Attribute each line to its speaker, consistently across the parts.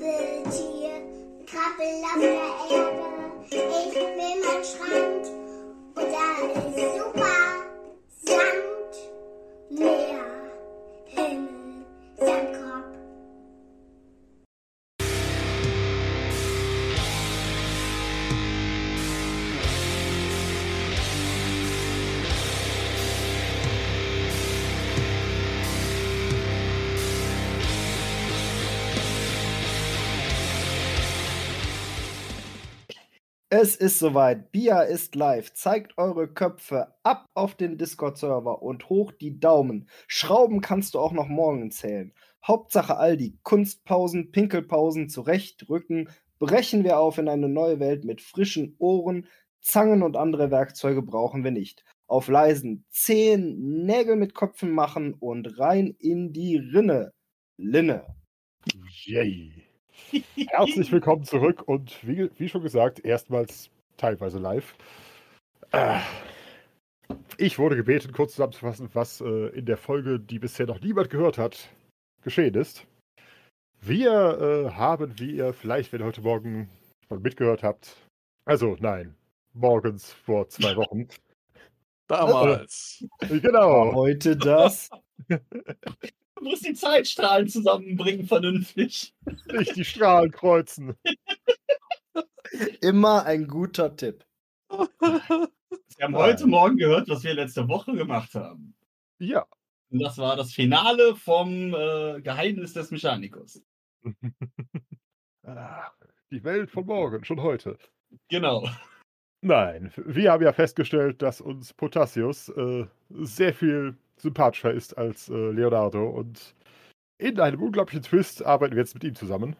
Speaker 1: Krabbeltier, krabbel auf der Erde. Ich will meinen Strand und da ist super Sand, Meer, Himmel, Sandkorb.
Speaker 2: Es ist soweit. Bia ist live. Zeigt eure Köpfe ab auf den Discord-Server und hoch die Daumen. Schrauben kannst du auch noch morgen zählen. Hauptsache Aldi. Kunstpausen, Pinkelpausen, zurechtrücken. Brechen wir auf in eine neue Welt mit frischen Ohren. Zangen und andere Werkzeuge brauchen wir nicht. Auf leisen Zehen Nägel mit Köpfen machen und rein in die Rinne. Linne.
Speaker 3: Yay. Herzlich willkommen zurück und wie, wie schon gesagt, erstmals teilweise live. Äh, Ich wurde gebeten, kurz zusammenzufassen, was äh, in der Folge, die bisher noch niemand gehört hat, geschehen ist. Wir äh, haben, wie ihr vielleicht, wenn ihr heute Morgen schon mitgehört habt, also nein, morgens vor zwei Wochen.
Speaker 4: Damals.
Speaker 2: War
Speaker 3: genau.
Speaker 2: heute das?
Speaker 5: Du musst die Zeitstrahlen zusammenbringen, vernünftig.
Speaker 3: Nicht die Strahlen kreuzen.
Speaker 2: Immer ein guter Tipp.
Speaker 5: Wir haben
Speaker 3: Nein.
Speaker 5: heute Morgen gehört, was wir letzte Woche gemacht haben.
Speaker 3: Ja.
Speaker 5: Und das war das Finale vom äh, Geheimnis des Mechanikus.
Speaker 3: Ah, Die Welt von morgen, schon heute.
Speaker 5: Genau.
Speaker 3: Nein, wir haben ja festgestellt, dass uns Potassius äh, sehr viel sympathischer ist als äh, Leonardo und in einem unglaublichen Twist arbeiten wir jetzt mit ihm zusammen.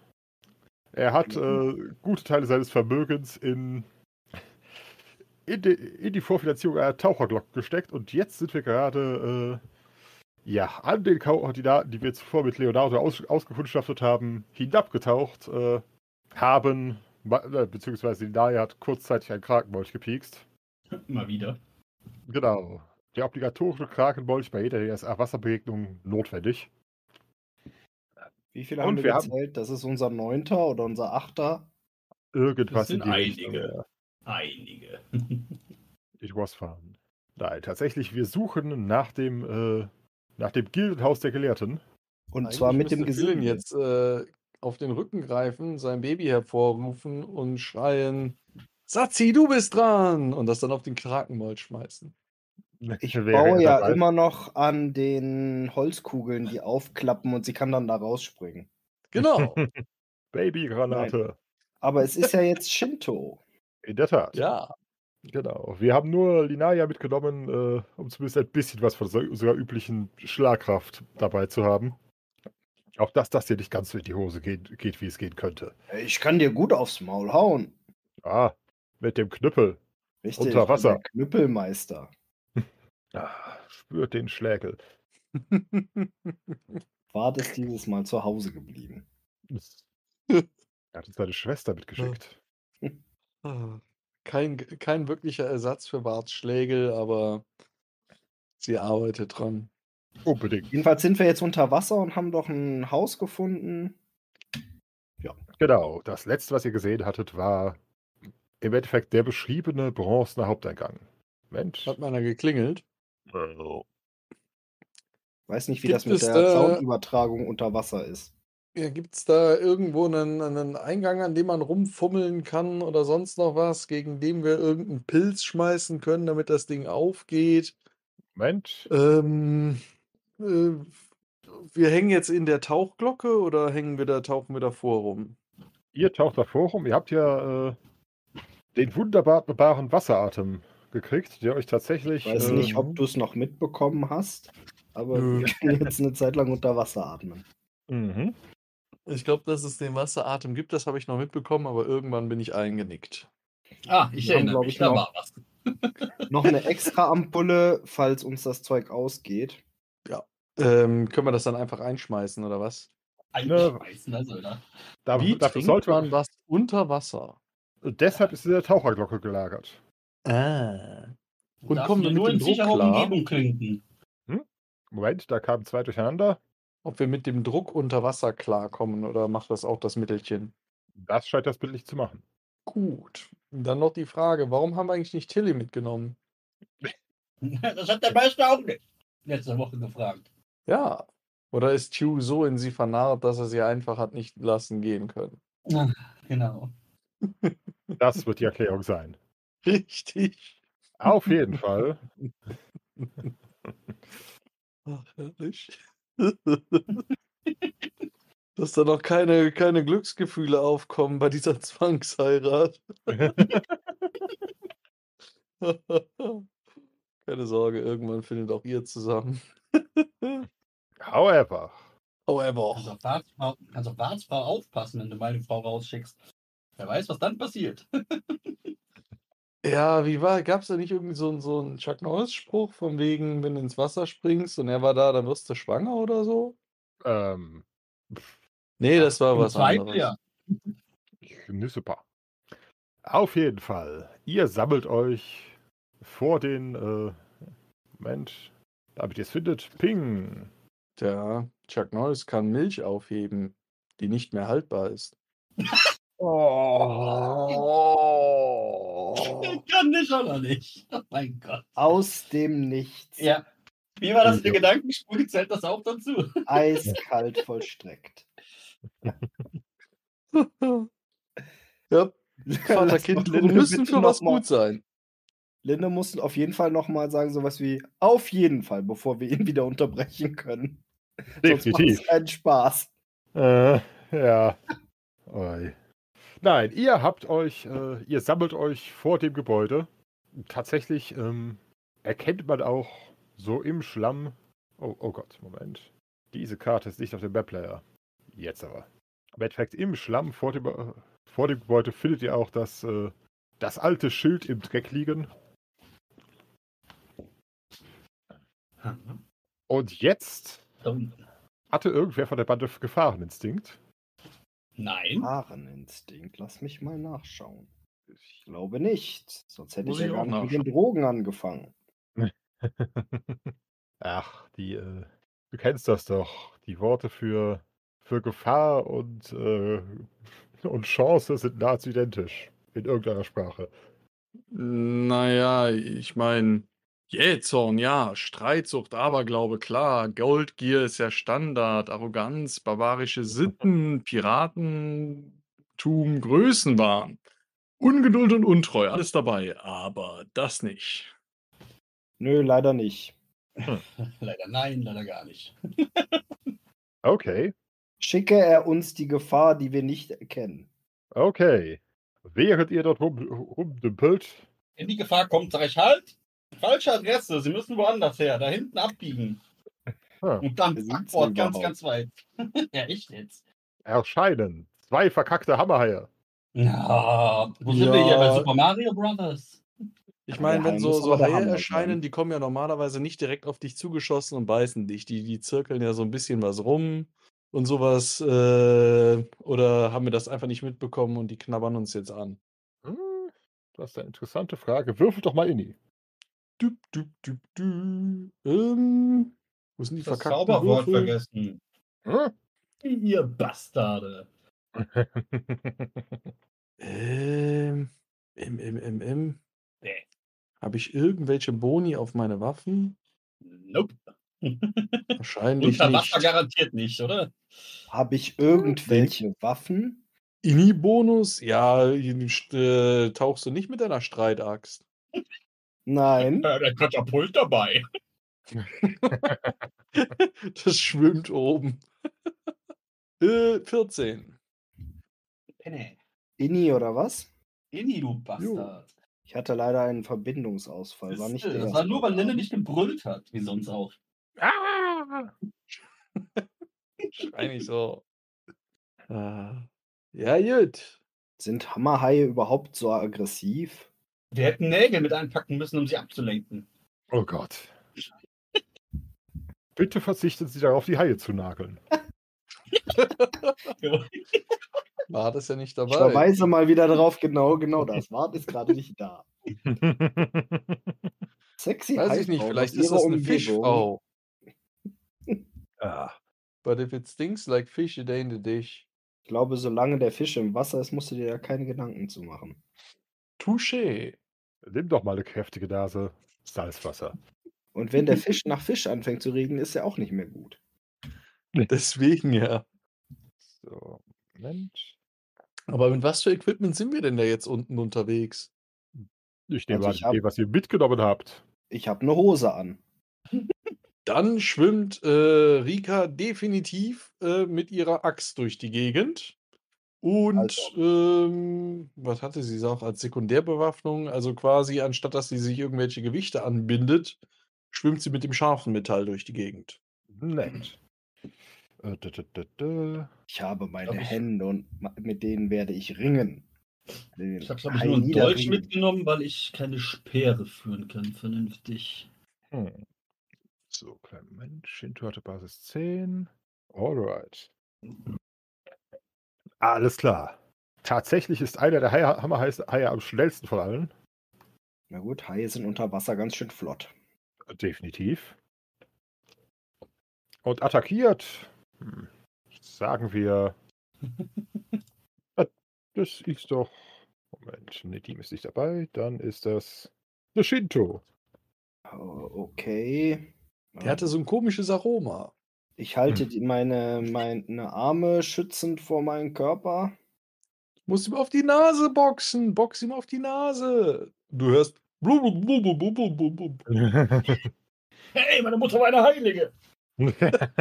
Speaker 3: Er hat äh, gute Teile seines Vermögens in, in, die, in die Vorfinanzierung einer Taucherglocke gesteckt und jetzt sind wir gerade äh, ja, an den Koordinaten, die wir zuvor mit Leonardo aus, ausgekundschaftet haben, hinabgetaucht, äh, haben Ma- äh, beziehungsweise die Naya hat kurzzeitig einen Krakenmolch gepiekst.
Speaker 5: Immer wieder.
Speaker 3: Genau. Der obligatorische Krakenmolch bei jeder DSA-Wasserbegegnung notwendig.
Speaker 2: Wie viele
Speaker 3: Und
Speaker 2: haben wir,
Speaker 3: wir haben-
Speaker 2: gezählt? Das ist unser neunter oder unser achter.
Speaker 3: Irgendwas
Speaker 5: Das sind
Speaker 3: in die Richtung.
Speaker 5: einige.
Speaker 3: ja.
Speaker 5: Einige.
Speaker 3: Ich was fahren. Nein, tatsächlich, wir suchen nach dem, äh, nach dem Gildenhaus der Gelehrten.
Speaker 2: Und zwar mit dem
Speaker 4: Gesicht.
Speaker 2: Gesicht.
Speaker 4: jetzt äh, auf den Rücken greifen, sein Baby hervorrufen und schreien: Satzi, du bist dran! Und das dann auf den Krakenmold schmeißen.
Speaker 2: Ich
Speaker 3: Wäre
Speaker 2: baue ja
Speaker 3: dabei.
Speaker 2: immer noch an den Holzkugeln, die aufklappen und sie kann dann da rausspringen.
Speaker 4: Genau.
Speaker 3: Babygranate.
Speaker 2: Aber es ist ja jetzt Shinto.
Speaker 3: In der Tat.
Speaker 4: ja.
Speaker 3: Genau. Wir haben nur Linaya mitgenommen, äh, um zumindest ein bisschen was von so- unserer üblichen Schlagkraft dabei zu haben. Auch dass das hier nicht ganz so in die Hose geht, geht wie es gehen könnte.
Speaker 2: Ich kann dir gut aufs Maul hauen.
Speaker 3: Ah, mit dem Knüppel.
Speaker 2: Richtig.
Speaker 3: Unter
Speaker 2: ich bin
Speaker 3: Wasser.
Speaker 2: der Knüppelmeister.
Speaker 3: Ah, spürt den Schlägel.
Speaker 2: War das dieses Mal zu Hause geblieben?
Speaker 3: Er hat uns seine Schwester mitgeschickt.
Speaker 4: Ah, kein, kein wirklicher Ersatz für Barts Schlägel, aber sie arbeitet dran.
Speaker 3: Unbedingt.
Speaker 2: Jedenfalls sind wir jetzt unter Wasser und haben doch ein Haus gefunden.
Speaker 3: Genau. Das letzte, was ihr gesehen hattet, war im Endeffekt der beschriebene bronzene Haupteingang. Mensch.
Speaker 4: Hat meiner geklingelt.
Speaker 2: Weiß nicht, wie
Speaker 4: Gibt
Speaker 2: das mit
Speaker 4: es,
Speaker 2: der
Speaker 4: äh,
Speaker 2: Soundübertragung unter Wasser ist.
Speaker 4: Ja, gibt es da irgendwo einen, einen Eingang, an dem man rumfummeln kann oder sonst noch was, gegen den wir irgendeinen Pilz schmeißen können, damit das Ding aufgeht?
Speaker 3: Moment.
Speaker 4: Ähm, äh, wir hängen jetzt in der Tauchglocke oder hängen wir da, tauchen wir davor rum?
Speaker 3: Ihr taucht nach Forum. Ihr habt ja äh, den wunderbaren Wasseratem gekriegt, der euch tatsächlich.
Speaker 2: Ich weiß
Speaker 3: äh,
Speaker 2: nicht, ob du es noch mitbekommen hast, aber
Speaker 4: Nö.
Speaker 2: wir können jetzt eine Zeit lang unter Wasser atmen.
Speaker 3: Mhm.
Speaker 4: Ich glaube, dass es den Wasseratem gibt, das habe ich noch mitbekommen, aber irgendwann bin ich eingenickt.
Speaker 5: Ah, ich
Speaker 2: Wir haben,
Speaker 5: erinnere
Speaker 2: glaub
Speaker 5: mich,
Speaker 2: ich,
Speaker 5: da
Speaker 2: noch-
Speaker 5: war was.
Speaker 2: Noch eine extra Ampulle, falls uns das Zeug ausgeht.
Speaker 4: Ähm, können wir das dann einfach einschmeißen oder was?
Speaker 5: Einschmeißender Soldat.
Speaker 3: Da,
Speaker 4: Wie
Speaker 3: dafür
Speaker 4: trinkt
Speaker 3: sollte
Speaker 4: man
Speaker 3: man.
Speaker 4: was unter Wasser?
Speaker 3: Deshalb ist diese Taucherglocke gelagert.
Speaker 4: Ah. Und
Speaker 5: Darf
Speaker 4: kommen wir
Speaker 5: nur
Speaker 4: mit
Speaker 5: in
Speaker 4: dem Druck
Speaker 5: sicherer
Speaker 4: klar?
Speaker 5: Umgebung klinken.
Speaker 3: Moment, da kamen zwei durcheinander.
Speaker 4: ob wir mit dem Druck unter Wasser klarkommen oder macht das auch das Mittelchen?
Speaker 3: Das scheint das bildlich zu machen.
Speaker 4: Gut. Dann noch die Frage, warum haben wir eigentlich nicht Tilly mitgenommen?
Speaker 5: Das hat der Meister auch nicht letzte Woche gefragt.
Speaker 4: Ja. Oder ist Tew so in sie vernarrt, dass er sie einfach hat nicht lassen gehen können?
Speaker 5: Genau.
Speaker 3: Das wird die Erklärung sein.
Speaker 4: Richtig.
Speaker 3: Auf jeden Fall.
Speaker 4: Ach, herrlich. Dass da noch keine, keine Glücksgefühle aufkommen bei dieser Zwangsheirat. keine Sorge, irgendwann findet auch ihr zusammen.
Speaker 3: However,
Speaker 5: Kannst
Speaker 4: However.
Speaker 5: auf Bartsfrau, kannst auf Bartsfrau aufpassen, wenn du meine Frau rausschickst. Wer weiß, was dann passiert.
Speaker 4: Ja, wie war, gab es da nicht irgendwie so, einen- so einen Chuck Norris-Spruch von wegen, wenn du ins Wasser springst und er war da, dann wirst du schwanger oder so?
Speaker 3: ähm,
Speaker 4: Nee, das war
Speaker 5: Im
Speaker 4: was
Speaker 5: zweiten
Speaker 4: anderes.
Speaker 5: Jahr.
Speaker 3: ne, super. Auf jeden Fall. Ihr sammelt euch vor den, äh, Moment, damit ihr es findet. Ping.
Speaker 4: Tja, Chuck Norris kann Milch aufheben, die nicht mehr haltbar ist.
Speaker 2: Oh.
Speaker 4: Oh.
Speaker 5: Ich kann nicht oder nicht. Oh mein Gott.
Speaker 2: Aus dem Nichts.
Speaker 5: Ja. Wie war das
Speaker 3: Ja.
Speaker 5: der Gedankenspur? Zählt das auch dazu?
Speaker 2: Eiskalt vollstreckt.
Speaker 4: Ja, Vater,
Speaker 2: Lass
Speaker 4: Kind,
Speaker 2: doch
Speaker 4: wir
Speaker 2: Linde
Speaker 4: müssen
Speaker 2: bitte
Speaker 4: für
Speaker 2: noch
Speaker 4: was
Speaker 2: mal-
Speaker 4: gut sein.
Speaker 2: Linde muss auf jeden Fall nochmal sagen, sowas wie auf jeden Fall, bevor wir ihn wieder unterbrechen können. Sonst macht
Speaker 3: Definitiv.
Speaker 2: es keinen Spaß.
Speaker 3: Äh, ja. Oi. Nein, ihr habt euch, äh, ihr sammelt euch vor dem Gebäude. Tatsächlich ähm, erkennt man auch so im Schlamm. Oh, oh Gott, Moment. Diese Karte ist nicht auf dem Webplayer. Jetzt aber. Im Endeffekt im Schlamm vor dem, äh, vor dem Gebäude findet ihr auch das, äh, das alte Schild im Dreck liegen. Und jetzt
Speaker 5: Da unten.
Speaker 3: hatte irgendwer von der Bande Gefahreninstinkt.
Speaker 5: Nein.
Speaker 2: Wahreninstinkt, lass mich mal nachschauen. Ich glaube nicht. Sonst hätte
Speaker 4: Muss
Speaker 2: ich ja
Speaker 4: ich
Speaker 2: gar
Speaker 4: auch
Speaker 2: nicht mit den Drogen angefangen.
Speaker 3: Ach, die, äh, du kennst das doch. Die Worte für, für Gefahr und, äh, und Chance sind nahezu identisch in irgendeiner Sprache.
Speaker 4: Naja, ich meine, Jähzorn, ja, Streitsucht, Aberglaube, klar, Goldgier ist ja Standard, Arroganz, barbarische Sitten, Piratentum, Größenwahn, Ungeduld und Untreu, alles dabei, aber das nicht.
Speaker 2: Nö, leider nicht.
Speaker 5: Leider nein, leider gar nicht.
Speaker 3: Okay,
Speaker 2: Schicke er uns die Gefahr, die wir nicht erkennen.
Speaker 3: okay. Während ihr dort rum, rumdümpelt,
Speaker 5: Wenn die Gefahr kommt, sage ich halt. Falsche Adresse, Sie müssen woanders her, da hinten abbiegen.
Speaker 3: Ah.
Speaker 5: Und dann
Speaker 2: Wer sieht's
Speaker 5: Backbord ganz,
Speaker 2: überhaupt?
Speaker 5: ganz weit. ja, echt jetzt.
Speaker 3: erscheinen zwei verkackte Hammerhaie.
Speaker 5: Ja, wo sind wir
Speaker 4: Ja.
Speaker 5: hier? Bei Super Mario Brothers?
Speaker 4: Ich
Speaker 2: Ja,
Speaker 4: meine,
Speaker 2: der
Speaker 4: wenn
Speaker 2: Hai
Speaker 4: so,
Speaker 2: muss
Speaker 4: so
Speaker 2: aber der
Speaker 4: Haie
Speaker 2: Hammer sein.
Speaker 4: erscheinen, die kommen ja normalerweise nicht direkt auf dich zugeschossen und beißen dich. Die, die zirkeln ja so ein bisschen was rum und sowas. Äh, oder haben wir das einfach nicht mitbekommen und die knabbern uns jetzt an.
Speaker 3: Hm, das ist eine interessante Frage. Würfelt doch mal Inni.
Speaker 4: Düb, düb, düb, düb. Ähm, wo sind die
Speaker 5: Das
Speaker 4: verkackten
Speaker 5: Zauberwort
Speaker 4: Würfel?
Speaker 5: vergessen.
Speaker 3: Hm?
Speaker 5: Ihr Bastarde.
Speaker 4: Ähm, im, im, im, im.
Speaker 5: Nee.
Speaker 4: Habe ich irgendwelche Boni auf meine Waffen?
Speaker 5: Nope.
Speaker 4: Wahrscheinlich
Speaker 5: Unter Wasser
Speaker 4: nicht.
Speaker 5: garantiert nicht, oder?
Speaker 2: Habe ich
Speaker 5: Hm,
Speaker 2: irgendwelche Waffen?
Speaker 4: Ini-Bonus? Ja, äh, tauchst du nicht mit deiner Streitaxt.
Speaker 2: Nein.
Speaker 5: Ja, der Katapult dabei.
Speaker 4: Das schwimmt oben. äh, 14.
Speaker 5: Penne.
Speaker 2: Inni oder was?
Speaker 5: Inni, du Bastard.
Speaker 2: Ich hatte leider einen Verbindungsausfall. War nicht
Speaker 5: Siehste,
Speaker 2: der
Speaker 5: äh, das
Speaker 2: erste
Speaker 5: war nur, weil
Speaker 2: Mal.
Speaker 5: Linde nicht gebrüllt hat, wie sonst auch.
Speaker 3: ah!
Speaker 4: Wahrscheinlich so. Ah. Ja, gut.
Speaker 2: Sind Hammerhaie überhaupt so aggressiv?
Speaker 5: Wir hätten Nägel mit einpacken müssen, um sie abzulenken.
Speaker 3: Oh Gott. Bitte verzichten Sie darauf, die Haie zu nageln.
Speaker 4: War das ja nicht
Speaker 2: Ich
Speaker 4: dabei.
Speaker 2: verweise mal wieder darauf, genau, genau das. Wart ist gerade nicht da. Sexy
Speaker 4: Weiß ich nicht,
Speaker 2: Haifrau
Speaker 4: vielleicht
Speaker 2: aus
Speaker 4: ist
Speaker 2: ihrer
Speaker 4: das eine
Speaker 2: Umgebung.
Speaker 4: Fischfrau.
Speaker 3: Ah,
Speaker 4: But if it stinks like fish, it ain't a dish.
Speaker 2: Ich glaube, solange der Fisch im Wasser ist, musst du dir da keine Gedanken zu machen.
Speaker 4: Touché.
Speaker 3: Nimm doch mal eine kräftige Nase Salzwasser.
Speaker 2: Und wenn der Fisch nach Fisch anfängt zu reden, ist er auch nicht mehr gut.
Speaker 4: Deswegen ja.
Speaker 3: So, Moment.
Speaker 4: Aber mit was für Equipment sind wir denn da jetzt unten unterwegs?
Speaker 3: Ich nehme
Speaker 2: Also
Speaker 3: an,
Speaker 2: ich
Speaker 3: ich nehme, was ihr mitgenommen habt.
Speaker 2: Ich habe eine Hose an.
Speaker 4: Dann schwimmt äh, Rika definitiv äh, mit ihrer Axt durch die Gegend. Und
Speaker 2: Also.
Speaker 4: ähm, was hatte sie auch als Sekundärbewaffnung? Also quasi, anstatt dass sie sich irgendwelche Gewichte anbindet, schwimmt sie mit dem scharfen Metall durch die Gegend.
Speaker 3: Nett. Äh, dä, dä, dä, dä.
Speaker 2: Ich habe meine
Speaker 5: Glaub ich-
Speaker 2: Hände und ma- mit denen werde ich ringen.
Speaker 5: Ich habe, glaube ich, nur einen Dolch mitgenommen, weil ich keine Speere führen kann, vernünftig.
Speaker 3: Hm. So, kleiner Mensch. Shinto hatte Basis 10. Alright. Alles klar. Tatsächlich ist einer der Haie, Hammerhaie Haie am schnellsten von allen.
Speaker 2: Na gut, Haie sind unter Wasser ganz schön flott.
Speaker 3: Definitiv. Und attackiert. Hm. Sagen wir. Ah, Das ist doch. Moment, ne, Team ist nicht dabei. Dann ist das. Der Shinto.
Speaker 2: Oh, Okay.
Speaker 4: Der
Speaker 2: Ah.
Speaker 4: hatte so ein komisches Aroma.
Speaker 2: ich
Speaker 5: Hm.
Speaker 2: halte die, meine, meine Arme schützend vor meinen Körper.
Speaker 4: Muss ihm auf die Nase boxen. Box ihm auf die Nase. Du hörst. blub, blub, blub, blub, blub, blub, blub.
Speaker 5: Hey, meine Mutter war eine Heilige!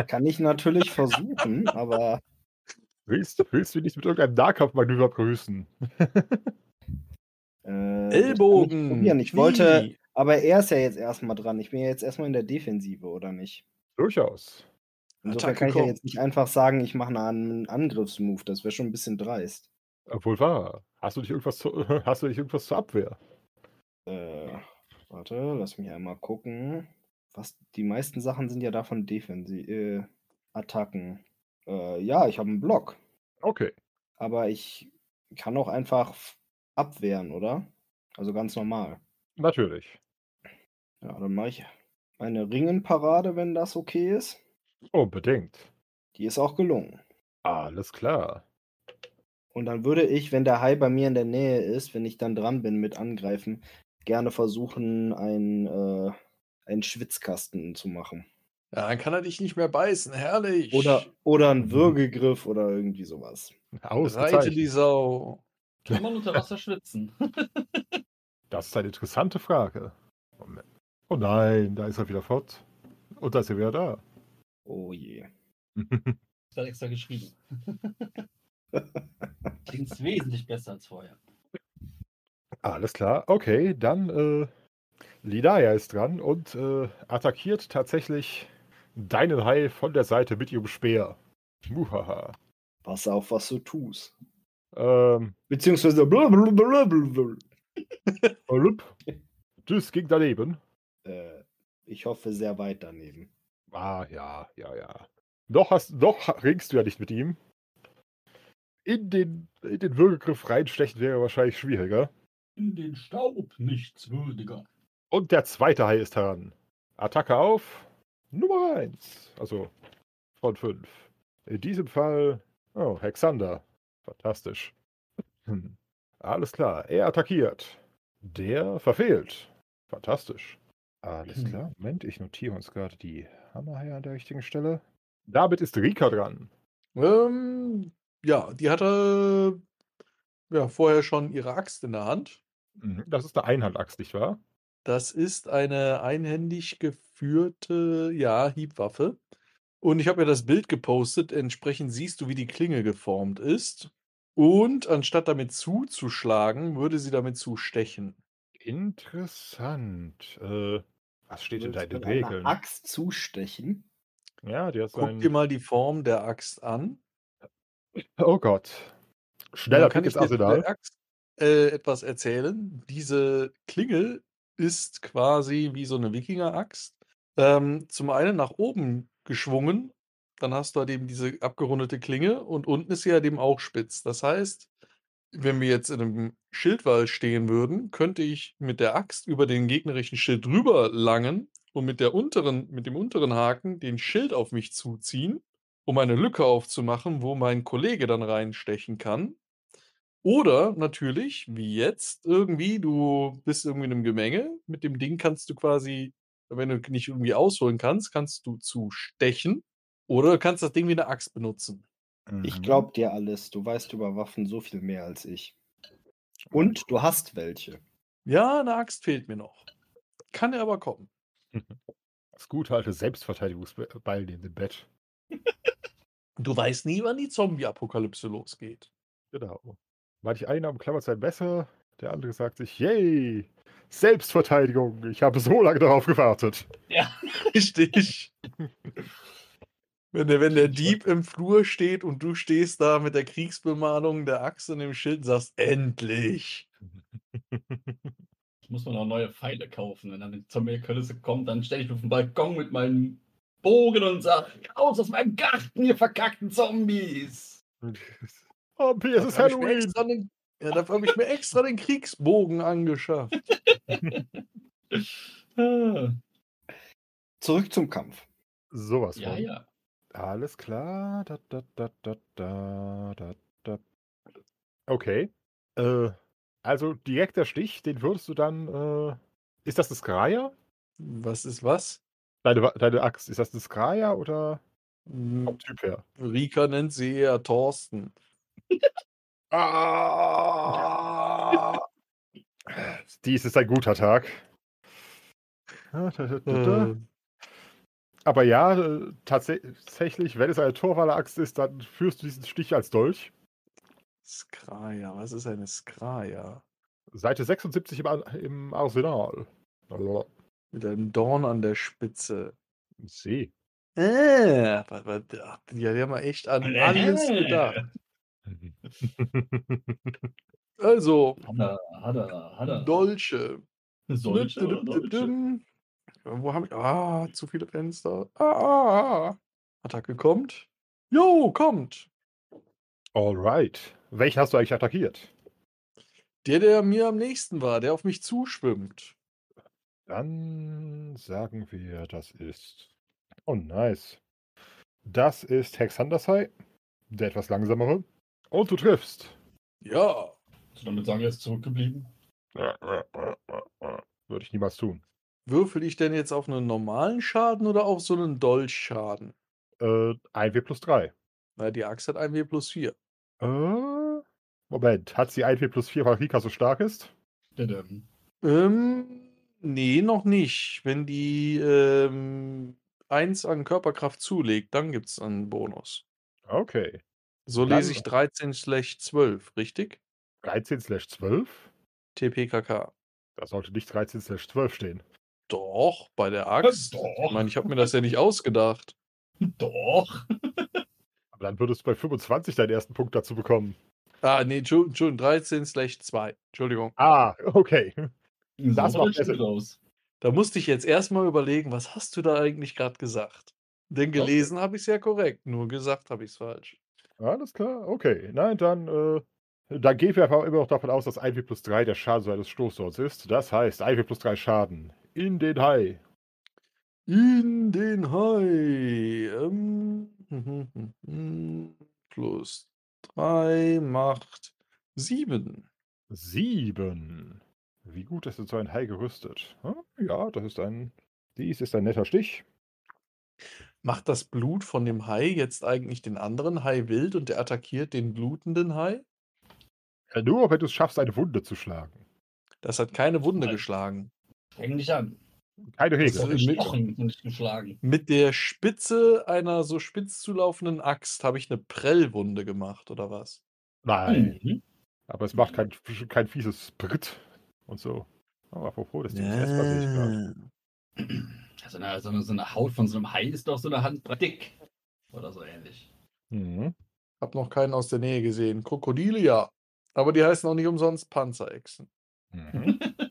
Speaker 2: Kann ich natürlich versuchen, aber
Speaker 3: willst, du- willst du dich mit irgendeinem Nahkampfmanöver grüßen?
Speaker 2: Äh, das kann ich
Speaker 4: Ellbogen.
Speaker 2: probieren. Ich wollte,
Speaker 4: Knie.
Speaker 2: aber er ist ja jetzt erstmal dran. Ich bin ja jetzt erstmal in der Defensive, oder nicht?
Speaker 3: Durchaus.
Speaker 2: Insofern
Speaker 4: Attacke
Speaker 2: kann ich ja
Speaker 4: kommt.
Speaker 2: jetzt nicht einfach sagen, ich mache einen Angriffsmove. Das wäre schon ein bisschen dreist.
Speaker 3: Obwohl wahr. Hast du nicht irgendwas, zu, hast du nicht irgendwas zur Abwehr?
Speaker 2: Äh, warte, lass mich einmal gucken. Was, die meisten Sachen sind ja davon Defensiv, äh, Attacken. Äh, ja, ich habe einen Block,
Speaker 3: Okay.
Speaker 2: aber ich kann auch einfach f- abwehren, oder? Also ganz normal.
Speaker 3: Natürlich.
Speaker 2: Ja, dann mache ich meine Ringenparade, wenn das okay ist.
Speaker 3: Unbedingt.
Speaker 2: Die ist auch gelungen.
Speaker 3: Alles klar.
Speaker 2: Und dann würde ich, wenn der Hai bei mir in der Nähe ist, wenn ich dann dran bin mit Angreifen, gerne versuchen, einen, äh, einen Schwitzkasten zu machen.
Speaker 4: Ja, dann kann er dich nicht mehr beißen. Herrlich.
Speaker 2: Oder, oder
Speaker 3: Mhm.
Speaker 2: einen Würgegriff oder irgendwie sowas.
Speaker 4: Reite
Speaker 3: Ausgezeichnet.
Speaker 4: die Sau.
Speaker 5: Kann man unter Wasser schwitzen?
Speaker 3: Das ist eine interessante Frage. Moment. Oh nein, da ist er wieder fort. Und da ist er wieder da.
Speaker 2: Oh je.
Speaker 5: Das hat extra geschrieben. Klingt wesentlich besser als vorher.
Speaker 3: Alles klar. Okay, dann äh, Lidaya ist dran und äh, attackiert tatsächlich deinen Hai von der Seite mit ihrem Speer. Muhaha.
Speaker 2: Pass auf, was du tust.
Speaker 3: Ähm,
Speaker 2: Beziehungsweise. blablabla.
Speaker 3: Olup, das ging daneben.
Speaker 2: Äh, ich hoffe, sehr weit daneben.
Speaker 3: Ah, ja, ja, ja. Noch, hast, noch ringst du ja nicht mit ihm. In den, in den Würgegriff reinstechen wäre wahrscheinlich schwieriger.
Speaker 5: In den Staub nichts würdiger.
Speaker 3: Und der zweite Hai ist heran. Attacke auf Nummer 1. Also von 5. In diesem Fall, oh, Hexander. Fantastisch. Hm. Alles klar, er attackiert. Der verfehlt. Fantastisch. Alles
Speaker 5: Hm.
Speaker 3: klar. Moment, ich notiere uns gerade die Hammerhaie an der richtigen Stelle. Damit ist Rika dran.
Speaker 4: Ähm, ja, die hatte ja vorher schon ihre Axt in der Hand.
Speaker 3: Mhm, Das ist eine Einhandaxt, nicht wahr?
Speaker 4: Das ist eine einhändig geführte, ja, Hiebwaffe. Und ich habe ja das Bild gepostet. Entsprechend siehst du, wie die Klinge geformt ist. Und anstatt damit zuzuschlagen, würde sie damit zustechen.
Speaker 3: Interessant. Äh, was steht in
Speaker 2: Willst
Speaker 3: deinen
Speaker 2: mit einer
Speaker 3: Regeln?
Speaker 2: Axt zustechen.
Speaker 3: Ja, die hat
Speaker 4: Guck dir mal die Form der Axt an.
Speaker 3: Oh Gott. Schneller
Speaker 4: Dann
Speaker 3: Pick ist
Speaker 4: dir zu der
Speaker 3: Arsenal.
Speaker 4: Axt, äh, etwas erzählen. Diese Klingel ist quasi wie so eine Wikinger-Axt. Ähm, zum einen nach oben geschwungen, dann hast du halt eben diese abgerundete Klinge und unten ist sie halt eben auch spitz. Das heißt, wenn wir jetzt in einem Schildwall stehen würden, könnte ich mit der Axt über den gegnerischen Schild drüber langen und mit der unteren, mit dem unteren Haken den Schild auf mich zuziehen um eine Lücke aufzumachen, wo mein Kollege dann reinstechen kann. Oder natürlich, wie jetzt, irgendwie, du bist irgendwie in einem Gemenge. Mit dem Ding kannst du quasi, wenn du nicht irgendwie ausholen kannst, kannst du zu stechen. Oder du kannst das Ding wie eine Axt benutzen. Mhm.
Speaker 3: Mhm.
Speaker 2: Ich glaub dir alles. Du weißt über Waffen so viel mehr als ich. Und du hast welche.
Speaker 4: Ja, eine Axt fehlt mir noch. Kann er aber kommen.
Speaker 3: Das gute alte Selbstverteidigungsbeil in dem Bett.
Speaker 4: Du weißt nie, wann die Zombie-Apokalypse losgeht.
Speaker 3: Genau. Manch einer umklammert sein Messer, der andere sagt sich, yay, Selbstverteidigung, ich habe so lange darauf gewartet.
Speaker 4: Ja, richtig. Wenn der, wenn der Dieb im Flur steht und du stehst da mit der Kriegsbemalung, der Axt und dem Schild und sagst, endlich.
Speaker 5: Muss man auch neue Pfeile kaufen. Wenn dann die Zombie-Kulisse kommt, dann stehe ich auf dem Balkon mit meinem Bogen und sage, raus aus meinem Garten, ihr verkackten Zombies.
Speaker 3: Zombie, es Oh, ist
Speaker 4: Da hab ich mir
Speaker 3: Halloween.
Speaker 4: extra den- Ja, dafür habe ich mir extra den Kriegsbogen angeschafft.
Speaker 5: Ah,
Speaker 2: Zurück zum Kampf.
Speaker 3: Sowas
Speaker 5: ja,
Speaker 3: von.
Speaker 5: ja.
Speaker 3: Alles klar. Da, da, da, da, da, da, da. Okay. Äh, also direkter Stich, den würdest du dann. Äh, ist das ein Skraier?
Speaker 4: Was ist was?
Speaker 3: Deine, Wa- deine Axt, ist das ein Skraier oder
Speaker 4: Hm,
Speaker 3: vom Typ her?
Speaker 4: Rika nennt sie eher Thorsten.
Speaker 3: Ah! Dies ist ein guter Tag. Da, Ah, da, da, da, da.
Speaker 4: Äh,
Speaker 3: Aber ja, äh, tatsä- tatsächlich, wenn es eine Torwaller-Axt ist, dann führst du diesen Stich als Dolch.
Speaker 4: Skraja, was ist eine Skraja?
Speaker 3: Seite 76 im, Ar- im Arsenal. Also, Blablabla.
Speaker 4: Mit einem Dorn an der Spitze.
Speaker 3: See.
Speaker 4: Äh, aber, aber, ach, die, die haben ja echt an alles
Speaker 5: Äh.
Speaker 4: gedacht.
Speaker 3: Mhm.
Speaker 4: Also,
Speaker 5: Hat er, hat er, hat er.
Speaker 4: Dolche.
Speaker 5: Solche oder solche?
Speaker 4: Düm, düm. Wo habe ich. Ah, zu viele Fenster. Ah, ah, ah. Attacke kommt. Jo, kommt.
Speaker 3: Alright. Welchen hast du eigentlich attackiert?
Speaker 4: Der, der mir am nächsten war, der auf mich zuschwimmt.
Speaker 3: Dann sagen wir, das ist. Oh, nice. Das ist Hexandersai, der etwas langsamere. Und du triffst.
Speaker 4: Ja.
Speaker 5: Willst du damit sagen, er ist zurückgeblieben?
Speaker 3: Würde ich niemals tun.
Speaker 4: Würfel ich denn jetzt auf einen normalen Schaden oder auf so einen Dolchschaden?
Speaker 3: Äh, 1W plus 3.
Speaker 4: Na, die Axt hat 1W plus 4.
Speaker 3: Äh, Moment, hat sie 1W plus 4, weil Rika so stark ist?
Speaker 5: Dadam.
Speaker 4: Ähm, nee, noch nicht. Wenn die ähm, 1 an Körperkraft zulegt, dann gibt es einen Bonus.
Speaker 3: Okay.
Speaker 4: So
Speaker 3: Dann-
Speaker 4: lese ich 13-12, richtig?
Speaker 3: 13 slash 12?
Speaker 4: TPKK.
Speaker 3: Da sollte nicht 13 slash 12 stehen.
Speaker 4: Doch, bei der Axt. Ich
Speaker 5: Doch,
Speaker 4: meine, ich habe mir das ja nicht ausgedacht.
Speaker 5: doch.
Speaker 3: Aber dann würdest du bei 25 deinen ersten Punkt dazu bekommen.
Speaker 4: Ah, nee, Entschuldigung, 13 slash 2. Entschuldigung.
Speaker 3: Ah, okay. Das
Speaker 5: so
Speaker 3: macht
Speaker 5: sieht's
Speaker 3: besser.
Speaker 5: gut aus.
Speaker 4: Da musste ich jetzt erstmal überlegen, was hast du da eigentlich gerade gesagt? Denn gelesen habe ich es ja korrekt, nur gesagt habe ich es falsch.
Speaker 3: Alles klar, okay. Nein, dann, äh, dann gehen wir einfach immer noch davon aus, dass 1W plus 3 der Schaden seines Stoßdorns ist. Das heißt, 1W plus 3 Schaden in den Hai.
Speaker 4: In den Hai. Ähm, hm, hm, hm, plus 3 macht 7.
Speaker 3: 7. Wie gut ist denn so ein Hai gerüstet? Hm? Ja, das ist ein. Dies ist ein netter Stich.
Speaker 4: Macht das Blut von dem Hai jetzt eigentlich den anderen Hai wild und der attackiert den blutenden Hai?
Speaker 3: Äh, Nur wenn du es schaffst, eine Wunde zu schlagen.
Speaker 4: Das hat keine Wunde
Speaker 5: Nein.
Speaker 4: geschlagen.
Speaker 5: Streng dich an.
Speaker 3: Keine
Speaker 5: Das ist
Speaker 4: ist
Speaker 3: Regel.
Speaker 5: gestochen und nicht geschlagen.
Speaker 4: Mit der Spitze einer so spitz zulaufenden Axt habe ich eine Prellwunde gemacht, oder was?
Speaker 3: Nein.
Speaker 5: Mhm.
Speaker 3: Aber es macht kein, kein fieses Sprit und so. Aber apropos, das Ding ist essbar, sehe ich gerade.
Speaker 5: Also na, so, eine, so eine Haut von so einem Hai ist doch so eine Handbreit dick. Oder so ähnlich.
Speaker 3: Mhm.
Speaker 4: Hab noch keinen aus der Nähe gesehen. Krokodile ja. Aber die heißen auch nicht umsonst Panzerechsen.
Speaker 3: Mhm.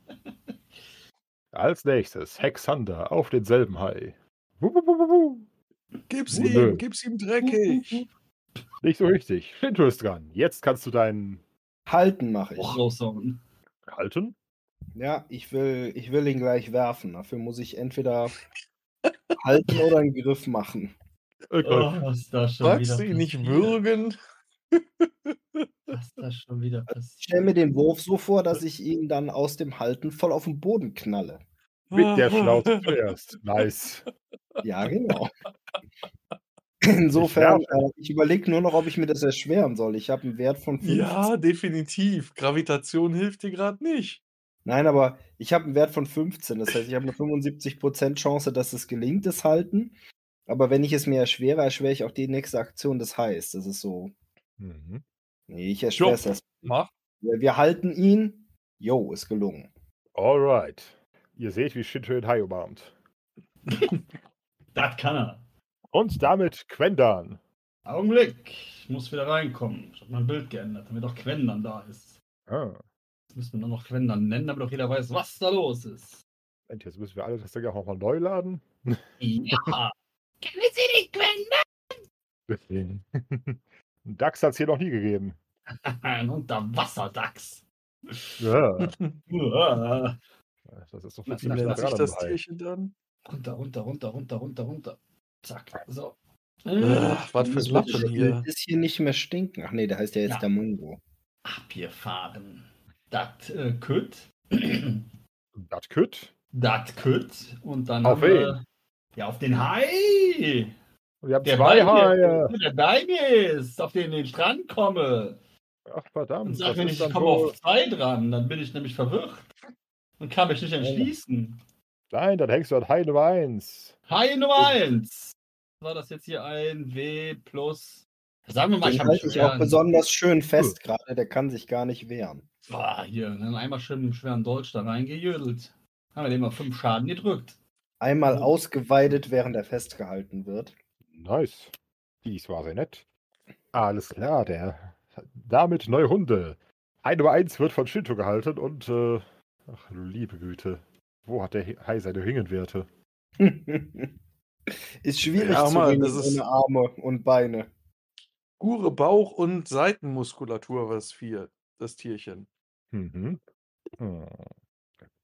Speaker 3: Als nächstes Hexander auf denselben Hai. Wuh, wuh, wuh, wuh, wuh.
Speaker 4: Gib's
Speaker 3: Wunde.
Speaker 4: ihm, gib's ihm dreckig.
Speaker 3: Nicht so richtig. Shinto ist dran. Jetzt kannst du deinen
Speaker 2: Halten mache ich.
Speaker 5: Auch raushauen.
Speaker 3: halten.
Speaker 2: Ja, ich will, ich will ihn gleich werfen. Dafür muss ich entweder halten oder einen Griff machen.
Speaker 3: Äh, Golf.
Speaker 5: Oh, was da schon
Speaker 4: Magst
Speaker 5: wieder
Speaker 4: du ihn nicht
Speaker 5: passiert.
Speaker 4: würgen?
Speaker 5: Was da schon wieder
Speaker 2: Ich stelle mir
Speaker 5: passiert.
Speaker 2: den Wurf so vor, dass ich ihn dann aus dem Halten voll auf den Boden knalle.
Speaker 3: Mit der Schnauze zuerst. Nice.
Speaker 2: Ja, genau. Insofern,
Speaker 3: Ich
Speaker 2: äh, ich überlege nur noch, ob ich mir das erschweren soll. Ich habe einen Wert von 15.
Speaker 4: Ja, definitiv. Gravitation hilft dir gerade nicht.
Speaker 2: Nein, aber ich habe einen Wert von 15. Das heißt, ich habe eine 75% Chance, dass es gelingt, das Halten. Aber wenn ich es mir erschwere, erschwere ich auch die nächste Aktion. Das heißt, das ist so.
Speaker 3: Mhm.
Speaker 2: Nee, ich erschwere es
Speaker 4: Jo.
Speaker 2: erst.
Speaker 4: Mach.
Speaker 2: Wir wir halten ihn. Jo, ist gelungen.
Speaker 3: Alright. Ihr seht, wie Shinto den Hai umarmt.
Speaker 5: Das kann er.
Speaker 3: Und damit Quendan.
Speaker 5: Augenblick. Ich muss wieder reinkommen. Ich habe mein Bild geändert, damit auch Quendan da ist.
Speaker 3: Ah,
Speaker 5: Jetzt müssen wir nur noch Quendan nennen, damit auch jeder weiß, was da los ist.
Speaker 3: Moment, jetzt müssen wir alle das Ding auch nochmal neu laden.
Speaker 5: Ja.
Speaker 3: Ein Dax hat es hier noch nie gegeben.
Speaker 5: Ein Unterwasserdachs.
Speaker 3: Ja,
Speaker 5: Uah.
Speaker 3: das ist doch
Speaker 5: Na,
Speaker 3: viel
Speaker 5: na,
Speaker 3: mehr
Speaker 5: lass
Speaker 4: Lass ich
Speaker 3: gerade
Speaker 4: das
Speaker 3: dabei.
Speaker 4: Tierchen dann?
Speaker 5: Runter, runter, runter, runter, runter, runter. Zack. So.
Speaker 4: Ach, Äh, was für
Speaker 2: Das
Speaker 4: Lappen hier.
Speaker 2: Bild ist hier nicht mehr stinken. Ach nee, der heißt ja jetzt
Speaker 5: Ja.
Speaker 2: der Mungo.
Speaker 5: Abgefahren. Das äh, Kütt.
Speaker 3: Das Kütt.
Speaker 5: Das Kütt. Und dann
Speaker 3: Auf
Speaker 5: haben wir. Ja, auf den Hai.
Speaker 3: Und Wir haben
Speaker 5: Der
Speaker 3: zwei
Speaker 5: bei
Speaker 3: Haie.
Speaker 5: mir, der bei mir ist, auf den ich Strand komme.
Speaker 3: Ach verdammt.
Speaker 5: Und sag
Speaker 3: das
Speaker 5: mir
Speaker 3: ist
Speaker 5: nicht,
Speaker 3: dann
Speaker 5: ich komme
Speaker 3: wohl-
Speaker 5: auf zwei dran, dann bin ich nämlich verwirrt. Und kann
Speaker 3: Oh.
Speaker 5: mich nicht entschließen.
Speaker 3: Nein, dann hängst du an Hai Nummer 1.
Speaker 5: Hai Nummer 1. War das jetzt hier ein W plus? Sagen wir mal, ich
Speaker 2: Den
Speaker 5: habe mich
Speaker 2: halte ich auch
Speaker 5: schweren,
Speaker 2: besonders schön fest gerade. Der kann sich gar nicht wehren.
Speaker 5: Boah, hier, ne, einmal schön im schweren Deutsch da reingejödelt. Haben wir dem mal fünf Schaden gedrückt.
Speaker 2: Einmal
Speaker 3: Mhm.
Speaker 5: Oh.
Speaker 2: ausgeweidet, während er festgehalten wird.
Speaker 3: Nice. Dies war sehr nett. Alles klar, der. Damit neue Hunde. Hai Nummer 1 wird von Shinto gehalten und. Äh, ach du liebe Güte. Wo hat der Hai seine Ringenwerte?
Speaker 2: ist schwierig
Speaker 4: Ja,
Speaker 2: zu
Speaker 4: Mann,
Speaker 2: ringen
Speaker 4: das ist-
Speaker 2: ohne Arme und Beine.
Speaker 4: Gure Bauch- und Seitenmuskulatur was vier, das Tierchen.
Speaker 3: Mhm. Hm.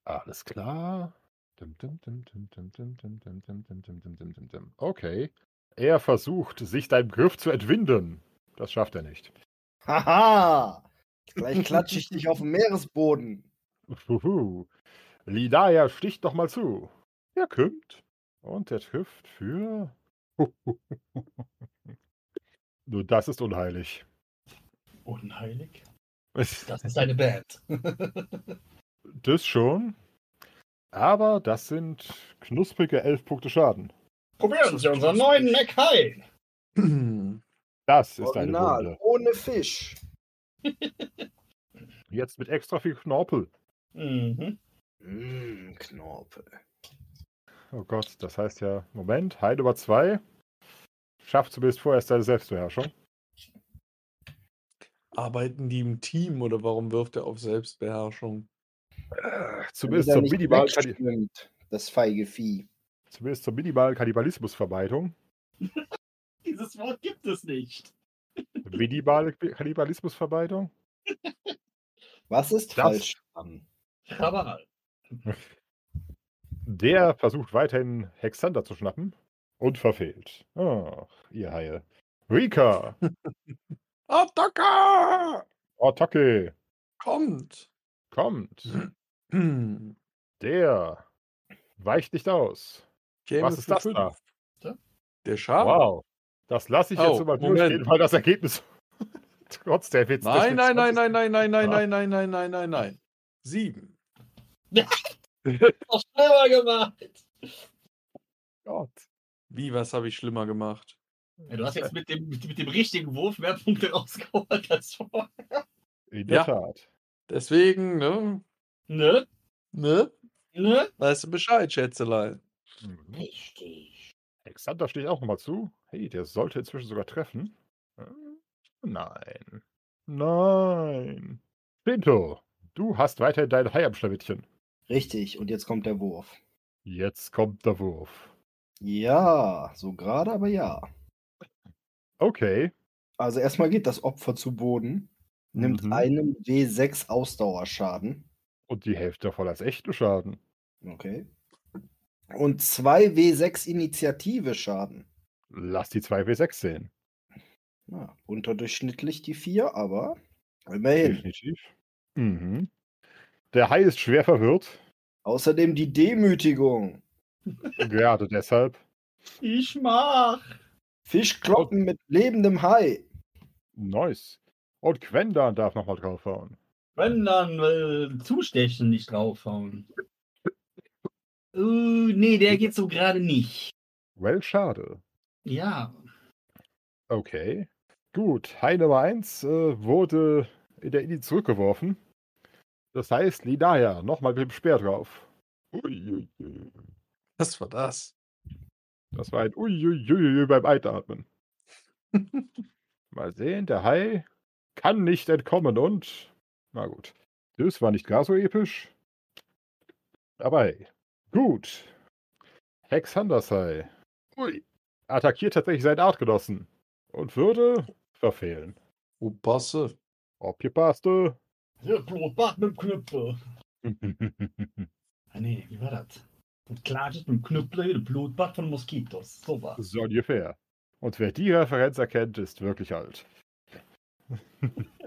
Speaker 3: Alles klar. Dum, dum, dum, dum, dum, dum, dum, dum, dum, dum, dum, dum, dum, dum, dum. Okay. Er versucht, sich deinem Griff zu entwinden. Das schafft er nicht.
Speaker 2: Haha! Gleich klatsche ich dich auf den Meeresboden.
Speaker 3: Uhuhu. Lidaya sticht nochmal zu. Er kümmt. Und er trifft für. Nur das ist unheilig.
Speaker 5: Unheilig. Das ist eine Band.
Speaker 3: Das schon. Aber das sind knusprige elf Punkte Schaden.
Speaker 5: Probieren Sie unseren neuen Mac Hai.
Speaker 3: Das ist eine
Speaker 2: Original,
Speaker 3: Wunde.
Speaker 2: ohne Fisch.
Speaker 3: Jetzt mit extra viel Knorpel.
Speaker 5: Mhm.
Speaker 2: Mm, Knorpel.
Speaker 3: Oh Gott, das heißt ja, Moment, Heil über zwei. Schafft zumindest vorerst deine Selbstbeherrschung.
Speaker 4: Arbeiten die im Team oder warum wirft er auf Selbstbeherrschung?
Speaker 3: Zumindest
Speaker 2: Wenn er
Speaker 3: zur,
Speaker 2: nicht
Speaker 3: minimalen, Kannib-
Speaker 2: wegschwimmt, Das feige Vieh.
Speaker 3: zumindest zur minimalen Kannibalismusvermeidung.
Speaker 5: Dieses Wort gibt es nicht.
Speaker 3: Minimale Kannibalismusvermeidung?
Speaker 2: Was ist
Speaker 3: Das-
Speaker 2: falsch dran?
Speaker 5: Kabal.
Speaker 3: Der versucht weiterhin Hexander zu schnappen und verfehlt. Ach, ihr Haie. Rika,
Speaker 4: Attacke!
Speaker 3: Otake,
Speaker 4: Kommt!
Speaker 3: kommt.
Speaker 4: Hm.
Speaker 3: Der weicht nicht aus.
Speaker 4: Käme
Speaker 3: Was ist
Speaker 4: für
Speaker 3: das da?
Speaker 4: fünf. Der Schaf?
Speaker 3: Wow. Das lasse ich jetzt
Speaker 4: Oh,
Speaker 3: so mal
Speaker 4: Moment.
Speaker 3: durchgehen, weil das Ergebnis trotz der Witz.
Speaker 4: Nein, nein, nein, nein, nein, nein, nein, nein, nein, nein, nein, nein, nein. Sieben.
Speaker 5: Auch schlimmer gemacht.
Speaker 4: Gott. Wie, was habe ich schlimmer gemacht?
Speaker 5: Ja, du hast jetzt mit dem, mit, mit dem richtigen Wurf mehr Punkte rausgeholt als vorher.
Speaker 3: In der
Speaker 4: Ja.
Speaker 3: Tat.
Speaker 4: Deswegen, ne?
Speaker 5: Ne?
Speaker 4: Ne?
Speaker 5: Ne?
Speaker 4: Weißt du Bescheid, Schätzelein?
Speaker 3: Mhm.
Speaker 5: Richtig.
Speaker 3: Alexander steht auch nochmal zu. Hey, der sollte inzwischen sogar treffen. Hm, Nein. Nein. Pinto, du hast weiterhin dein Hai am Schlawittchen.
Speaker 2: Richtig, und jetzt kommt der Wurf.
Speaker 3: Jetzt kommt der Wurf.
Speaker 2: Ja, so gerade, aber ja.
Speaker 3: Okay.
Speaker 2: Also erstmal geht das Opfer zu Boden, nimmt
Speaker 3: Mhm.
Speaker 2: einen W6 Ausdauerschaden.
Speaker 3: Und die Hälfte davon als echten Schaden.
Speaker 2: Okay. Und zwei W6 Initiative Schaden.
Speaker 3: Lass die 2W6 sehen.
Speaker 2: Ja, unterdurchschnittlich die 4, aber immerhin.
Speaker 3: Definitiv. Mhm. Der Hai ist schwer verwirrt.
Speaker 2: Außerdem die Demütigung.
Speaker 3: Gerade deshalb.
Speaker 5: Ich mach.
Speaker 2: Fischkloppen mit lebendem Hai.
Speaker 3: Nice. Und Quendan darf nochmal draufhauen.
Speaker 5: Wenn dann will zustechen, nicht draufhauen. Äh, nee, der geht so gerade nicht.
Speaker 3: Well, schade.
Speaker 5: Ja.
Speaker 3: Okay. Gut, Hai Nummer 1 äh, wurde in der Indie zurückgeworfen. Das heißt, Linaya, nochmal mit dem Speer drauf. Uiuiui.
Speaker 4: Was war das?
Speaker 3: Das war ein Uiuiui beim Einatmen. mal sehen, der Hai kann nicht entkommen und. Na gut. Das war nicht gar so episch. Aber hey. Gut. Hexanders Hai. Ui. Attackiert tatsächlich seinen Artgenossen. Und würde verfehlen.
Speaker 4: Oh, Bosse.
Speaker 3: Ob gepasst. äh.
Speaker 5: Hier, Blutbad mit dem Knüppel. Ah, nee, wie war das? Und klatscht mit dem Knüppel wie der Blutbad von Moskitos. So war
Speaker 3: so ungefähr. Und wer die Referenz erkennt, ist wirklich alt.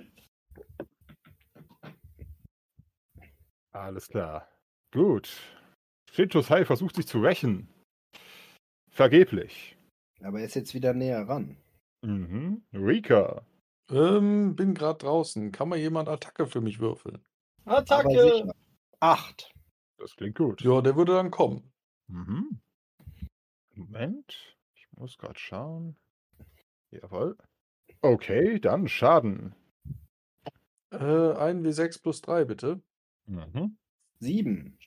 Speaker 3: Alles klar. Gut. Shintos Hai versucht sich zu rächen. Vergeblich.
Speaker 2: Aber er ist jetzt wieder näher ran.
Speaker 3: Mhm. Rika.
Speaker 4: Ähm, bin gerade draußen. Kann mal jemand Attacke für mich würfeln?
Speaker 2: Aber
Speaker 5: Attacke!
Speaker 2: sicher. Acht.
Speaker 3: Das klingt gut.
Speaker 4: Ja, der würde dann kommen.
Speaker 3: Mhm. Moment. Ich muss gerade schauen. Jawohl. Okay, dann Schaden.
Speaker 4: Äh, 1W6 plus 3, bitte.
Speaker 3: Mhm.
Speaker 2: Sieben.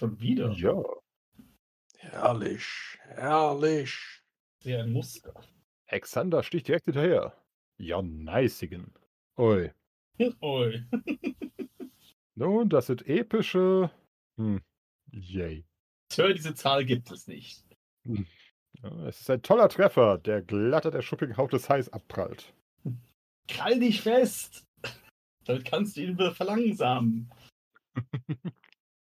Speaker 5: Schon wieder.
Speaker 3: Ja.
Speaker 4: Herrlich. Herrlich.
Speaker 5: Sehr ein Muster.
Speaker 3: Alexander sticht direkt hinterher. Ja, neißigen. Ui.
Speaker 5: Oi.
Speaker 3: Nun, das sind epische. Hm. Yay.
Speaker 5: Sir, diese Zahl gibt es nicht.
Speaker 3: Ja, Es ist ein toller Treffer, der glatter der schuppige Haut des Hais abprallt.
Speaker 5: Krall dich fest! Damit kannst du ihn wieder verlangsamen.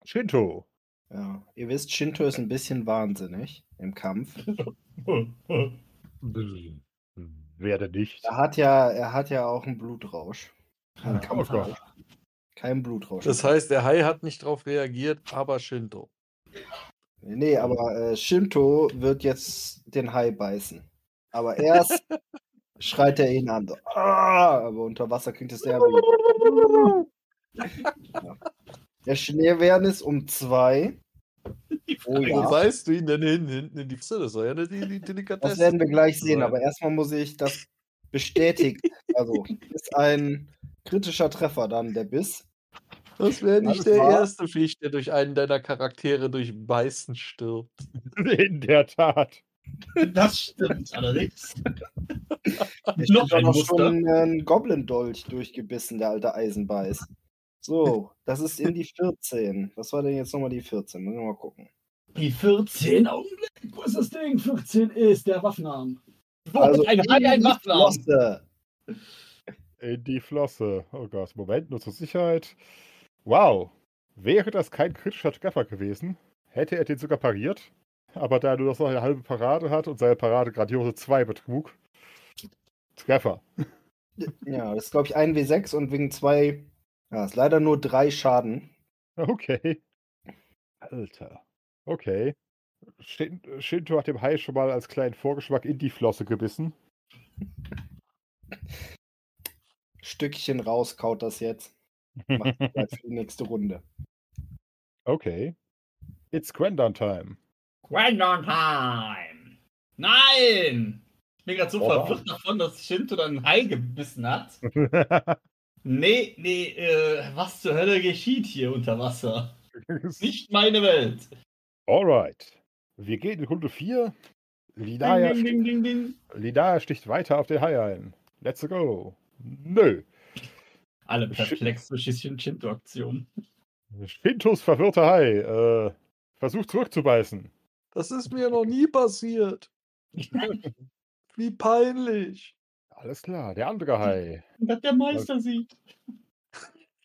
Speaker 3: Shinto.
Speaker 2: Ja. Ihr wisst, Shinto ist ein bisschen wahnsinnig im Kampf.
Speaker 3: Werde nicht.
Speaker 2: Er hat ja, er hat ja auch einen Blutrausch.
Speaker 5: Ja,
Speaker 3: Kann man schon.
Speaker 2: Kein Blutrausch.
Speaker 4: Das heißt, der Hai hat nicht drauf reagiert, aber Shinto.
Speaker 2: nee, aber äh, Shinto wird jetzt den Hai beißen. Aber erst schreit er ihn an. So, "Ah!" aber unter Wasser klingt es sehr wie. ja. Der Schneewehren ist um zwei. Oh
Speaker 4: Wo
Speaker 2: ja.
Speaker 4: weißt du ihn denn hin? Hinten in die Pisse? Das war ja nicht die, die Delikatesse.
Speaker 2: Das werden wir gleich sehen,
Speaker 4: Nein.
Speaker 2: aber erstmal muss ich das bestätigen. Also, ist ein kritischer Treffer dann der Biss.
Speaker 4: Das wäre nicht
Speaker 2: Alles
Speaker 4: der
Speaker 2: wahr.
Speaker 4: erste Fisch, der durch einen deiner Charaktere durch Beißen stirbt.
Speaker 3: In der Tat.
Speaker 5: Das stimmt allerdings.
Speaker 2: Ich
Speaker 5: Noch
Speaker 2: Noch
Speaker 5: ein
Speaker 2: auch
Speaker 5: Muster.
Speaker 2: schon äh, einen Goblin-Dolch durchgebissen, der alte Eisenbeiß. So, das ist in die 14. Was war denn jetzt nochmal die 14? Müssen wir mal gucken.
Speaker 5: Die 14, Augenblick, wo ist das Ding? 14 ist der Waffenarm. Wo
Speaker 2: Also
Speaker 5: also ein Hai, ein
Speaker 2: in die
Speaker 5: Waffenarm.
Speaker 2: Flosse.
Speaker 3: In die Flosse. Oh Gott, Moment, nur zur Sicherheit. Wow. Wäre das kein kritischer Treffer gewesen, hätte er den sogar pariert. Aber da er nur noch eine halbe Parade hat und seine Parade grandiose 2 betrug, Treffer.
Speaker 2: Ja, das ist, glaube ich, ein W6 und wegen zwei. Ja, ist leider nur drei Schaden.
Speaker 3: Okay. Alter. Okay. Shin Shinto hat dem Hai schon mal als kleinen Vorgeschmack in die Flosse gebissen.
Speaker 2: Stückchen raus, kaut das jetzt. Macht Platz für die nächste Runde.
Speaker 3: okay. It's Quendan time.
Speaker 5: Grandon Time. Nein! Ich bin gerade so
Speaker 3: Oha.
Speaker 5: verwirrt davon, dass Shinto dann einen Hai gebissen hat. Nee, nee, äh, was zur Hölle geschieht hier unter Wasser? Nicht meine Welt.
Speaker 3: Alright. Wir gehen in Runde 4. Lidaya,
Speaker 5: ding,
Speaker 3: sti
Speaker 5: ding, ding, ding.
Speaker 3: Lidaya sticht weiter auf den Hai ein. Let's go. Nö.
Speaker 5: Alle perplex durch die Shinto-Aktion.
Speaker 3: Shintos verwirrter Hai. Äh, versucht zurückzubeißen.
Speaker 4: Das ist mir noch nie passiert. Wie peinlich.
Speaker 3: Alles klar, der andere Hai.
Speaker 5: Dass der Meister sieht.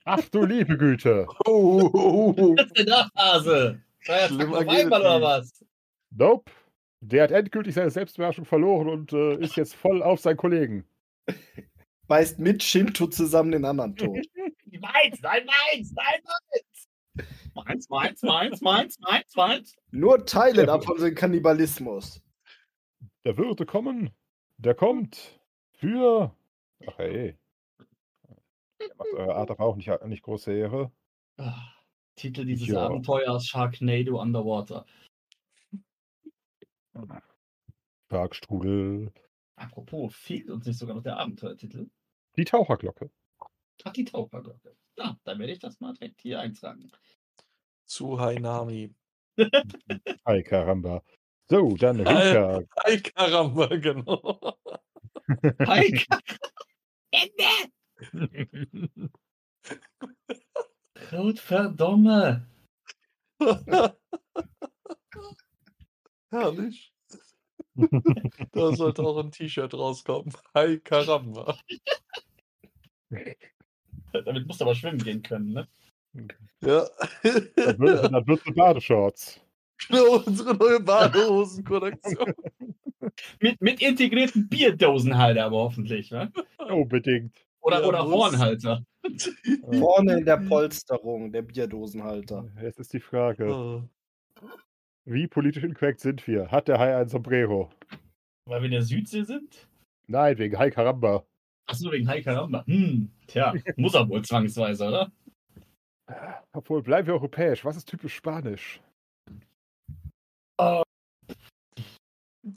Speaker 3: Ach du liebe Güte.
Speaker 4: Oh, oh, oh, oh.
Speaker 5: Das ist der Nachhase. War ja
Speaker 4: Schlimmer
Speaker 5: auf
Speaker 4: geht es
Speaker 5: einmal oder
Speaker 4: nicht.
Speaker 5: was?
Speaker 3: Nope. Der hat endgültig seine Selbstbeherrschung verloren und äh, ist jetzt voll auf seinen Kollegen.
Speaker 2: Beißt mit Shinto zusammen den anderen tot.
Speaker 5: Meins, nein, meins, nein, meins. Meins, meins, meins, meins, meins, meins.
Speaker 2: Nur Teile davon sind Kannibalismus.
Speaker 3: Der würde kommen. Der kommt. Für. Ach hey. Der macht eurer Art auch nicht, äh, nicht große Ehre.
Speaker 5: Ah, Titel dieses
Speaker 3: Ja.
Speaker 5: Abenteuers Sharknado Underwater.
Speaker 3: Bergstrudel.
Speaker 5: Apropos, fehlt uns nicht sogar noch der Abenteuertitel?
Speaker 3: Die Taucherglocke.
Speaker 5: Ach, die Taucherglocke. Na, dann werde ich das mal direkt hier eintragen.
Speaker 4: Zu Hainami.
Speaker 3: Ay, caramba. So, dann
Speaker 4: Alter.
Speaker 3: Rika.
Speaker 4: Ay, Karamba, genau.
Speaker 5: Heike! Gottverdomme!
Speaker 4: Herrlich. da sollte auch ein T-Shirt rauskommen. Hi Karamba.
Speaker 5: Damit musst du aber schwimmen gehen können, ne?
Speaker 4: Ja.
Speaker 3: Das wird, das wird eine Badeshorts.
Speaker 4: Genau, unsere neue Badehosen-Kollektion.
Speaker 5: Mit, mit integrierten Bierdosenhalter aber hoffentlich, ne?
Speaker 3: Unbedingt.
Speaker 5: Oder,
Speaker 4: Ja,
Speaker 5: oder
Speaker 4: muss.
Speaker 5: Hornhalter.
Speaker 2: Vorne in der Polsterung, der Bierdosenhalter.
Speaker 3: Jetzt ist die Frage,
Speaker 4: Oh.
Speaker 3: wie politisch inkorrekt sind wir? Hat der Hai ein Sombrero?
Speaker 5: Weil wir in der Südsee sind?
Speaker 3: Nein, wegen Hai Caramba.
Speaker 5: Achso, wegen Heike Ramba. Hm, tja, muss er wohl zwangsweise, oder?
Speaker 3: Obwohl, bleiben wir europäisch. Was ist typisch Spanisch?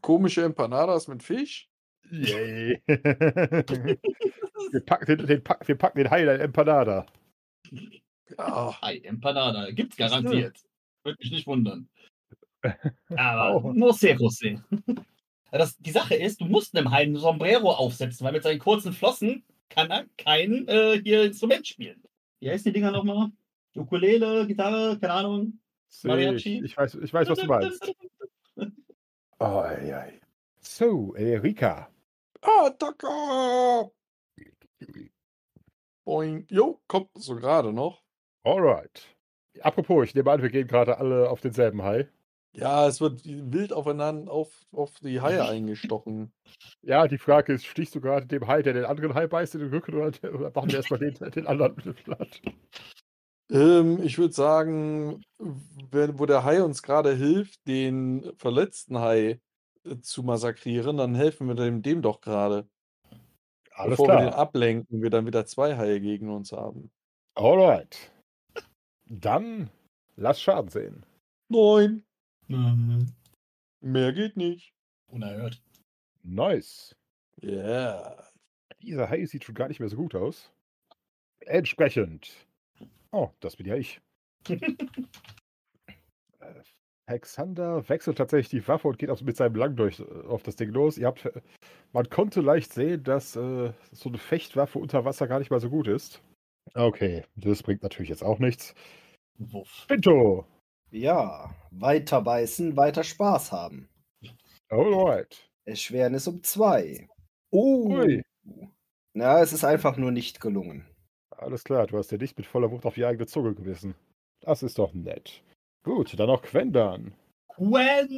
Speaker 4: Komische Empanadas mit Fisch.
Speaker 3: Yay. wir, packen den, den, pack- wir packen den Hai in ein Empanada.
Speaker 4: Ja.
Speaker 5: Ei, Empanada. Gibt's garantiert. Würde mich nicht wundern. Aber
Speaker 3: Oh.
Speaker 5: no sé, José. Das, die Sache ist, du musst einem Hai ein Sombrero aufsetzen, weil mit seinen kurzen Flossen kann er kein äh, hier Instrument spielen. Wie heißen die Dinger nochmal? Ukulele, Gitarre, keine Ahnung.
Speaker 3: Seh
Speaker 5: Mariachi?
Speaker 3: Ich, ich, weiß, ich weiß, was du meinst. Oh, ei, ei. So, Erika.
Speaker 4: Ah, Taka. Boing. Jo, kommt so gerade noch.
Speaker 3: Alright. Apropos, ich nehme an, wir gehen gerade alle auf denselben Hai.
Speaker 4: Ja, es wird wild aufeinander auf, auf die Haie eingestochen.
Speaker 3: Ja, die Frage ist, stichst du gerade dem Hai, der den anderen Hai beißt, in den Rücken oder, oder machen wir erstmal den, den anderen platt?
Speaker 4: Ähm, ich würde sagen, wenn, wo der Hai uns gerade hilft, den verletzten Hai äh, zu massakrieren, dann helfen wir dem, dem doch gerade.
Speaker 3: Alles
Speaker 4: Bevor wir den
Speaker 3: klar.
Speaker 4: ablenken, wir dann wieder zwei Haie gegen uns haben.
Speaker 3: Alright. Dann lass Schaden sehen.
Speaker 4: Neun.
Speaker 5: Mhm.
Speaker 4: Mehr geht nicht.
Speaker 5: Unerhört.
Speaker 3: Nice.
Speaker 4: Ja. Yeah.
Speaker 3: Dieser Hai sieht schon gar nicht mehr so gut aus. Entsprechend. Oh, das bin ja ich. Äh, Hexander wechselt tatsächlich die Waffe und geht auf, mit seinem Langdurch äh, auf das Ding los. Ihr habt, äh, man konnte leicht sehen, dass äh, so eine Fechtwaffe unter Wasser gar nicht mal so gut ist. Okay, das bringt natürlich jetzt auch nichts.
Speaker 5: Wuff.
Speaker 3: Pinto!
Speaker 2: Ja, weiter beißen, weiter Spaß haben.
Speaker 3: Alright.
Speaker 2: Erschwernis um zwei. Oh.
Speaker 3: Ui.
Speaker 2: Na, es ist einfach nur nicht gelungen.
Speaker 3: Alles klar, du hast dir nicht mit voller Wucht auf die eigene Zunge gewissen. Das ist doch nett. Gut, dann noch Quendan.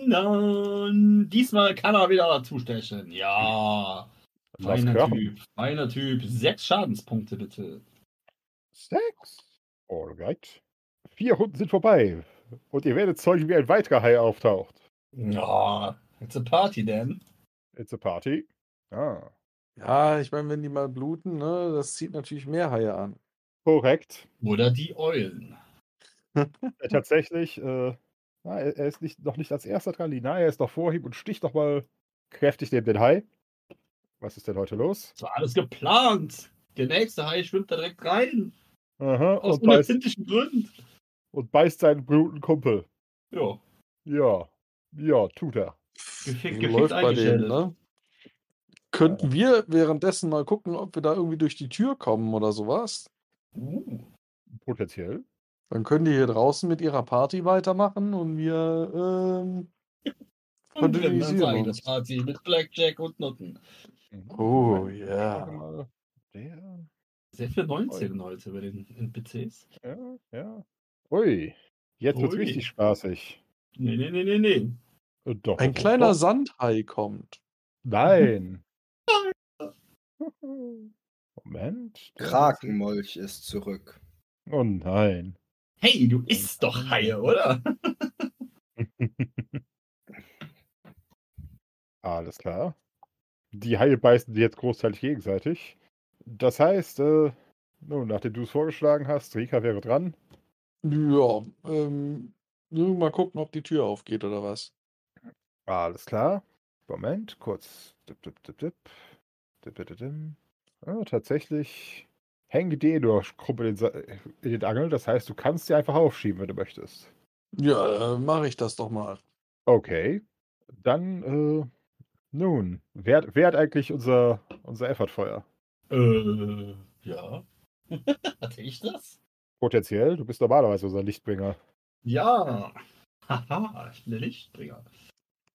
Speaker 5: Quenon. Diesmal kann er wieder zustechen. Ja.
Speaker 3: Lass
Speaker 5: Feiner
Speaker 3: krachen.
Speaker 5: Typ, feiner Typ. Sechs Schadenspunkte bitte.
Speaker 3: Sechs. Alright. Vier Runden sind vorbei. Und ihr werdet Zeugen, wie ein weiterer Hai auftaucht.
Speaker 5: Ja, it's a party then.
Speaker 3: It's a party. Ah.
Speaker 4: Ja, ich meine, wenn die mal bluten, ne, das zieht natürlich mehr Haie an.
Speaker 3: Korrekt.
Speaker 5: Oder die Eulen.
Speaker 3: Äh, Tatsächlich, äh, na, er, er ist nicht, noch nicht als erster dran. Die Nahe ist noch vor ihm und sticht nochmal kräftig neben den Hai. Was ist denn heute los?
Speaker 5: Das war alles geplant. Der nächste Hai schwimmt da direkt rein.
Speaker 3: Aha,
Speaker 5: Aus
Speaker 3: und, beißt,
Speaker 5: unerfindlichen Gründen.
Speaker 3: und beißt seinen bluten Kumpel.
Speaker 5: Ja,
Speaker 3: Ja. Ja, tut er.
Speaker 5: gefickt,
Speaker 4: So
Speaker 5: gefickt eingeschädelt.
Speaker 4: ne? Könnten wir währenddessen mal gucken, ob wir da irgendwie durch die Tür kommen oder sowas?
Speaker 5: Uh,
Speaker 3: Potenziell.
Speaker 4: Dann können die hier draußen mit ihrer Party weitermachen und wir ähm,
Speaker 5: und dann
Speaker 4: verdünnisieren
Speaker 5: sage ich
Speaker 4: uns.
Speaker 5: das Party mit Blackjack und Nutten.
Speaker 3: Mhm.
Speaker 4: Oh,
Speaker 3: Moment, ich
Speaker 4: ja.
Speaker 3: gucke mal. Der,
Speaker 5: Sehr viel 19 heute bei den NPCs.
Speaker 3: ja, ja. Ui, jetzt wird's
Speaker 5: Ui.
Speaker 3: richtig spaßig.
Speaker 5: Nee, nee, nee, nee, nee.
Speaker 3: Äh, Doch,
Speaker 4: Ein
Speaker 3: doch, doch,
Speaker 4: kleiner
Speaker 3: doch.
Speaker 4: Sandhai kommt.
Speaker 3: Nein. Moment. der-
Speaker 2: Krakenmolch ist zurück.
Speaker 3: Oh nein.
Speaker 5: Hey, du isst doch Haie, oder?
Speaker 3: Alles klar. Die Haie beißen sich jetzt großteilig gegenseitig. Das heißt, äh, nun, nachdem du es vorgeschlagen hast, Rika wäre dran.
Speaker 4: Ja, ähm, nur mal gucken, ob die Tür aufgeht oder was.
Speaker 3: Alles klar. Moment, kurz. Dip, dip, dip, dip. Dip, dip, dip, dim. Ah, tatsächlich hängen die Deodor-Gruppe in, den Sa- in den Angeln. Das heißt, du kannst sie einfach aufschieben, wenn du möchtest.
Speaker 4: Ja, äh, mache ich das doch mal.
Speaker 3: Okay. Dann, äh, nun, wer, hat- wer hat eigentlich unser, unser Effortfeuer?
Speaker 5: Äh, ja. Hatte ich das?
Speaker 3: Potenziell, du bist normalerweise unser Lichtbringer.
Speaker 5: Ja. Haha, ich bin der Lichtbringer.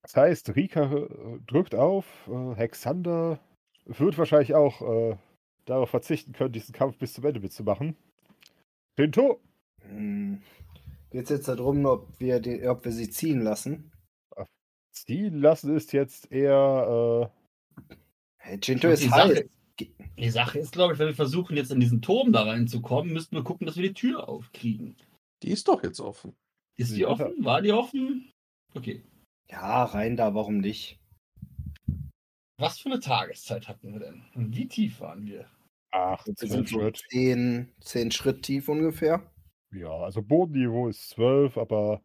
Speaker 3: Das heißt, Rika äh, drückt auf, äh, Hexander wird wahrscheinlich auch äh, darauf verzichten können, diesen Kampf bis zum Ende mitzumachen. Pinto!
Speaker 2: Hm. Geht es jetzt darum, ob wir, die, ob wir sie ziehen lassen?
Speaker 3: Ziehen lassen ist jetzt eher,
Speaker 2: Hey, Jinto
Speaker 5: Und die
Speaker 2: ist
Speaker 5: Sache-
Speaker 2: heiß.
Speaker 5: Die Sache ist, glaube ich, wenn wir versuchen, jetzt in diesen Turm da reinzukommen, müssten wir gucken, dass wir die Tür aufkriegen.
Speaker 4: Die ist doch jetzt offen.
Speaker 5: Ist die
Speaker 3: Ja.
Speaker 5: offen? War die offen? Okay.
Speaker 2: Ja, rein da, warum nicht?
Speaker 5: Was für eine Tageszeit hatten wir denn? Und wie tief waren wir?
Speaker 3: äh, ach,
Speaker 2: Wir sind
Speaker 3: 12
Speaker 2: so
Speaker 3: Schritt.
Speaker 2: zehn, zehn Schritt tief ungefähr.
Speaker 3: Ja, also Bodenniveau ist 12, aber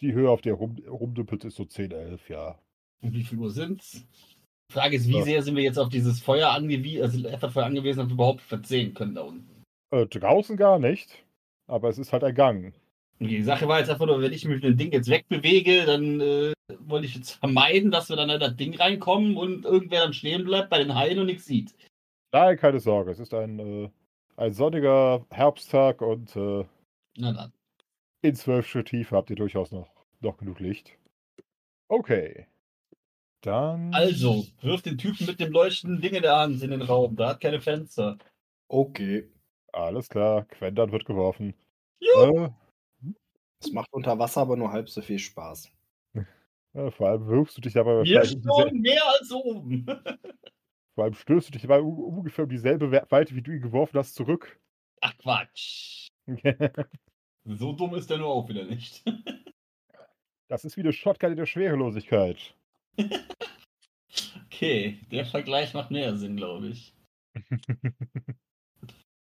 Speaker 3: die Höhe, auf der rum, rumdümpelt, ist so 10, 11, ja.
Speaker 5: Und wie viel Uhr sind's? Frage ist, wie
Speaker 3: Ja.
Speaker 5: sehr sind wir jetzt auf dieses Feuer angewiesen, also Effertfeuer angewiesen, ob wir überhaupt was sehen können da unten?
Speaker 3: Äh, draußen gar nicht, aber es ist halt ein Gang.
Speaker 5: Und Die Sache war jetzt einfach nur, wenn ich mich mit dem Ding jetzt wegbewege, dann äh, wollte ich jetzt vermeiden, dass wir dann in das Ding reinkommen und irgendwer dann stehen bleibt bei den Haien und nichts sieht.
Speaker 3: Nein, keine Sorge, es ist ein, äh, ein sonniger Herbsttag und äh,
Speaker 5: Na dann.
Speaker 3: in 12 Schritt Tiefe habt ihr durchaus noch, noch genug Licht. Okay. Dann.
Speaker 5: Also, wirf den Typen mit dem leuchtenden Ding in der Hand in den Raum. Da hat keine Fenster.
Speaker 2: Okay.
Speaker 3: Alles klar, Quendan wird geworfen.
Speaker 5: Juhu.
Speaker 3: Äh,
Speaker 2: Es macht unter Wasser aber nur halb so viel Spaß.
Speaker 3: äh, vor allem wirfst du dich dabei
Speaker 5: Hier
Speaker 3: wahrscheinlich. in diesel-
Speaker 5: schon mehr als oben.
Speaker 3: Vor allem stößt du dich dabei u- ungefähr um dieselbe We- Weite, wie du ihn geworfen hast, zurück.
Speaker 5: Ach Quatsch. So dumm ist der nur auch wieder nicht.
Speaker 3: das ist wie eine Shotgun in der Schwerelosigkeit.
Speaker 5: Okay, der Vergleich macht mehr Sinn, glaube ich.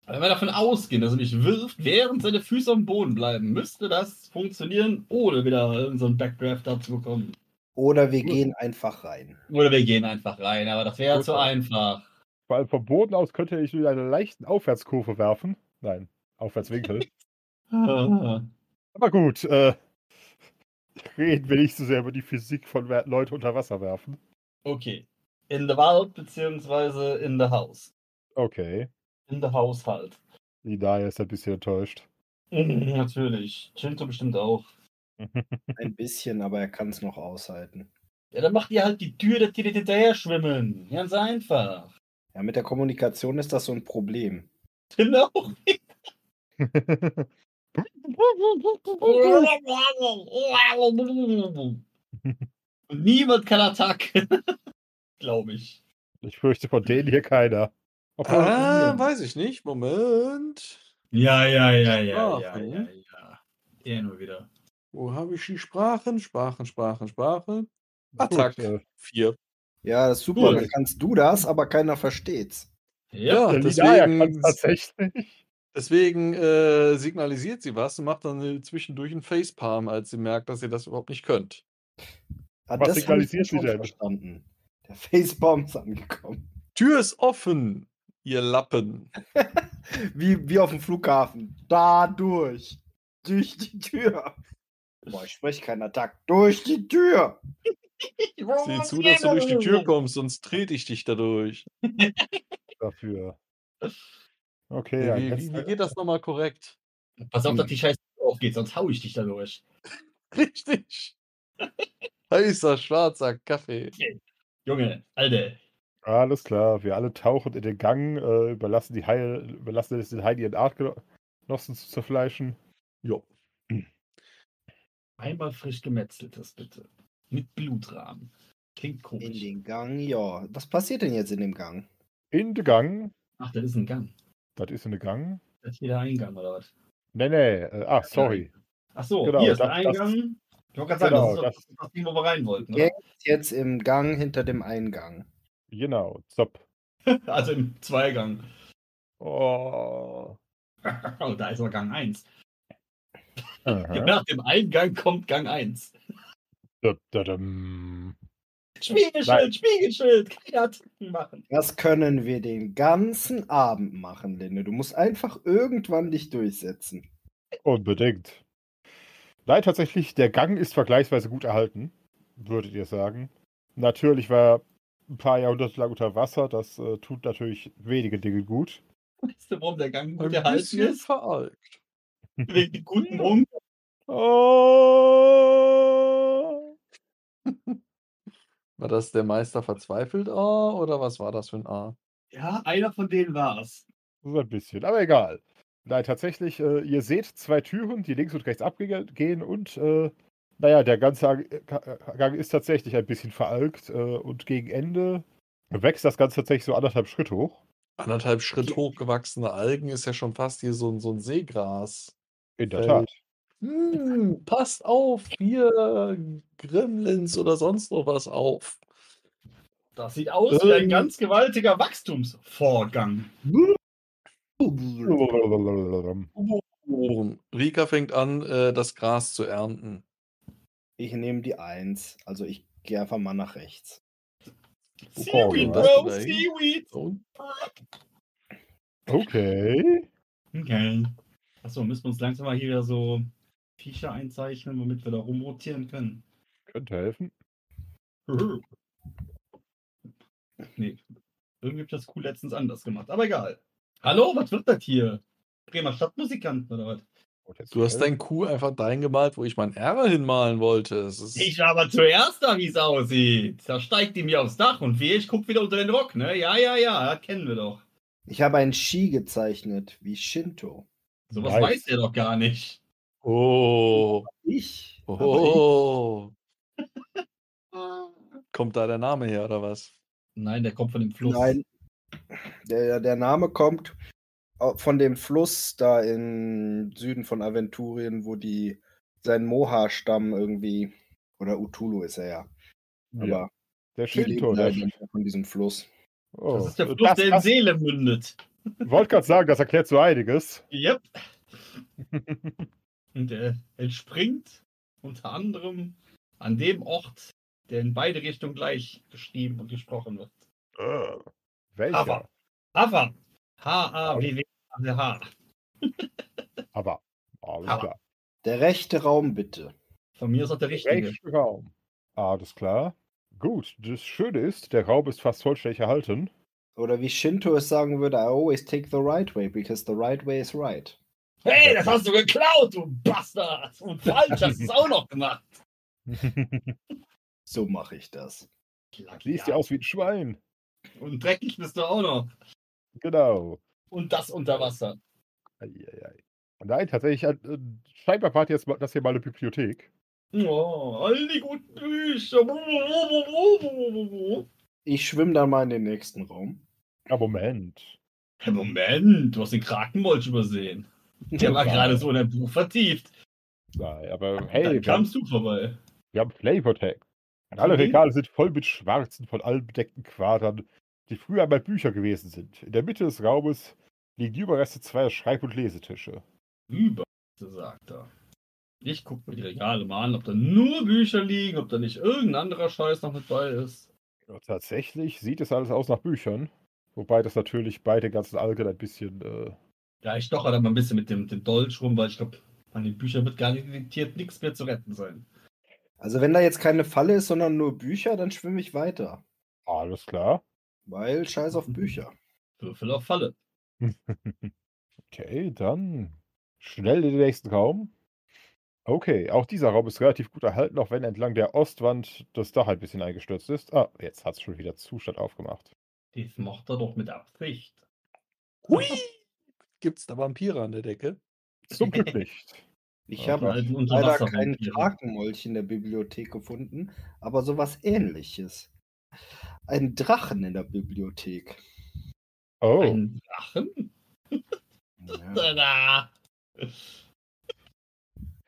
Speaker 5: Wenn wir davon ausgehen, dass er mich wirft, während seine Füße am Boden bleiben, müsste das funktionieren, ohne wieder so einen Backdraft dazu bekommen.
Speaker 2: Oder wir
Speaker 3: Gut.
Speaker 2: gehen einfach rein.
Speaker 5: Oder wir gehen einfach rein, aber das wäre
Speaker 3: Gut,
Speaker 5: zu
Speaker 3: ja.
Speaker 5: einfach.
Speaker 3: Vor allem vom Boden aus könnte er dich in einer leichten Aufwärtskurve werfen. Nein, Aufwärtswinkel.
Speaker 5: Ah.
Speaker 3: Aber gut, äh, reden wir nicht so sehr über die Physik von Wer- Leute unter Wasser werfen.
Speaker 5: Okay. In the Wald, beziehungsweise in the House.
Speaker 3: Okay.
Speaker 5: In the Haushalt.
Speaker 3: Die Daya ist ein bisschen enttäuscht.
Speaker 5: Mhm, Natürlich. Chinto bestimmt auch.
Speaker 2: Ein bisschen, aber er kann es noch aushalten.
Speaker 5: Ja, dann macht ihr halt die Tür, dass die nicht hinterher schwimmen. Ganz einfach.
Speaker 2: Ja, mit der Kommunikation ist das so ein Problem.
Speaker 5: Genau. Und niemand kann Attacke. Glaube ich.
Speaker 3: ich fürchte von denen hier keiner. Obwohl,
Speaker 4: Ah, weiß ich nicht. Moment.
Speaker 5: Ja, ja, ja,
Speaker 4: ja, ja, ja,
Speaker 5: ja. Er nur wieder.
Speaker 4: Wo habe ich die Sprachen? Sprachen, Sprachen, Sprachen.
Speaker 3: gut,
Speaker 4: Attack Ah,
Speaker 3: äh,
Speaker 4: 4.
Speaker 2: Ja, das ist super,
Speaker 5: Cool.
Speaker 2: dann kannst du das, aber keiner versteht's.
Speaker 5: Ja.
Speaker 3: die Daya kann tatsächlich.
Speaker 4: Deswegen äh, signalisiert sie was und macht dann äh, zwischendurch einen Facepalm, als sie merkt, dass ihr das überhaupt nicht könnt.
Speaker 2: Ah,
Speaker 3: Was
Speaker 2: das hab ich
Speaker 3: signalisiert
Speaker 2: schon
Speaker 3: sie denn?
Speaker 2: Verstanden. Der Facepalm ist angekommen.
Speaker 4: Tür ist offen, ihr Lappen.
Speaker 2: Wie, wie auf dem Flughafen. Da durch. Durch die Tür. Boah, ich spreche keinen Attack. Durch die Tür.
Speaker 4: Sieh zu, dass du durch die Tür kommst, sonst trete ich dich dadurch.
Speaker 3: dafür. Okay,
Speaker 4: Wie,
Speaker 3: ein
Speaker 4: wie, wie
Speaker 3: Hex-
Speaker 4: geht das nochmal korrekt?
Speaker 5: Pass auf, dass die scheiß Tür aufgeht, sonst hau ich dich da durch.
Speaker 4: Richtig. Heißer schwarzer Kaffee.
Speaker 5: Junge, Alter.
Speaker 3: alles klar. Wir alle tauchen in den Gang, äh, überlassen, die Heil, überlassen es den Heil ihren Artgenossen zu zerfleischen.
Speaker 4: Jo.
Speaker 5: Einmal frisch gemetzeltes, bitte. Mit Blutrahmen. Klingt
Speaker 2: In
Speaker 5: komisch.
Speaker 2: den Gang, ja. Was passiert denn jetzt in dem Gang?
Speaker 3: In den Gang.
Speaker 5: Ach, das ist ein Gang.
Speaker 3: Das ist in den Gang.
Speaker 5: Das ist wieder Eingang oder was?
Speaker 3: Nee, nee. Äh, ach, sorry.
Speaker 5: Ach so,
Speaker 3: Genau,
Speaker 5: hier ist der
Speaker 3: das- das-
Speaker 5: Eingang. Ich wollte gerade sagen,
Speaker 3: Genau,
Speaker 5: das ist doch das Ding, wo wir rein wollten.
Speaker 2: Gang ist jetzt im Gang hinter dem Eingang.
Speaker 3: Genau. Zopp.
Speaker 5: Oder? Also im Zweigang.
Speaker 3: Oh.
Speaker 5: Oh, da ist aber Gang 1.
Speaker 3: Aha.
Speaker 5: Nach dem Eingang kommt Gang 1.
Speaker 3: Dö, dö, düm. Nein.
Speaker 5: Spiegelschild, Spiegelschild, keine Attacken machen.
Speaker 2: Das können wir den ganzen Abend machen, Linde. Du musst einfach irgendwann dich durchsetzen.
Speaker 3: Unbedingt. Nein, tatsächlich, der Gang ist vergleichsweise gut erhalten, würdet ihr sagen. Natürlich war er ein paar Jahrhunderte lang unter Wasser, das äh, tut natürlich wenige Dinge gut.
Speaker 5: Weißt du, warum der Gang gut
Speaker 4: Ein
Speaker 5: erhalten
Speaker 4: bisschen
Speaker 5: ist?
Speaker 4: veralkt.
Speaker 5: Wegen dem guten Hund.
Speaker 3: Oh!
Speaker 4: War das der Meister verzweifelt A oder was war das für ein A?
Speaker 5: Ja, einer von denen war es.
Speaker 3: So ein bisschen, aber egal. Nein, tatsächlich, äh, ihr seht zwei Türen, die links und rechts abgehen und äh, naja, der ganze Ang- äh, Gang ist tatsächlich ein bisschen veralkt äh, und gegen Ende wächst das Ganze tatsächlich so anderthalb Schritt hoch.
Speaker 4: Anderthalb Schritt hochgewachsene Algen ist ja schon fast hier so ein, so ein Seegras.
Speaker 3: In der
Speaker 4: Fällt.
Speaker 3: Tat.
Speaker 4: Hm, passt auf, hier Gremlins oder sonst noch was auf.
Speaker 5: Das sieht aus wie
Speaker 4: Ähm.
Speaker 5: ein ganz gewaltiger Wachstumsvorgang.
Speaker 4: Spuren. Rika fängt an, äh, das Gras zu ernten.
Speaker 2: Ich nehme die Eins. Also ich gehe einfach mal nach rechts.
Speaker 5: Seaweed,
Speaker 4: was
Speaker 5: Bro,
Speaker 4: du da hin?
Speaker 5: Seaweed.
Speaker 4: Und
Speaker 3: Okay.
Speaker 5: Okay. Achso, müssen wir uns langsam mal hier wieder so Viecher einzeichnen, womit wir da rumrotieren können.
Speaker 3: Könnte helfen.
Speaker 5: Nee. Irgendwie hab ich das cool letztens anders gemacht. Aber egal. Hallo, was wird das hier? Bremer Stadtmusikanten oder was?
Speaker 4: du hast dein Q einfach dahin gemalt, wo ich mein R hinmalen wollte. Es ist,
Speaker 5: Ich war aber zuerst da, wie es aussieht. Da steigt die mir aufs Dach und wehe, ich guck wieder unter den Rock, ne? Ja, ja, ja, das kennen wir doch.
Speaker 2: Ich habe ein Shi gezeichnet, wie Shinto.
Speaker 5: Sowas
Speaker 3: Nice.
Speaker 5: weiß der doch gar nicht.
Speaker 4: oh,
Speaker 2: Ich? Aber
Speaker 4: oh, kommt da der Name her oder was?
Speaker 5: Nein, der kommt von dem
Speaker 2: ich
Speaker 5: Fluss.
Speaker 2: nein. Der, der Name kommt au- von dem Fluss da im Süden von Aventurien, wo die sein Moha-Stamm irgendwie. Oder Utulu ist er ja. Aber
Speaker 3: Ja, der
Speaker 2: die leben
Speaker 3: Shinto. Der
Speaker 2: halt von diesem Fluss.
Speaker 3: oh.
Speaker 5: Das ist der Fluss,
Speaker 3: das,
Speaker 5: der in
Speaker 3: das,
Speaker 5: Seele mündet.
Speaker 3: wollte gerade sagen, das erklärt so einiges.
Speaker 5: Yep. Und er entspringt unter anderem an dem Ort, der in beide Richtungen gleich geschrieben und gesprochen wird.
Speaker 3: Äh, Welcher?
Speaker 5: Aber.
Speaker 3: Aber.
Speaker 5: Haver. H-A-W-W-H.
Speaker 3: Aber. Alles
Speaker 5: Aber.
Speaker 3: klar.
Speaker 2: Der rechte Raum bitte.
Speaker 5: Von mir ist auch der richtige.
Speaker 3: Rechter Raum. Alles klar. Gut, das Schöne ist, der Raum ist fast vollständig erhalten.
Speaker 2: Oder wie Shinto es sagen würde, I always take the right way, because the right way is right.
Speaker 5: Hey, das hast du geklaut, du Bastard! Und falsch hast du es auch noch gemacht.
Speaker 2: So mache ich das.
Speaker 3: Siehst ja aus wie ein Schwein.
Speaker 5: Und dreckig bist du auch noch.
Speaker 3: Genau.
Speaker 5: Und das unter Wasser.
Speaker 3: Eieiei. Nein, tatsächlich, äh, äh, scheinbar war jetzt mal- das hier mal eine Bibliothek.
Speaker 5: Oh, all die guten Bücher. Bu, bu, bu, bu, bu, bu, bu, bu.
Speaker 2: Ich schwimme dann mal in den nächsten Raum.
Speaker 3: Ja, Moment.
Speaker 5: Hey, Moment, du hast den Krakenmolch übersehen. Der war gerade so in dein Buch vertieft.
Speaker 3: Nein, aber hey,
Speaker 5: Hey, Dann
Speaker 3: wir haben,
Speaker 5: kamst du vorbei.
Speaker 3: wir haben Flavortext. Und alle
Speaker 5: Okay.
Speaker 3: Regale sind voll mit schwarzen, von allen bedeckten Quadern, die früher einmal Bücher gewesen sind. In der Mitte des Raumes liegen die Überreste zweier Schreib- und Lesetische.
Speaker 5: Über, sagt er. Ich guck mir die Regale mal an, ob da nur Bücher liegen, ob da nicht irgendein anderer Scheiß noch mit bei ist.
Speaker 3: Ja, tatsächlich sieht es alles aus nach Büchern, wobei das natürlich bei den ganzen Algen ein bisschen äh,
Speaker 5: Ja, ich stoche da mal ein bisschen mit dem, dem Dolch rum, weil ich glaube, an den Büchern wird gar nicht diktiert, nichts mehr zu retten sein.
Speaker 2: Also wenn da jetzt keine Falle ist, sondern nur Bücher, dann schwimme ich weiter.
Speaker 3: alles klar.
Speaker 2: Weil scheiß auf Bücher.
Speaker 5: Würfel auf Falle.
Speaker 3: Okay, dann schnell in den nächsten Raum. Okay, auch dieser Raum ist relativ gut erhalten, auch wenn entlang der Ostwand das Dach ein bisschen eingestürzt ist. Ah, jetzt hat es schon wieder Zustand aufgemacht.
Speaker 5: Das macht er doch mit Absicht.
Speaker 4: Hui! Gibt's da Vampire an der Decke?
Speaker 3: Zum Glück nicht.
Speaker 2: Ich
Speaker 3: Ja,
Speaker 5: Einen
Speaker 2: habe
Speaker 5: alten
Speaker 2: leider
Speaker 5: Unterwasser-
Speaker 2: keinen
Speaker 5: Vampir.
Speaker 2: Krakenmolch in der Bibliothek gefunden, aber sowas ähnliches. Einen Drachen in der Bibliothek.
Speaker 3: Oh,
Speaker 5: Einen Drachen?
Speaker 2: Ja.
Speaker 5: Tada!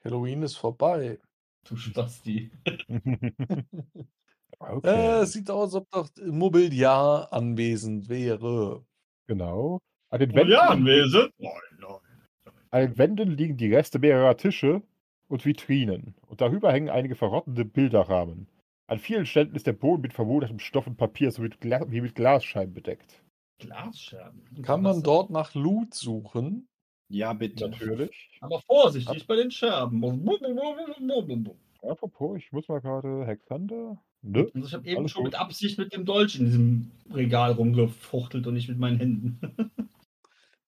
Speaker 4: Halloween ist vorbei.
Speaker 5: Du Spasti.
Speaker 4: Äh,
Speaker 5: Äh.
Speaker 3: okay.
Speaker 4: es sieht aus, als ob doch Mobiliar anwesend wäre.
Speaker 3: genau. An den,
Speaker 5: Oh
Speaker 3: Wänden,
Speaker 5: ja, Oh, Anwesen. Nein, nein.
Speaker 3: an den Wänden liegen die Reste mehrerer Tische und Vitrinen. Und darüber hängen einige verrottende Bilderrahmen. An vielen Ständen ist der Boden mit vermodertem Stoff und Papier sowie mit, Gla wie mit Glasscheiben bedeckt.
Speaker 5: Glasscherben.
Speaker 4: Kann man
Speaker 5: Unterwasser.
Speaker 4: dort nach Loot suchen?
Speaker 2: ja, bitte.
Speaker 3: Natürlich.
Speaker 5: Aber vorsichtig bei den Scherben. Also
Speaker 3: Apropos, ich muss mal gerade Hexander. Nö.
Speaker 5: ich habe eben
Speaker 3: Alles
Speaker 5: schon
Speaker 3: gut.
Speaker 5: mit Absicht mit dem Dolch in diesem Regal rumgefuchtelt und nicht mit meinen Händen.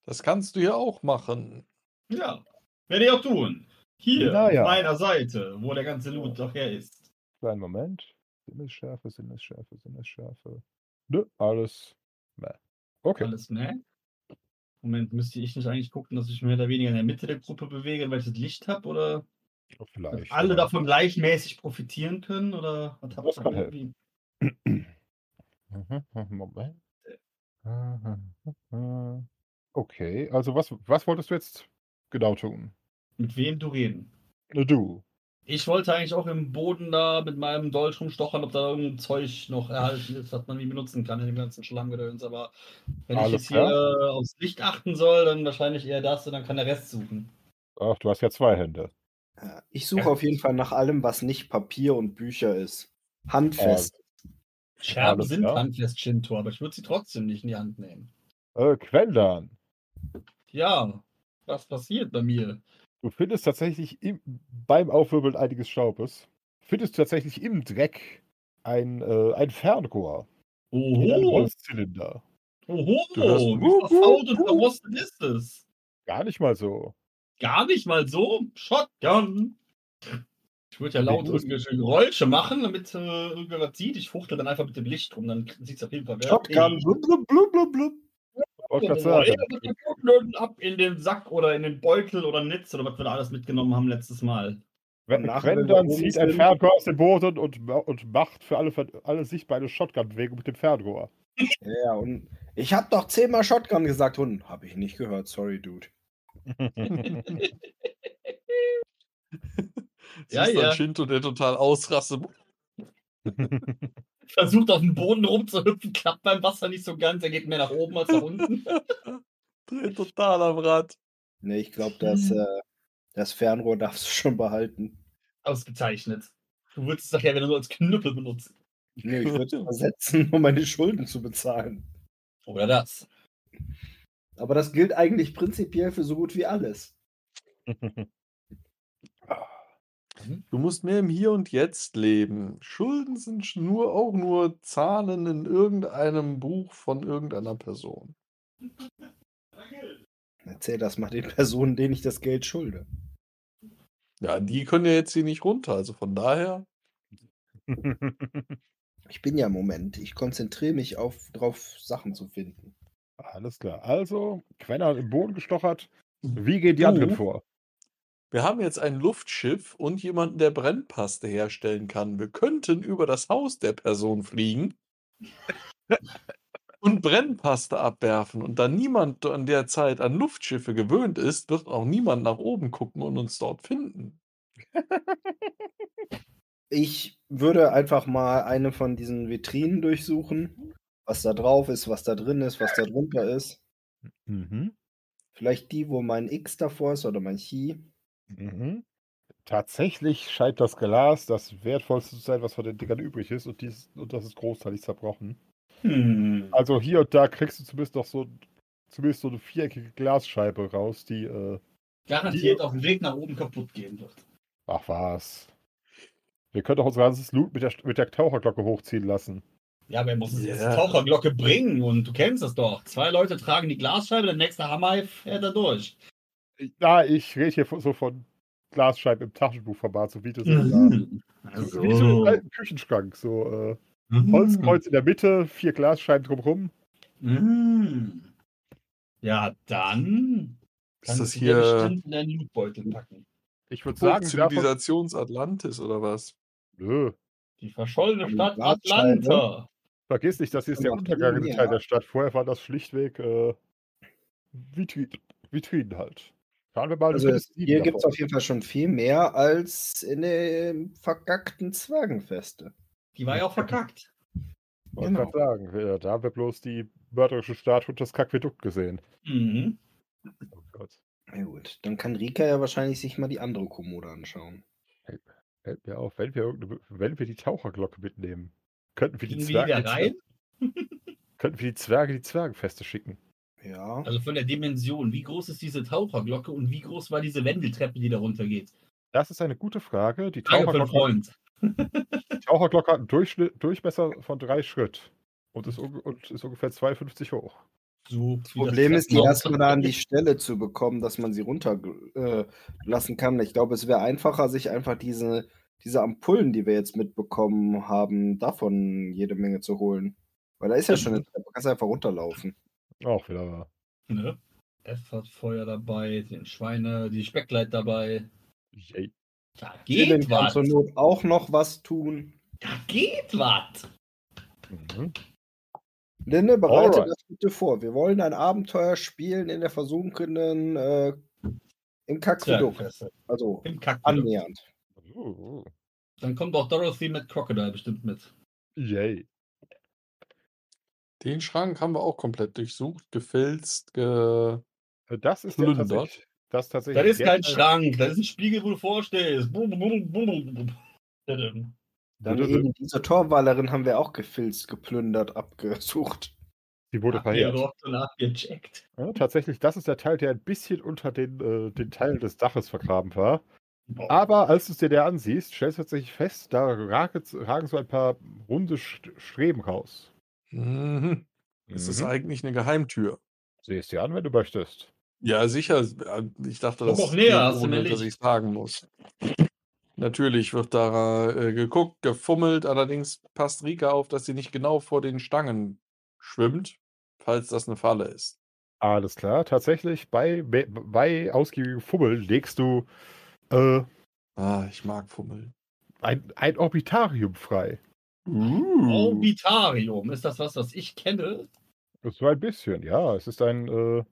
Speaker 4: Das kannst du ja auch machen.
Speaker 5: ja, werde ich auch tun. Hier,
Speaker 3: Na ja.
Speaker 5: auf meiner Seite, wo der ganze Loot doch her ist.
Speaker 3: Kleinen Moment. Sinnesschärfe, Sinnesschärfe, Sinnesschärfe. Nö, alles. Meh. Okay.
Speaker 5: Alles, ne? Moment, müsste ich nicht eigentlich gucken, dass ich mehr oder weniger in der Mitte der Gruppe bewege, weil ich das Licht habe? Oder dass
Speaker 3: Vielleicht.
Speaker 5: alle
Speaker 3: ja.
Speaker 5: davon gleichmäßig profitieren können? Oder was hab
Speaker 3: Das
Speaker 5: ich
Speaker 3: kann
Speaker 5: da
Speaker 3: helfen.
Speaker 5: irgendwie?
Speaker 3: Mhm, mhm, Moment. Mhm. Okay, also was, was wolltest du jetzt genau tun?
Speaker 5: Mit wem du reden?
Speaker 3: Äh, Du.
Speaker 5: Ich wollte eigentlich auch im Boden da mit meinem Dolch rumstochern, ob da irgendein Zeug noch erhalten ist, was man wie benutzen kann in dem ganzen Schlammgedöns. Aber wenn ich
Speaker 3: Alles
Speaker 5: jetzt hier äh, aufs Licht achten soll, dann wahrscheinlich eher das und dann kann der Rest suchen.
Speaker 3: Ach, du hast ja zwei Hände.
Speaker 2: Ja, Äh, Ich suche auf jeden Fall nach allem, was nicht Papier und Bücher ist. Handfest.
Speaker 5: Scherben
Speaker 3: Alles
Speaker 5: sind
Speaker 3: klar.
Speaker 5: handfest Shinto, aber ich würde sie trotzdem nicht in die Hand nehmen.
Speaker 3: Äh, Quellan,
Speaker 5: Ja, was passiert bei mir?
Speaker 3: du findest tatsächlich im, beim Aufwirbeln einiges Staubes, findest du tatsächlich im Dreck ein, äh, ein Fernrohr in einem
Speaker 5: Oho,
Speaker 3: Holzzylinder.
Speaker 5: oho,
Speaker 4: Du hörst-
Speaker 5: wie verfault und verrostet ist es?
Speaker 3: Gar nicht mal so.
Speaker 5: Gar nicht mal so. Shotgun. Ich würde ja laut
Speaker 3: Nee, los.
Speaker 5: irgendwelche Geräusche machen, damit äh, irgendwer was sieht. Ich fuchtel dann einfach mit dem Licht rum, dann sieht es auf jeden Fall wer-
Speaker 2: Shotgun.
Speaker 5: Ey,
Speaker 2: Blub, blub, blub, blub, blub.
Speaker 3: Wollte grad
Speaker 5: Leute,
Speaker 3: sagen.
Speaker 5: mit den Shotgunnen Ab in den Sack oder in den Beutel oder Netz oder was wir da alles mitgenommen haben letztes Mal.
Speaker 3: Wenn,
Speaker 2: Nachher,
Speaker 3: wenn
Speaker 2: wenn wir
Speaker 3: dann
Speaker 2: oben
Speaker 3: zieht ein
Speaker 2: sind-
Speaker 3: Fernrohr aus dem Boden und, ma- und macht für alle, ver- alle sichtbare Shotgun-Bewegung mit dem Fernrohr.
Speaker 2: Ja, und ich habe doch zehnmal Shotgun gesagt, Hunden. Habe ich nicht gehört, sorry, Dude.
Speaker 5: Ja,
Speaker 4: Siehst du
Speaker 5: ja.
Speaker 4: einen Shinto, der total ausrastet.
Speaker 5: Versucht auf dem Boden rumzuhüpfen, klappt beim Wasser nicht so ganz. Er geht mehr nach oben als nach unten.
Speaker 4: Dreht total am Rad.
Speaker 2: Ne, ich glaube, das, äh, das Fernrohr darfst du schon behalten.
Speaker 5: Ausgezeichnet. Du würdest es nachher wieder nur als Knüppel benutzen.
Speaker 2: Nee, ich würde es versetzen, um meine Schulden zu bezahlen.
Speaker 5: Oder das.
Speaker 2: Aber das gilt eigentlich prinzipiell für so gut wie alles.
Speaker 4: Du musst mehr im Hier und Jetzt leben. Schulden sind sch- nur auch nur Zahlen in irgendeinem Buch von irgendeiner Person.
Speaker 2: Erzähl das mal den Personen, denen ich das Geld schulde.
Speaker 4: Ja, die können ja jetzt hier nicht runter. Also von daher.
Speaker 2: Ich bin ja im Moment. Ich konzentriere mich auf drauf, Sachen zu finden.
Speaker 3: Alles klar. Also, Quenner hat im Boden gestochert. Wie gehen die anderen
Speaker 4: Du?
Speaker 3: vor?
Speaker 4: Wir haben jetzt ein Luftschiff und jemanden, der Brennpaste herstellen kann. Wir könnten über das Haus der Person fliegen und Brennpaste abwerfen. Und da niemand an der Zeit an Luftschiffe gewöhnt ist, wird auch niemand nach oben gucken und uns dort finden.
Speaker 2: Ich würde einfach mal eine von diesen Vitrinen durchsuchen, was da drauf ist, was da drin ist, was da drunter ist.
Speaker 3: Mhm.
Speaker 2: Vielleicht die, wo mein X davor ist oder mein Chi.
Speaker 3: Mhm. Tatsächlich scheint das Glas das wertvollste zu sein, was von den Dingern übrig ist. Und, dies, und das ist großteilig zerbrochen.
Speaker 5: Hm.
Speaker 3: Also, hier und da kriegst du zumindest noch so, zumindest so eine viereckige Glasscheibe raus, die. Äh,
Speaker 5: garantiert auf dem Weg nach oben kaputt gehen wird.
Speaker 3: ach, was. Wir können doch unser ganzes Loot mit der, mit der Taucherglocke hochziehen lassen.
Speaker 5: Ja, aber er muss es
Speaker 4: Ja.
Speaker 5: jetzt Taucherglocke bringen und du kennst das doch. Zwei Leute tragen die Glasscheibe, der nächste Hammer fährt da durch.
Speaker 3: Äh, Ja, ich rede hier von- so von Glasscheiben im Taschenbuchformat, so wie das mhm.
Speaker 5: Mhm.
Speaker 3: wie so im
Speaker 5: Also.
Speaker 3: alten Küchenschrank. So äh,
Speaker 5: Mhm.
Speaker 3: Holzkreuz in der Mitte, vier Glasscheiben drumherum.
Speaker 5: Mhm. Ja, dann
Speaker 4: Ist das
Speaker 5: du dir
Speaker 4: hier
Speaker 5: bestimmt in deinen Lootbeutel packen.
Speaker 3: Ich würde sagen, davon,
Speaker 4: Zivilisations Atlantis oder was?
Speaker 3: nö,
Speaker 5: Die verschollene
Speaker 2: Am
Speaker 5: Stadt
Speaker 2: Wartschall, ne?
Speaker 5: Atlanta.
Speaker 3: vergiss nicht, das hier ist der
Speaker 2: Macht
Speaker 3: untergangene
Speaker 2: Sinn,
Speaker 3: Teil
Speaker 2: ja.
Speaker 3: der Stadt. Vorher war das schlichtweg äh, Vitri- Vitrinen halt. Fahren wir mal
Speaker 2: Also
Speaker 3: eine
Speaker 2: es, hier
Speaker 3: Vitrine
Speaker 2: gibt es
Speaker 3: davon.
Speaker 2: auf jeden Fall schon viel mehr als in dem vergackten Zwergenfeste.
Speaker 5: Die war ja auch verkackt.
Speaker 3: Wollte grad sagen, wir- da haben wir bloß die mörderische Statue und das Aquädukt gesehen.
Speaker 5: Mhm.
Speaker 3: Oh Gott,
Speaker 2: Na gut, dann kann Rika ja wahrscheinlich sich mal die andere Kommode anschauen.
Speaker 3: fällt mir auf, wenn wir, irgendeine, wenn wir die Taucherglocke mitnehmen, könnten wir die,
Speaker 5: Gingen wir
Speaker 3: Zwerge,
Speaker 5: wieder
Speaker 3: die Zwer-
Speaker 5: rein?
Speaker 3: könnten wir die Zwerge die Zwergenfeste schicken.
Speaker 2: Ja.
Speaker 5: Also von der Dimension. Wie groß ist diese Taucherglocke und wie groß war diese Wendeltreppe, die da runtergeht?
Speaker 3: Das ist eine gute Frage. Die
Speaker 5: Frage von
Speaker 3: Taucherglocke,
Speaker 5: Freund.
Speaker 3: die Taucherglocke hat einen Durchschnitt, Durchmesser von drei Schritt und ist, unge- und ist ungefähr 2,50 hoch.
Speaker 5: So,
Speaker 2: Das Problem ist, die erstmal da an die Stelle zu bekommen, dass man sie runterlassen äh, lassen kann. Ich glaube, es wäre einfacher, sich einfach diese, diese Ampullen, die wir jetzt mitbekommen haben, davon jede Menge zu holen. Weil da ist ja schon eine Treppe, kannst einfach runterlaufen.
Speaker 3: Auch wieder wahr.
Speaker 5: Ne? F hat Feuer dabei, den Schweine, die Speckleit dabei.
Speaker 3: Yay.
Speaker 5: Da
Speaker 2: Dylan
Speaker 5: geht
Speaker 2: kann
Speaker 5: was.
Speaker 2: zur Not auch noch was tun.
Speaker 5: Da geht was.
Speaker 3: Mhm.
Speaker 2: Linde, bereite
Speaker 3: Alright.
Speaker 2: das bitte vor. Wir wollen ein Abenteuer spielen in der versunkenen äh, im Kackviduck.
Speaker 5: Zwergenfeste.
Speaker 2: Also
Speaker 5: Im Kack.
Speaker 2: annähernd.
Speaker 3: Uh,
Speaker 5: Dann kommt auch Dorothy mit Crocodile bestimmt mit.
Speaker 3: Yay.
Speaker 4: Den Schrank haben wir auch komplett durchsucht, gefilzt, ge
Speaker 3: Äh, Das ist ja
Speaker 4: Plündert.
Speaker 3: tatsächlich. Das, tatsächlich
Speaker 5: Das ist
Speaker 3: der
Speaker 5: kein
Speaker 3: Teil-
Speaker 5: Schrank, das ist ein Spiegel, wo du vorstehst. Bum, bum, bum, bum, bum.
Speaker 2: Dann
Speaker 3: Wurde-
Speaker 2: eben diese Torwalerin haben wir auch gefilzt, geplündert, abgesucht.
Speaker 3: Die wurde verheert.
Speaker 5: Abgerockt und abgecheckt.
Speaker 3: Ja, tatsächlich, das ist der Teil, der ein bisschen unter den, äh, den Teil des Daches vergraben war.
Speaker 5: Boah.
Speaker 3: Aber als du es dir der ansiehst, stellst du tatsächlich fest, da ragen, ragen so ein paar runde St- Streben raus.
Speaker 4: Mhm. Ist das
Speaker 3: Mhm.
Speaker 4: eigentlich eine Geheimtür?
Speaker 3: Siehst dir an, wenn du möchtest.
Speaker 4: Ja, sicher. Äh, Ich dachte,
Speaker 5: Komm
Speaker 4: das
Speaker 5: doch näher,
Speaker 4: geht,
Speaker 5: hast du mir
Speaker 4: ohne, dass ich
Speaker 5: Licht?
Speaker 4: sagen muss. Natürlich wird da äh, geguckt, gefummelt. Allerdings passt Rika auf, dass sie nicht genau vor den Stangen schwimmt, falls das eine Falle ist.
Speaker 3: Alles klar, tatsächlich, bei, bei- bei ausgiebigem Fummel legst du äh,
Speaker 4: Ah, ich mag Fummeln.
Speaker 3: ein, ein Orbitarium frei.
Speaker 5: Mm. Orbitarium ist das was, was ich kenne.
Speaker 3: So ein bisschen, ja. Es ist ein, äh,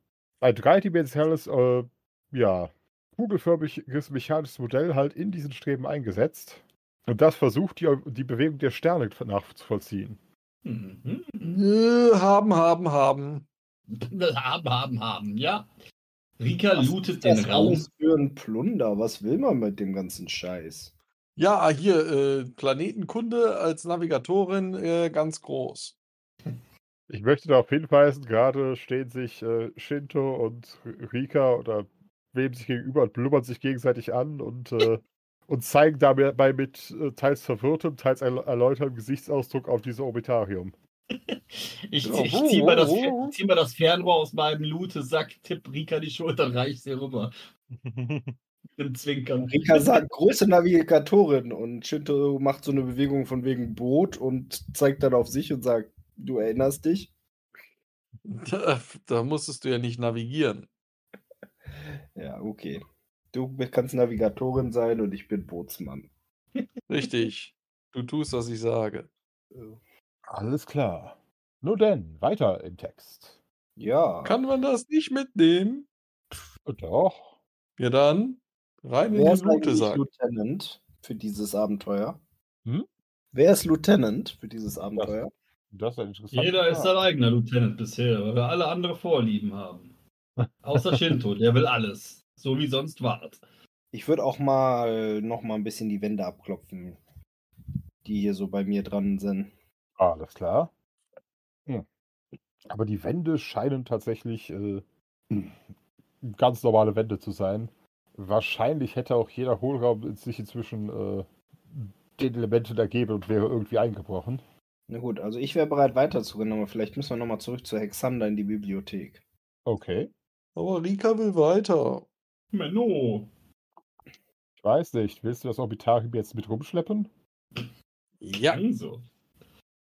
Speaker 3: ein dreidimensionales, äh, ja, kugelförmiges mechanisches Modell halt in diesen Streben eingesetzt. Und das versucht, die, äh, die Bewegung der Sterne nachzuvollziehen.
Speaker 5: Mhm.
Speaker 4: Äh, haben, haben, haben.
Speaker 5: Haben, haben, haben, ja. Rika
Speaker 2: Was
Speaker 5: lootet
Speaker 2: ist
Speaker 5: den
Speaker 2: das
Speaker 5: Raum.
Speaker 2: alles für ein Plunder? Was will man mit dem ganzen Scheiß?
Speaker 4: Ja, ah, hier, äh, Planetenkunde als Navigatorin äh, ganz groß.
Speaker 3: Ich möchte darauf hinweisen, gerade stehen sich äh, Shinto und R- Rika oder wem sich gegenüber und blubbern sich gegenseitig an und, äh, und zeigen dabei mit äh, teils verwirrtem, teils erl- erläutertem Gesichtsausdruck auf dieses Orbitarium.
Speaker 5: Ich, ich ziehe mal, das- zieh mal das Fernrohr aus meinem Lootesack, tipp Rika die Schultern, reich sie rüber. Im Zwinkern.
Speaker 2: Rika sagt, große Navigatorin und Shinto macht so eine Bewegung von wegen Boot und zeigt dann auf sich und sagt, du erinnerst dich?
Speaker 4: Da, da musstest du ja nicht navigieren.
Speaker 2: Ja, okay. Du kannst Navigatorin sein und ich bin Bootsmann.
Speaker 4: Richtig. Du tust, was ich sage.
Speaker 3: Alles klar. Nun denn, weiter im Text.
Speaker 2: Ja.
Speaker 4: Kann man das nicht mitnehmen?
Speaker 3: Doch.
Speaker 4: Ja, dann rein in
Speaker 2: Wer
Speaker 4: den
Speaker 2: ist eigentlich
Speaker 4: Lootesack.
Speaker 2: Lieutenant für dieses Abenteuer?
Speaker 3: Hm?
Speaker 2: Wer ist Lieutenant für dieses Abenteuer?
Speaker 3: Das ist ein interessanter
Speaker 5: Jeder ist sein eigener Lieutenant bisher, weil wir alle andere Vorlieben haben. Außer Shinto, der will alles. So wie sonst wart.
Speaker 2: Ich würde auch mal noch mal ein bisschen die Wände abklopfen, die hier so bei mir dran sind.
Speaker 3: Alles klar. Hm. Aber die Wände scheinen tatsächlich äh, ganz normale Wände zu sein. Wahrscheinlich hätte auch jeder Hohlraum in sich inzwischen äh, den Elementen ergeben und wäre irgendwie eingebrochen.
Speaker 2: Na gut, also ich wäre bereit weiterzugehen, aber vielleicht müssen wir noch mal zurück zu Hexander in die Bibliothek.
Speaker 3: Okay.
Speaker 4: Aber Rika will weiter.
Speaker 5: Menno.
Speaker 3: Ich weiß nicht. Willst du das Orbitarium jetzt mit rumschleppen?
Speaker 4: Ja,
Speaker 5: Also.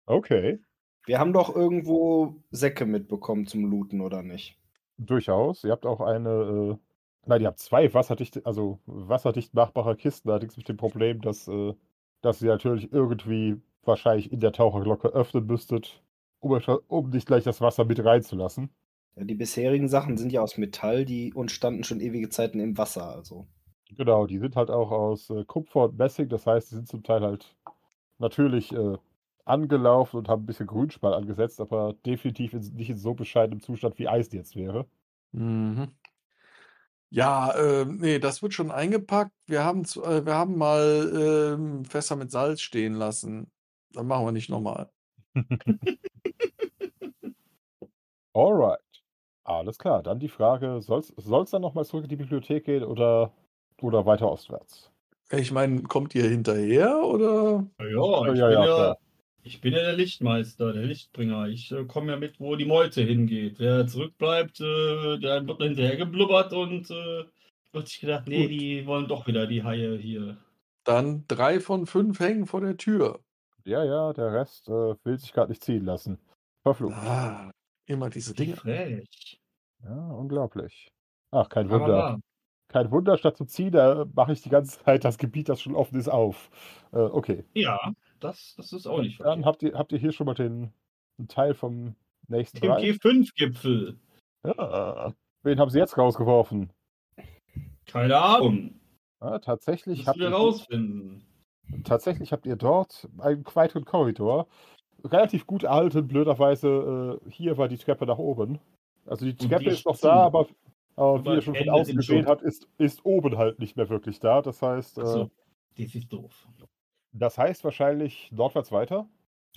Speaker 3: Okay.
Speaker 2: Wir haben doch irgendwo Säcke mitbekommen zum Looten, oder nicht?
Speaker 3: Durchaus. Ihr habt auch eine, äh, Nein, ihr habt zwei wasserdicht, also wasserdicht machbare Kisten. Allerdings mit dem Problem, dass, äh, dass ihr natürlich irgendwie wahrscheinlich in der Taucherglocke öffnen müsstet, um, euch- um nicht gleich das Wasser mit reinzulassen.
Speaker 2: Ja, die bisherigen Sachen sind ja aus Metall, die und standen schon ewige Zeiten im Wasser, also.
Speaker 3: Genau, die sind halt auch aus äh, Kupfer und Messing, das heißt, die sind zum Teil halt natürlich äh, angelaufen und haben ein bisschen Grünschmal angesetzt, aber definitiv in, nicht in so bescheidenem Zustand wie Eis jetzt wäre.
Speaker 4: Mhm. Ja, ähm, nee, das wird schon eingepackt. Wir haben, zu, äh, wir haben mal ähm, Fässer mit Salz stehen lassen. Dann machen wir nicht nochmal.
Speaker 3: Alright. Alles klar, dann die Frage, soll es dann nochmal zurück in die Bibliothek gehen oder, oder weiter ostwärts?
Speaker 4: Ich meine, kommt ihr hinterher oder?
Speaker 5: Ja, ja, Oh,
Speaker 3: Äh, Ja,
Speaker 5: ich, bin
Speaker 3: ja,
Speaker 5: ja,
Speaker 3: klar.
Speaker 5: ich bin ja der Lichtmeister, der Lichtbringer. Ich äh, komme ja mit, wo die Meute hingeht. Wer zurückbleibt, äh, der wird hinterher geblubbert und äh, wird sich gedacht, nee,
Speaker 4: Gut.
Speaker 5: die wollen doch wieder die Haie hier.
Speaker 4: Dann drei von fünf hängen vor der Tür.
Speaker 3: Ja, ja, der Rest äh, will sich gerade nicht ziehen lassen. Verflucht.
Speaker 4: Ah, immer diese
Speaker 5: Die
Speaker 4: Dinge.
Speaker 5: frech.
Speaker 3: Ja, unglaublich. Ach, kein
Speaker 5: Aber
Speaker 3: Wunder.
Speaker 5: wahr.
Speaker 3: Kein Wunder, statt zu ziehen, da mache ich die ganze Zeit das Gebiet, das schon offen ist, auf. Äh, okay.
Speaker 5: Ja, das, das ist auch nicht
Speaker 3: Dann
Speaker 5: verkehrt.
Speaker 3: habt ihr, habt ihr hier schon mal den, einen Teil vom nächsten
Speaker 5: Dem
Speaker 3: Bereich.
Speaker 5: G5-Gipfel.
Speaker 3: Ja. Wen haben sie jetzt rausgeworfen?
Speaker 5: Keine Ahnung.
Speaker 3: Ja, tatsächlich,
Speaker 5: Müssen
Speaker 3: habt
Speaker 5: wir
Speaker 3: ihr,
Speaker 5: rausfinden.
Speaker 3: tatsächlich habt ihr dort einen weiteren Korridor. Relativ gut erhalten, blöderweise. Äh, hier war die Treppe nach oben. Also die
Speaker 5: die
Speaker 3: Treppe ist noch
Speaker 5: Stufen.
Speaker 3: da, aber, aber wie
Speaker 5: Aber
Speaker 3: ihr schon von
Speaker 5: Ende
Speaker 3: außen
Speaker 5: sind
Speaker 3: gesehen
Speaker 5: schon.
Speaker 3: habt, ist, ist oben halt nicht mehr wirklich da. Das heißt, äh,
Speaker 5: Also, das ist doof.
Speaker 3: das heißt wahrscheinlich nordwärts weiter.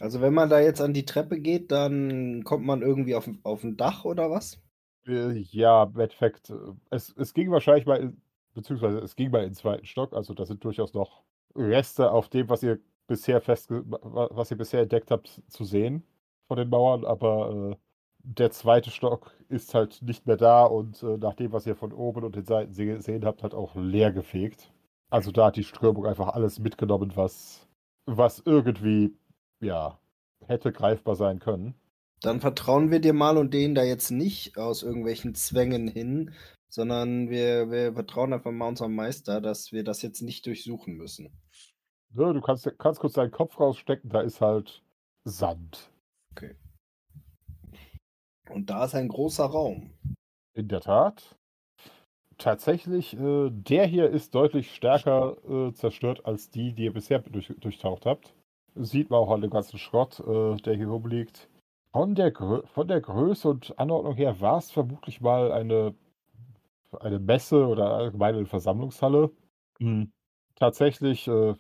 Speaker 2: Also wenn man da jetzt an die Treppe geht, dann kommt man irgendwie auf, auf ein Dach oder was?
Speaker 3: Äh, Ja, im Endeffekt, äh, es, es ging wahrscheinlich mal, in, beziehungsweise es ging mal in den zweiten Stock, also da sind durchaus noch Reste auf dem, was ihr bisher festge wa- was ihr bisher entdeckt habt, zu sehen von den Mauern, aber äh, der zweite Stock ist halt nicht mehr da und äh, nach dem, was ihr von oben und den Seiten se- gesehen habt, halt auch leer gefegt. Also da hat die Strömung einfach alles mitgenommen, was, was irgendwie, ja, hätte greifbar sein können.
Speaker 2: Dann vertrauen wir dir mal und denen da jetzt nicht aus irgendwelchen Zwängen hin, sondern wir, wir vertrauen einfach mal unserem Meister, dass wir das jetzt nicht durchsuchen müssen.
Speaker 3: Ne, du kannst, kannst kurz deinen Kopf rausstecken, da ist halt Sand.
Speaker 2: Und da ist ein großer Raum.
Speaker 3: In der Tat. Tatsächlich, äh, der hier ist deutlich stärker äh, zerstört als die, die ihr bisher durch, durchtaucht habt. Sieht man auch an dem ganzen Schrott, äh, der hier rumliegt. Von der, Grö von der Größe und Anordnung her war es vermutlich mal eine, eine Messe oder allgemeine Versammlungshalle. Tatsächlich, äh,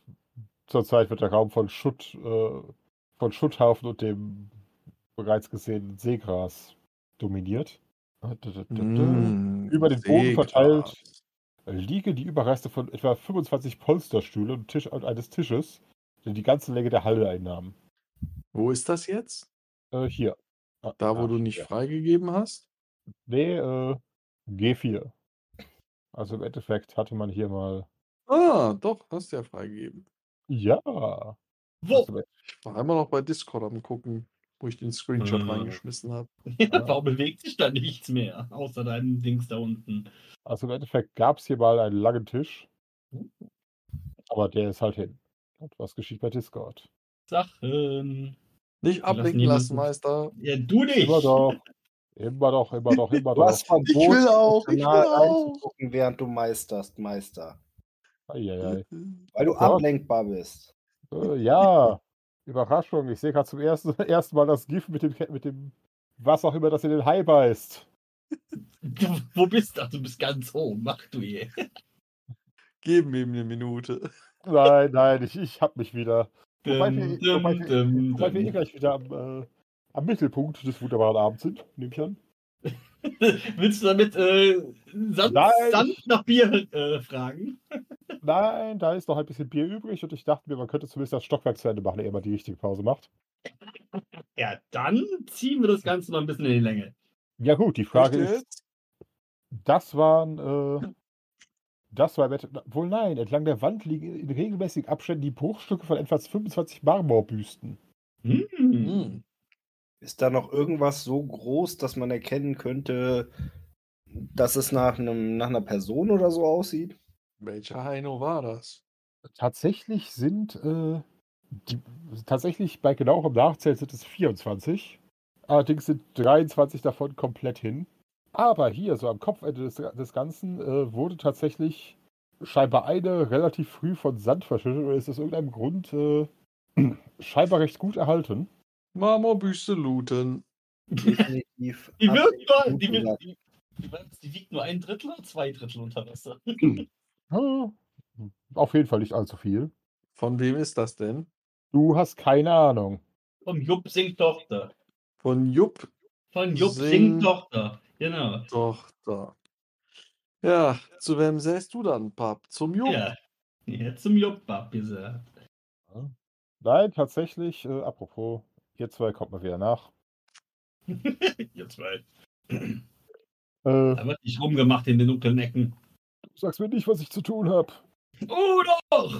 Speaker 3: zurzeit wird der Raum von Schutt, äh, von Schutthaufen und dem bereits gesehenen Seegras dominiert.
Speaker 4: Mm,
Speaker 3: Über den Boden
Speaker 4: Seegras.
Speaker 3: verteilt. liegen die Überreste von etwa 25 Polsterstühlen und, Tisch, und eines Tisches, die die ganze Länge der Halle einnahmen.
Speaker 4: Wo ist das jetzt?
Speaker 3: Äh, hier. Ah,
Speaker 4: Da, wo
Speaker 3: ah,
Speaker 4: du nicht
Speaker 3: hier.
Speaker 4: freigegeben hast?
Speaker 3: Nee, äh, G4. Also im Endeffekt hatte man hier mal.
Speaker 4: Ah, doch, hast ja freigegeben.
Speaker 3: Ja!
Speaker 5: Wo?
Speaker 3: Also im
Speaker 4: Ich war immer noch bei Discord am gucken, wo ich den Screenshot
Speaker 3: Mhm.
Speaker 5: Ah.
Speaker 4: reingeschmissen habe.
Speaker 5: Ja, warum bewegt sich da nichts mehr? Außer deinem Dings da unten.
Speaker 3: Also im Endeffekt gab es hier mal einen langen Tisch. Aber der ist halt hin. Und was geschieht bei Discord?
Speaker 5: Sachen.
Speaker 4: Nicht
Speaker 5: lassen
Speaker 4: ablenken
Speaker 5: jemanden-
Speaker 4: lassen, Meister.
Speaker 5: Ja, du nicht.
Speaker 3: Immer doch. Immer doch, immer doch, immer
Speaker 2: Du hast
Speaker 3: doch.
Speaker 2: verboten,
Speaker 4: will auch,
Speaker 2: den
Speaker 4: ich
Speaker 2: Kanal
Speaker 4: will auch.
Speaker 2: anzugucken, während du meisterst, Meister.
Speaker 4: Äh,
Speaker 3: Eieiei.
Speaker 2: Weil du
Speaker 3: Ja.
Speaker 2: ablenkbar bist.
Speaker 3: Äh, ja, Überraschung. Ich sehe gerade zum ersten, ersten Mal das Gift mit dem, Ke- mit dem was auch immer, das in den Hai beißt.
Speaker 5: Du, wo bist du? Ach, Du bist ganz oben. Mach du je.
Speaker 4: Geben ihm eine Minute.
Speaker 3: Nein, nein, ich, ich hab mich wieder. Wobei wir-
Speaker 5: Dum, dum,
Speaker 3: wobei
Speaker 5: dum,
Speaker 3: Weil wir eh
Speaker 5: dum.
Speaker 3: gleich wieder am, äh, am Mittelpunkt des wunderbaren Abends sind, nehme ich an.
Speaker 5: Willst du damit äh, Sand,
Speaker 3: Nein.
Speaker 5: Sand nach Bier äh, fragen?
Speaker 3: Nein, da ist noch ein bisschen Bier übrig und ich dachte mir, man könnte zumindest das Stockwerk zu Ende machen, ehe man die richtige Pause macht.
Speaker 5: Ja, dann ziehen wir das Ganze mal ein bisschen in die Länge.
Speaker 3: Ja gut, die Frage
Speaker 4: Echt
Speaker 3: ist,
Speaker 4: jetzt?
Speaker 3: das waren, äh, das war, im Endeffekt- wohl nein, entlang der Wand liegen in regelmäßigen Abständen die Bruchstücke von etwa 25 Marmorbüsten.
Speaker 5: Hm.
Speaker 4: Hm.
Speaker 2: Ist da noch irgendwas so groß, dass man erkennen könnte, dass es nach, einem, nach einer Person oder so aussieht?
Speaker 4: Welcher Heino war das?
Speaker 3: Tatsächlich sind äh, die, tatsächlich bei genauerem Nachzählen sind es 24. Allerdings sind 23 davon komplett hin. Aber hier, so am Kopfende des, des Ganzen, äh, wurde tatsächlich scheinbar eine relativ früh von Sand verschüttet oder ist aus irgendeinem Grund äh, scheinbar recht gut erhalten.
Speaker 4: Marmorbüste looten.
Speaker 2: Definitiv.
Speaker 5: Die wirkt nur,
Speaker 2: absolut
Speaker 5: die,
Speaker 2: gesagt.
Speaker 5: die, die, die wiegt nur ein Drittel oder zwei Drittel unter Wasser.
Speaker 3: Ja, auf jeden Fall nicht allzu viel.
Speaker 4: Von wem ist das denn?
Speaker 3: Du hast keine Ahnung.
Speaker 5: Vom Jupp singt Tochter.
Speaker 4: Von Jupp
Speaker 5: Von Jupp
Speaker 4: Sing-
Speaker 5: singt Tochter. Genau.
Speaker 4: Tochter. Ja, zu wem säst du dann, Pap? Zum Jupp.
Speaker 5: Ja. ja. Zum Jupp abgesagt.
Speaker 3: Nein, tatsächlich, äh, apropos, ihr zwei kommt mal wieder nach.
Speaker 5: Jetzt mal.
Speaker 3: Äh,
Speaker 5: Da wird nicht rumgemacht in den dunklen Ecken.
Speaker 3: du sagst mir nicht, was ich zu tun habe.
Speaker 5: Oh doch!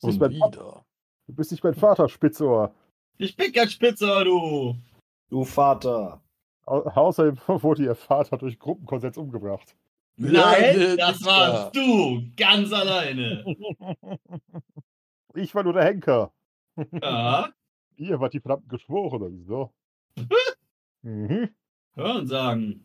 Speaker 3: Das ist
Speaker 4: Und
Speaker 3: mein
Speaker 4: wieder.
Speaker 3: Du bist nicht mein Vater, Spitzohr.
Speaker 5: Ich bin kein Spitzer, du!
Speaker 2: Du Vater.
Speaker 3: Au außerdem wurde ihr Vater durch Gruppenkonsens umgebracht.
Speaker 5: Nein,
Speaker 4: Leide
Speaker 5: das
Speaker 4: dich
Speaker 5: warst
Speaker 4: da.
Speaker 5: du! Ganz alleine!
Speaker 3: Ich war nur der Henker.
Speaker 5: Ja,
Speaker 3: Ihr wart die verdammten Geschworenen, so. mhm.
Speaker 5: hören sagen.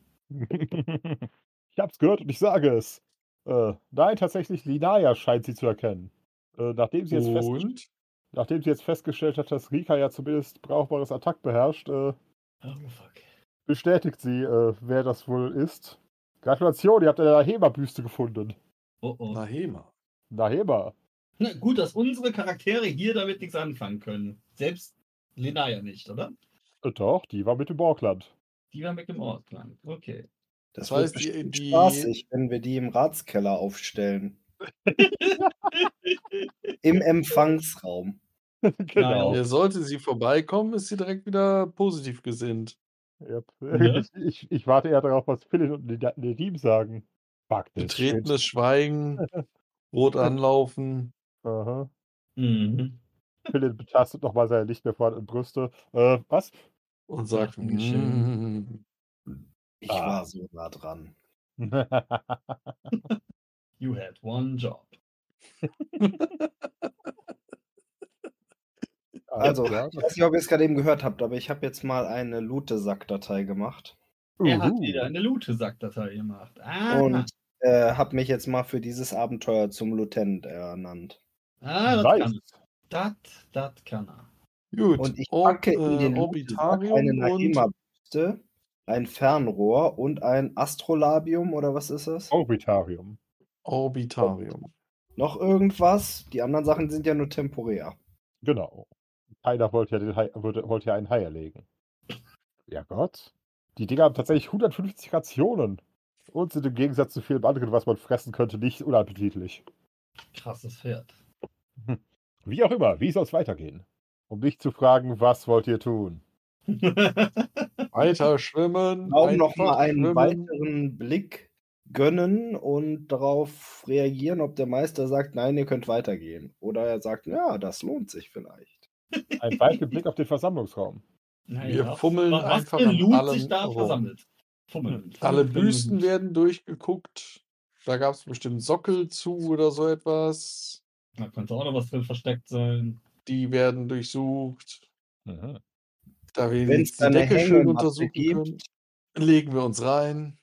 Speaker 3: ich hab's gehört und ich sage es. Äh, nein, tatsächlich, Linaya scheint sie zu erkennen. Äh, nachdem, sie jetzt fest,
Speaker 4: Und?
Speaker 3: nachdem sie jetzt festgestellt hat, dass Rika ja zumindest brauchbares Attack beherrscht, äh,
Speaker 5: Oh, fuck.
Speaker 3: bestätigt sie, äh, wer das wohl ist. Gratulation, ihr habt eine Nahema-Büste gefunden.
Speaker 5: Oh, oh.
Speaker 4: Nahema.
Speaker 3: Nahema.
Speaker 5: Na, gut, dass unsere Charaktere hier damit nichts anfangen können. Selbst Linaya nicht, oder?
Speaker 3: Äh, doch, die war mit im Borgland.
Speaker 5: Die war mit dem Ortplan. Okay.
Speaker 2: Das,
Speaker 4: Das heißt,
Speaker 2: wird bestimmt
Speaker 4: die- die-
Speaker 2: spaßig, wenn wir die im Ratskeller aufstellen. Im Empfangsraum.
Speaker 3: genau.
Speaker 4: Ja, sollte sie vorbeikommen, ist sie direkt wieder positiv gesinnt.
Speaker 3: Yep.
Speaker 5: Ja.
Speaker 3: Ich, ich, ich warte eher darauf, was Philin und Neda- Nedim sagen. Fuck this shit.
Speaker 4: Betretenes Schweigen, rot anlaufen.
Speaker 3: Aha.
Speaker 5: Mhm.
Speaker 3: Philin betastet nochmal seine nicht mehr vorhandenen Brüste. Äh, was?
Speaker 4: und sagt,
Speaker 5: Ach, wie schön.
Speaker 4: "Mm."
Speaker 2: Ich
Speaker 3: Ah.
Speaker 2: war so nah dran.
Speaker 5: You had one job.
Speaker 2: Also,
Speaker 3: ja,
Speaker 2: ich weiß nicht, ob ihr es gerade eben gehört habt, aber ich habe jetzt mal eine Lute-Sack-Datei gemacht
Speaker 5: Er hat
Speaker 3: uhu.
Speaker 5: wieder eine Lute-Sackdatei gemacht. Ah,
Speaker 2: und äh, habe mich jetzt mal für dieses Abenteuer zum Lutent ernannt.
Speaker 5: ah das kann
Speaker 3: nice.
Speaker 5: er. Das, das kann er.
Speaker 4: Gut.
Speaker 2: Und ich
Speaker 4: Ob-
Speaker 2: packe in
Speaker 4: äh,
Speaker 2: den Lutensack
Speaker 4: Orbitarium
Speaker 2: eine
Speaker 4: und
Speaker 2: Nahima-Büste, ein Fernrohr und ein Astrolabium oder was ist
Speaker 3: Oh.
Speaker 2: es?
Speaker 3: Orbitarium.
Speaker 4: Orbitarium.
Speaker 2: Noch irgendwas? Die anderen Sachen sind ja nur temporär.
Speaker 3: Genau. Keiner wollte ja, den Hai, würde, wollte ja einen Hai erlegen. Ja Gott. Die Dinger haben tatsächlich 150 Rationen. Und sind im Gegensatz zu vielem anderen, was man fressen könnte, nicht unappetitlich.
Speaker 5: Krasses Pferd.
Speaker 3: Wie auch immer, wie soll es weitergehen? Um dich zu fragen, was wollt ihr tun?
Speaker 4: Weiter schwimmen.
Speaker 2: Auch
Speaker 4: einfach
Speaker 2: nochmal einen
Speaker 4: schwimmen.
Speaker 2: weiteren Blick gönnen und darauf reagieren, ob der Meister sagt, nein, ihr könnt weitergehen. Oder er sagt, ja, das lohnt sich vielleicht.
Speaker 3: Ein weiten Blick auf den Versammlungsraum.
Speaker 4: Wir fummeln
Speaker 5: was
Speaker 4: einfach
Speaker 5: für
Speaker 4: an
Speaker 5: Loot
Speaker 4: allem
Speaker 5: sich da
Speaker 4: rum.
Speaker 5: versammelt. Fummeln.
Speaker 4: Alle
Speaker 5: Fummeln,
Speaker 4: Büsten
Speaker 5: fummeln.
Speaker 4: werden durchgeguckt. Da gab es bestimmt Sockel zu oder so etwas.
Speaker 5: Da könnte auch noch was drin versteckt sein.
Speaker 4: Die werden durchsucht.
Speaker 3: Mhm.
Speaker 4: Da wir
Speaker 2: Wenn's
Speaker 4: jetzt
Speaker 2: da
Speaker 4: die
Speaker 2: eine
Speaker 4: Decke schön
Speaker 2: Hängematte
Speaker 4: untersuchen
Speaker 2: gibt.
Speaker 4: können, legen wir uns rein.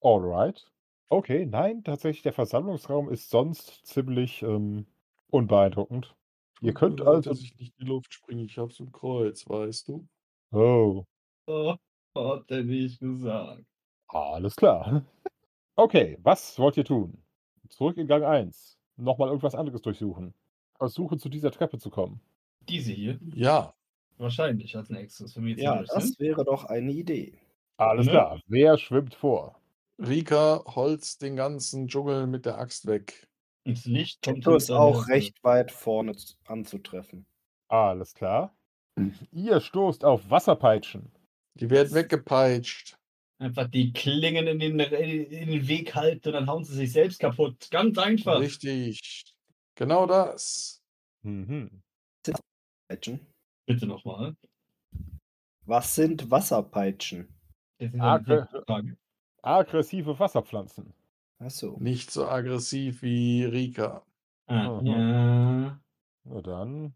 Speaker 3: Alright. Okay, nein, tatsächlich, der Versammlungsraum ist sonst ziemlich ähm, unbeeindruckend. Ihr
Speaker 4: Tut
Speaker 3: könnt
Speaker 4: mir leid,
Speaker 3: also.
Speaker 4: Äh, Dass ich nicht in die Luft springe, ich hab's im Kreuz, weißt du?
Speaker 3: Oh,
Speaker 5: Oh, hat er nicht gesagt.
Speaker 3: alles klar. Okay, was wollt ihr tun? Zurück in Gang 1. Nochmal irgendwas anderes durchsuchen. Versuchen, zu dieser Treppe zu kommen.
Speaker 5: Diese hier,
Speaker 4: Ja.
Speaker 5: wahrscheinlich als nächstes. Wenn wir jetzt
Speaker 2: Ja,
Speaker 5: hier durch
Speaker 2: das
Speaker 5: sind.
Speaker 2: wäre doch eine Idee.
Speaker 3: Alles
Speaker 5: Ne?
Speaker 3: klar. Wer schwimmt vor?
Speaker 4: Rika holzt den ganzen Dschungel mit der Axt weg.
Speaker 5: Das Licht kommt
Speaker 2: Du ist
Speaker 5: hinterher.
Speaker 2: auch recht weit vorne z- anzutreffen.
Speaker 3: Alles klar. Ihr stoßt auf Wasserpeitschen.
Speaker 4: Die werden weggepeitscht.
Speaker 5: Einfach die Klingen in den, in den Weg halten und dann hauen sie sich selbst kaputt. Ganz einfach.
Speaker 4: Richtig. Genau das.
Speaker 3: Mhm.
Speaker 2: Peitschen?
Speaker 5: Bitte nochmal.
Speaker 2: Was sind Wasserpeitschen?
Speaker 5: Das ist
Speaker 3: Ah,
Speaker 5: eine gute Frage.
Speaker 3: Aggressive Wasserpflanzen.
Speaker 2: Achso.
Speaker 4: Nicht so aggressiv wie Rika.
Speaker 5: Ah,
Speaker 3: Mhm.
Speaker 5: ja.
Speaker 3: Na dann.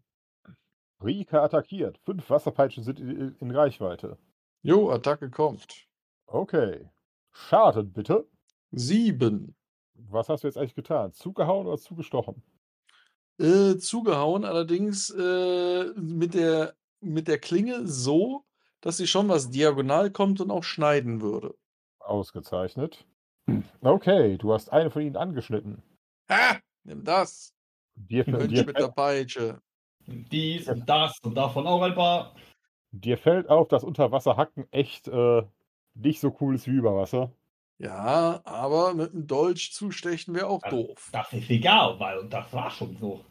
Speaker 3: Rika attackiert. Fünf Wasserpeitschen sind in, in Reichweite.
Speaker 4: Jo, Attacke kommt.
Speaker 3: Okay. Schaden bitte.
Speaker 4: Sieben.
Speaker 3: Was hast du jetzt eigentlich getan? Zugehauen oder zugestochen?
Speaker 4: Äh, zugehauen, allerdings äh, mit, der, mit der Klinge so, dass sie schon was diagonal kommt und auch schneiden würde.
Speaker 3: Ausgezeichnet. Okay, du hast eine von ihnen angeschnitten.
Speaker 4: Ha! Nimm das!
Speaker 3: Dir, fä-
Speaker 4: Mönch
Speaker 3: dir,
Speaker 4: mit der Peitsche.
Speaker 5: Dies und das und davon auch ein paar.
Speaker 3: dir fällt auf, dass Unterwasserhacken echt äh, nicht so cool ist wie über Wasser.
Speaker 4: Ja, aber mit dem Dolch zustechen wäre auch
Speaker 5: Ah.
Speaker 4: doof.
Speaker 5: Das ist egal, weil und das war schon so.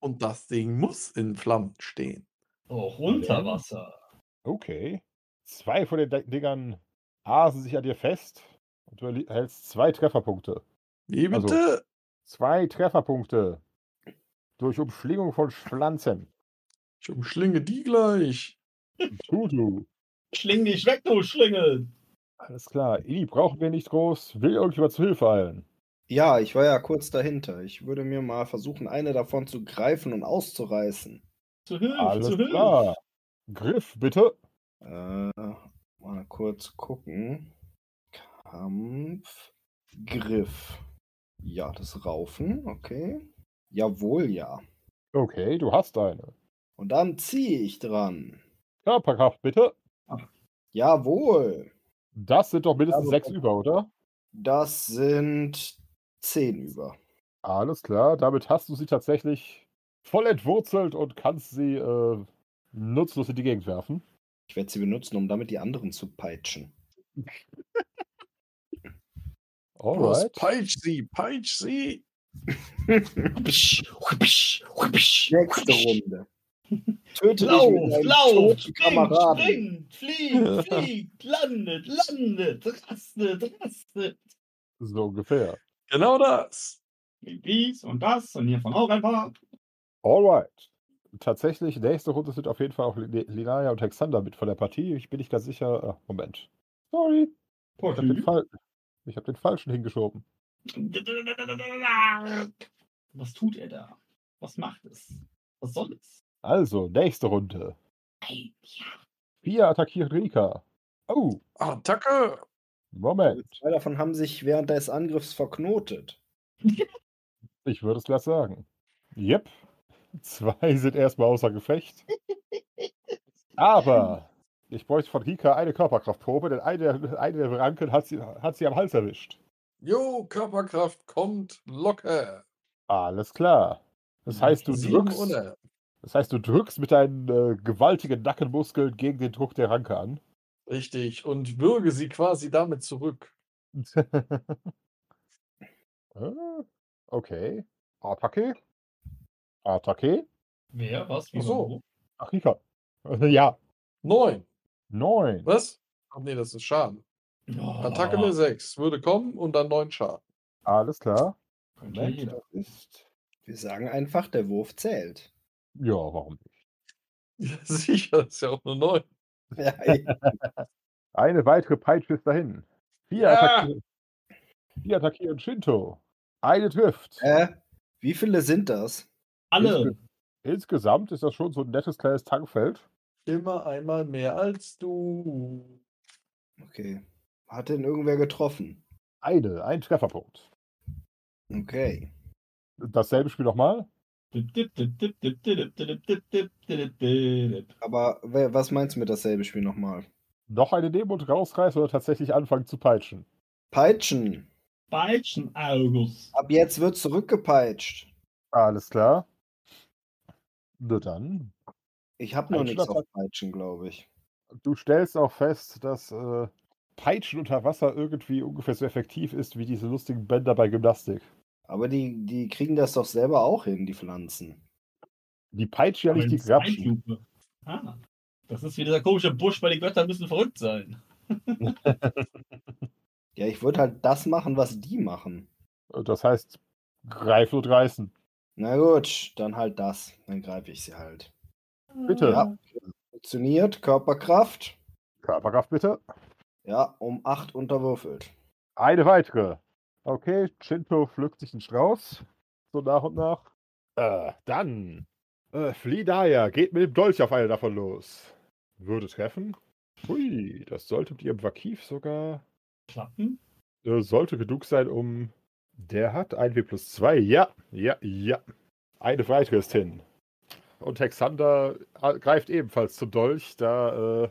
Speaker 4: Und das Ding muss in Flammen stehen.
Speaker 5: Auch unter Wasser.
Speaker 3: Okay. Zwei von den De- Dingern asen sich an dir fest und du erli- erhältst zwei Trefferpunkte.
Speaker 4: Wie
Speaker 3: Also-
Speaker 4: bitte?
Speaker 3: Zwei Trefferpunkte durch Umschlingung von Pflanzen.
Speaker 4: Ich umschlinge die gleich.
Speaker 3: Tutu.
Speaker 5: Schling dich weg, du Schlingel.
Speaker 3: Alles klar. Ili brauchen wir nicht groß. Will irgendjemand zu Hilfe eilen?
Speaker 2: Ja, ich war ja kurz dahinter. Ich würde mir mal versuchen, eine davon zu greifen und auszureißen.
Speaker 5: Zu Hilfe,
Speaker 3: Alles
Speaker 5: zu Hilfe.
Speaker 3: klar. Griff, bitte.
Speaker 2: Äh, mal kurz gucken. Kampf. Griff. Ja, das Raufen, okay. Jawohl, ja.
Speaker 3: Okay, du hast eine.
Speaker 2: Und dann ziehe ich dran.
Speaker 3: Körperkraft, bitte.
Speaker 2: Jawohl.
Speaker 3: Das sind doch mindestens
Speaker 2: Ja,
Speaker 3: sechs
Speaker 2: bekommen.
Speaker 3: über, oder?
Speaker 2: Das sind 10 über.
Speaker 3: Alles klar. Damit hast du sie tatsächlich voll entwurzelt und kannst sie äh, nutzlos in die Gegend werfen.
Speaker 2: Ich werde sie benutzen, um damit die anderen zu peitschen.
Speaker 4: Los,
Speaker 3: Alright.
Speaker 4: peitsch sie, peitsch sie.
Speaker 5: Hübsch, hübsch, hübsch,
Speaker 2: Nächste
Speaker 5: hübsch.
Speaker 2: Runde. Töte dich mit
Speaker 5: Lauf,
Speaker 2: deinem
Speaker 5: lauf,
Speaker 2: toten
Speaker 5: springt,
Speaker 2: Kameraden.
Speaker 5: springt, fliegt, fliegt, landet, landet, rastet, rastet.
Speaker 3: So ungefähr.
Speaker 4: Genau das.
Speaker 5: Dies und das und hiervon auch ein paar.
Speaker 3: Alright. Tatsächlich, nächste Runde sind auf jeden Fall auch Lin- Linaya und Hexander mit von der Partie. Ich bin nicht ganz sicher. Ah, Moment. Sorry. Ich habe
Speaker 4: Mhm.
Speaker 3: den,
Speaker 5: Portü.
Speaker 3: Fal ich hab den Falschen hingeschoben.
Speaker 5: Was tut er da? Was macht es? Was soll es?
Speaker 3: Also, nächste Runde.
Speaker 5: Ei, ja.
Speaker 3: Pia attackiert Rika. Oh,
Speaker 4: Attacke.
Speaker 3: Moment.
Speaker 2: Zwei davon haben sich während des Angriffs verknotet.
Speaker 3: Ich würde es gleich sagen. Yep. Zwei sind erstmal außer Gefecht. Aber ich bräuchte von Rika eine Körperkraftprobe, denn eine, der- eine der Ranken hat sie, hat sie am Hals erwischt.
Speaker 4: Jo, Körperkraft kommt locker.
Speaker 3: Alles klar. Das heißt, du
Speaker 4: Sieben
Speaker 3: drückst.
Speaker 4: ohne.
Speaker 3: Das heißt, du drückst mit deinen äh, gewaltigen Nackenmuskeln gegen den Druck der Ranke an.
Speaker 4: Richtig. Und würge sie quasi damit zurück.
Speaker 3: Äh, okay. Attacke. Attacke.
Speaker 5: Wer, was, wie,
Speaker 4: Ach so.
Speaker 5: wo?
Speaker 3: Ach, Rika. Ja.
Speaker 4: Neun.
Speaker 3: Neun.
Speaker 4: Was? Ach nee, das ist Schaden.
Speaker 5: Oh,
Speaker 4: Attacke
Speaker 3: Ah.
Speaker 4: wäre sechs. Würde kommen und dann neun Schaden.
Speaker 3: Alles klar.
Speaker 5: könnte
Speaker 3: Moment,
Speaker 5: jeder.
Speaker 3: das ist.
Speaker 2: Wir sagen einfach, der Wurf zählt.
Speaker 3: Ja, warum nicht?
Speaker 4: Ja, sicher, das ist ja auch nur neun.
Speaker 2: Ja,
Speaker 3: Eine weitere Peitsche ist dahin. Vier,
Speaker 4: Ja.
Speaker 3: attackieren, vier attackieren Shinto. Eine trifft.
Speaker 2: äh, wie viele sind das?
Speaker 5: Alle.
Speaker 3: Insgesamt ist das schon so ein nettes kleines Tankfeld.
Speaker 4: Immer einmal mehr als du.
Speaker 2: Okay. Hat denn irgendwer getroffen?
Speaker 3: Eine, ein Trefferpunkt.
Speaker 2: Okay.
Speaker 3: Dasselbe Spiel nochmal.
Speaker 5: Dip-dip-dip-dip-dip-dip-dip-dip-dip-dip-dip.
Speaker 2: Aber wer, was meinst du mit dasselbe Spiel nochmal?
Speaker 3: noch eine Demo rausreißen oder tatsächlich anfangen zu peitschen.
Speaker 2: Peitschen.
Speaker 5: Peitschen, August.
Speaker 2: Ab jetzt wird zurückgepeitscht.
Speaker 3: Alles klar. Na dann.
Speaker 2: Ich habe noch
Speaker 3: Peitschen
Speaker 2: nichts auf
Speaker 3: oder
Speaker 2: Peitschen, glaube ich.
Speaker 3: Du stellst auch fest, dass äh, Peitschen unter Wasser irgendwie ungefähr so effektiv ist wie diese lustigen Bänder bei Gymnastik.
Speaker 2: Aber die, die kriegen das doch selber auch hin, die Pflanzen.
Speaker 3: Die peitschen ja nicht, die
Speaker 5: Eine
Speaker 3: grapschen.
Speaker 5: Zeitlupe. Ah, das ist wie dieser komische Busch, weil die Götter müssen verrückt sein.
Speaker 2: Ja, ich würde halt das machen, was die machen.
Speaker 3: Äh, Das heißt, greifen und reißen.
Speaker 2: Na gut, dann halt das. Dann greife ich sie halt.
Speaker 3: Bitte.
Speaker 2: Ja. Funktioniert, Körperkraft.
Speaker 3: Körperkraft bitte.
Speaker 2: Ja, um 8 unterwürfelt.
Speaker 3: Eine weitere. Okay, Shinto pflückt sich einen Strauß. So nach und nach. Äh, dann. Äh, Flidaya geht mit dem Dolch auf eine davon los. Würde treffen. Hui, das sollte mit ihrem Vakif sogar.
Speaker 5: Klappen.
Speaker 3: Äh, sollte genug sein, um. Der hat 1W plus 2. Ja, ja, ja. Eine weitere ist hin. Und Hexander a- greift ebenfalls zum Dolch, da äh,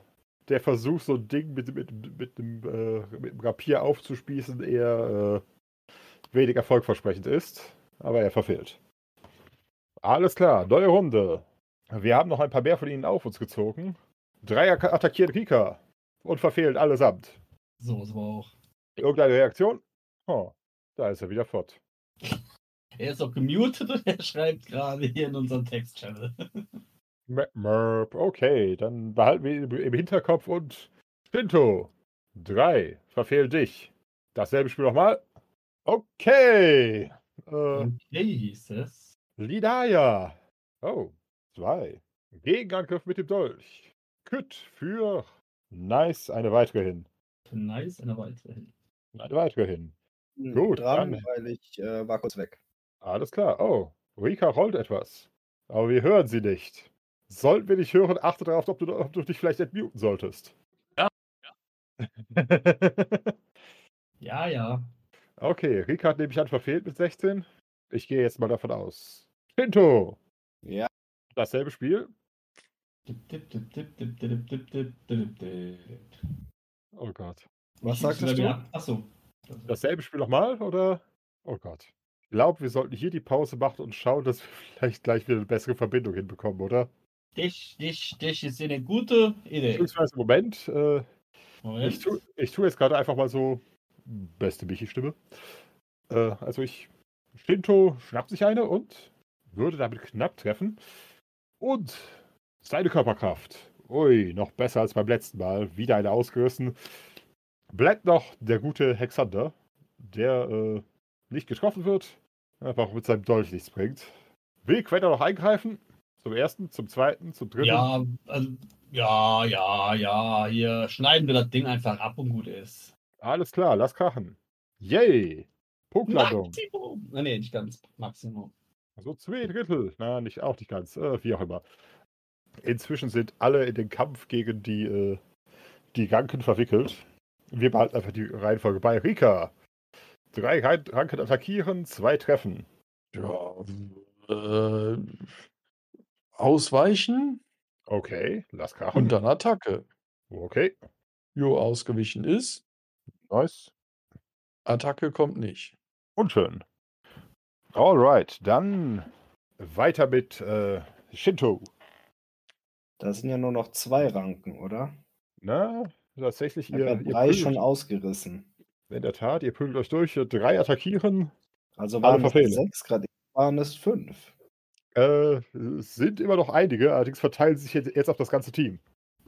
Speaker 3: der Versuch, so ein Ding mit, mit, mit, einem, äh, mit einem Rapier aufzuspießen, eher äh, wenig erfolgversprechend ist. Aber er verfehlt. Alles klar, neue Runde. Wir haben noch ein paar mehr von ihnen auf uns gezogen. Dreier ka- attackiert Rika und verfehlen allesamt.
Speaker 5: So, so auch.
Speaker 3: Irgendeine Reaktion? Oh, da ist er wieder fort.
Speaker 5: Er ist auch gemutet und er schreibt gerade hier in unserem Text-Channel.
Speaker 3: Mer- Merp. Okay, dann behalten wir ihn im Hinterkopf und Shinto. Drei. Verfehl dich. Dasselbe Spiel nochmal. Okay. Äh,
Speaker 2: Hm.
Speaker 5: Okay, hieß es.
Speaker 3: Lidaya. Oh, zwei. Gegenangriff mit dem Dolch. Kütt für. Nice, eine weitere hin.
Speaker 5: Nice, eine weitere hin.
Speaker 3: Eine weitere hin.
Speaker 2: Hm,
Speaker 3: Gut,
Speaker 2: dran,
Speaker 3: dann.
Speaker 2: weil ich äh, war kurz weg.
Speaker 3: Alles klar. Oh, Rika rollt etwas. Aber wir hören sie nicht. Sollten wir dich hören, achte darauf, ob du, ob du dich vielleicht entmuten solltest.
Speaker 4: Ja,
Speaker 5: Ja, ja.
Speaker 3: okay, Rika hat nämlich an verfehlt mit 16. Ich gehe jetzt mal davon aus. Pinto,
Speaker 2: Ja.
Speaker 3: dasselbe Spiel.
Speaker 5: Dip, dip, dip, dip, dip, dip, dip, dip, dip, dip.
Speaker 3: Oh Gott.
Speaker 2: Was
Speaker 5: Ich muss
Speaker 2: sagtest
Speaker 5: wieder
Speaker 2: du?
Speaker 5: ab- Achso.
Speaker 3: Dasselbe Spiel nochmal, oder? Oh Gott. Ich glaube, wir sollten hier die Pause machen und schauen, dass wir vielleicht gleich wieder eine bessere Verbindung hinbekommen, oder?
Speaker 5: Dich, dich, dich ist eine gute Idee.
Speaker 3: Beziehungsweise, Moment, äh,
Speaker 5: Moment.
Speaker 3: Ich tue ich tu jetzt gerade einfach mal so beste Michi-Stimme. Äh, also ich, Shinto schnappt sich eine und würde damit knapp treffen. Und seine Körperkraft. Ui, noch besser als beim letzten Mal. Wieder eine ausgerissen. Bleibt noch der gute Hexander, der äh, nicht getroffen wird, einfach mit seinem Dolch nichts bringt. Will Quetta noch eingreifen? Zum ersten, zum zweiten, zum dritten.
Speaker 5: Ja, also, ja, ja, ja. Hier schneiden wir das Ding einfach ab und gut ist.
Speaker 3: Alles klar, lass krachen. Yay! Punktlandung.
Speaker 5: Maximum. Ah, nee, nicht ganz. Maximum.
Speaker 3: So zwei Drittel. Also Na, nicht, auch nicht ganz. Äh, wie auch immer. Inzwischen sind alle in den Kampf gegen die, äh, die Ranken verwickelt. Wir behalten einfach die Reihenfolge bei. Rika. Drei Rein- Ranken attackieren, zwei treffen.
Speaker 4: Ja, äh, ausweichen
Speaker 3: Okay, lass krachen.
Speaker 4: und dann Attacke.
Speaker 3: Okay,
Speaker 4: Jo, ausgewichen ist.
Speaker 3: nice.
Speaker 4: Attacke kommt nicht.
Speaker 3: Und schön. Alright, dann weiter mit äh, Shinto.
Speaker 2: Da sind ja nur noch zwei Ranken, oder?
Speaker 3: Na, ne? tatsächlich,
Speaker 2: Ich habe ja
Speaker 3: ihr, ihr
Speaker 2: drei
Speaker 3: prügelt-
Speaker 2: schon ausgerissen.
Speaker 3: In der Tat, ihr prügelt euch durch. Drei attackieren,
Speaker 2: Also
Speaker 3: Alle
Speaker 2: waren es
Speaker 3: verfehlen.
Speaker 2: sechs gerade, waren es fünf.
Speaker 3: Äh, es sind immer noch einige, allerdings verteilen sich jetzt, jetzt auf das ganze Team.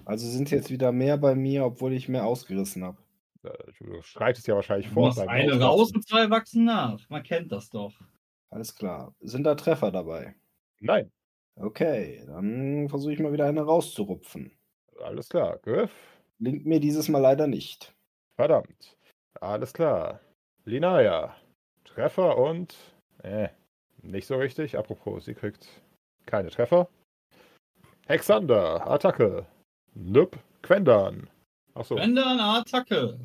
Speaker 2: Also sind jetzt wieder mehr bei mir, obwohl ich mehr ausgerissen habe.
Speaker 3: Äh, Du schreitest ja wahrscheinlich
Speaker 5: Du
Speaker 3: vor.
Speaker 5: machst
Speaker 3: beim
Speaker 5: eine
Speaker 3: Auflaufen.
Speaker 5: raus und zwei wachsen nach. Man kennt das doch.
Speaker 2: Alles klar. Sind da Treffer dabei?
Speaker 3: Nein,
Speaker 2: Okay, dann versuche ich mal wieder eine rauszurupfen.
Speaker 3: alles klar. Griff.
Speaker 2: Linkt mir dieses Mal leider nicht.
Speaker 3: Verdammt. Alles klar. Linaya. Treffer und. Äh, nicht so richtig. Apropos, sie kriegt keine Treffer. Hexander. Attacke. Nope. Quendan. Achso,
Speaker 5: Wende eine Attacke.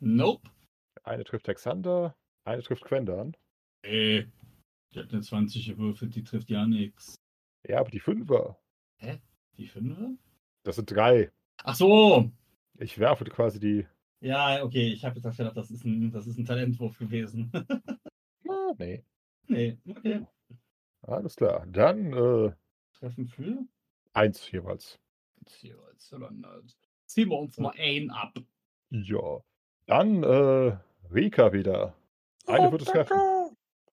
Speaker 5: Nope.
Speaker 3: eine trifft Hexander, eine trifft Quendan.
Speaker 5: Ey. Äh, Die hat eine 20 gewürfelt, die trifft ja nichts.
Speaker 3: Ja, aber die Fünfer.
Speaker 5: Die 5?
Speaker 3: Das sind drei.
Speaker 5: Ach so.
Speaker 3: Ich werfe quasi die.
Speaker 5: Ja, okay, ich habe jetzt auch gedacht, das ist ein, das ist ein Talentwurf gewesen.
Speaker 3: Ah, nee.
Speaker 5: nee, okay.
Speaker 3: Alles klar. Dann äh,
Speaker 5: Treffen für?
Speaker 3: eins jeweils.
Speaker 5: Tja, jetzt sind wir nicht. Ziehen wir uns mal einen ab.
Speaker 3: Ja. Dann äh, Rika wieder. Eine wird es treffen.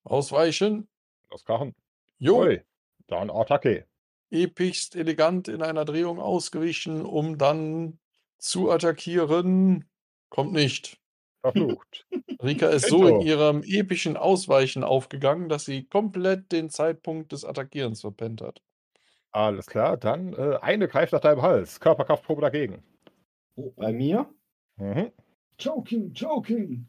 Speaker 4: Ausweichen.
Speaker 3: Das Krachen.
Speaker 4: Jo,
Speaker 3: Ui. Dann Attacke.
Speaker 4: epichst elegant in einer Drehung ausgewichen, um dann zu attackieren. Kommt nicht.
Speaker 3: Verflucht.
Speaker 4: Rika ist so in
Speaker 3: Shinto.
Speaker 4: ihrem epischen Ausweichen aufgegangen, dass sie komplett den Zeitpunkt des Attackierens verpennt hat.
Speaker 3: Alles klar. Dann äh, eine greift nach deinem Hals. Körperkraftprobe dagegen.
Speaker 5: Oh,
Speaker 2: Bei mir?
Speaker 3: Mhm.
Speaker 5: Joking, joking.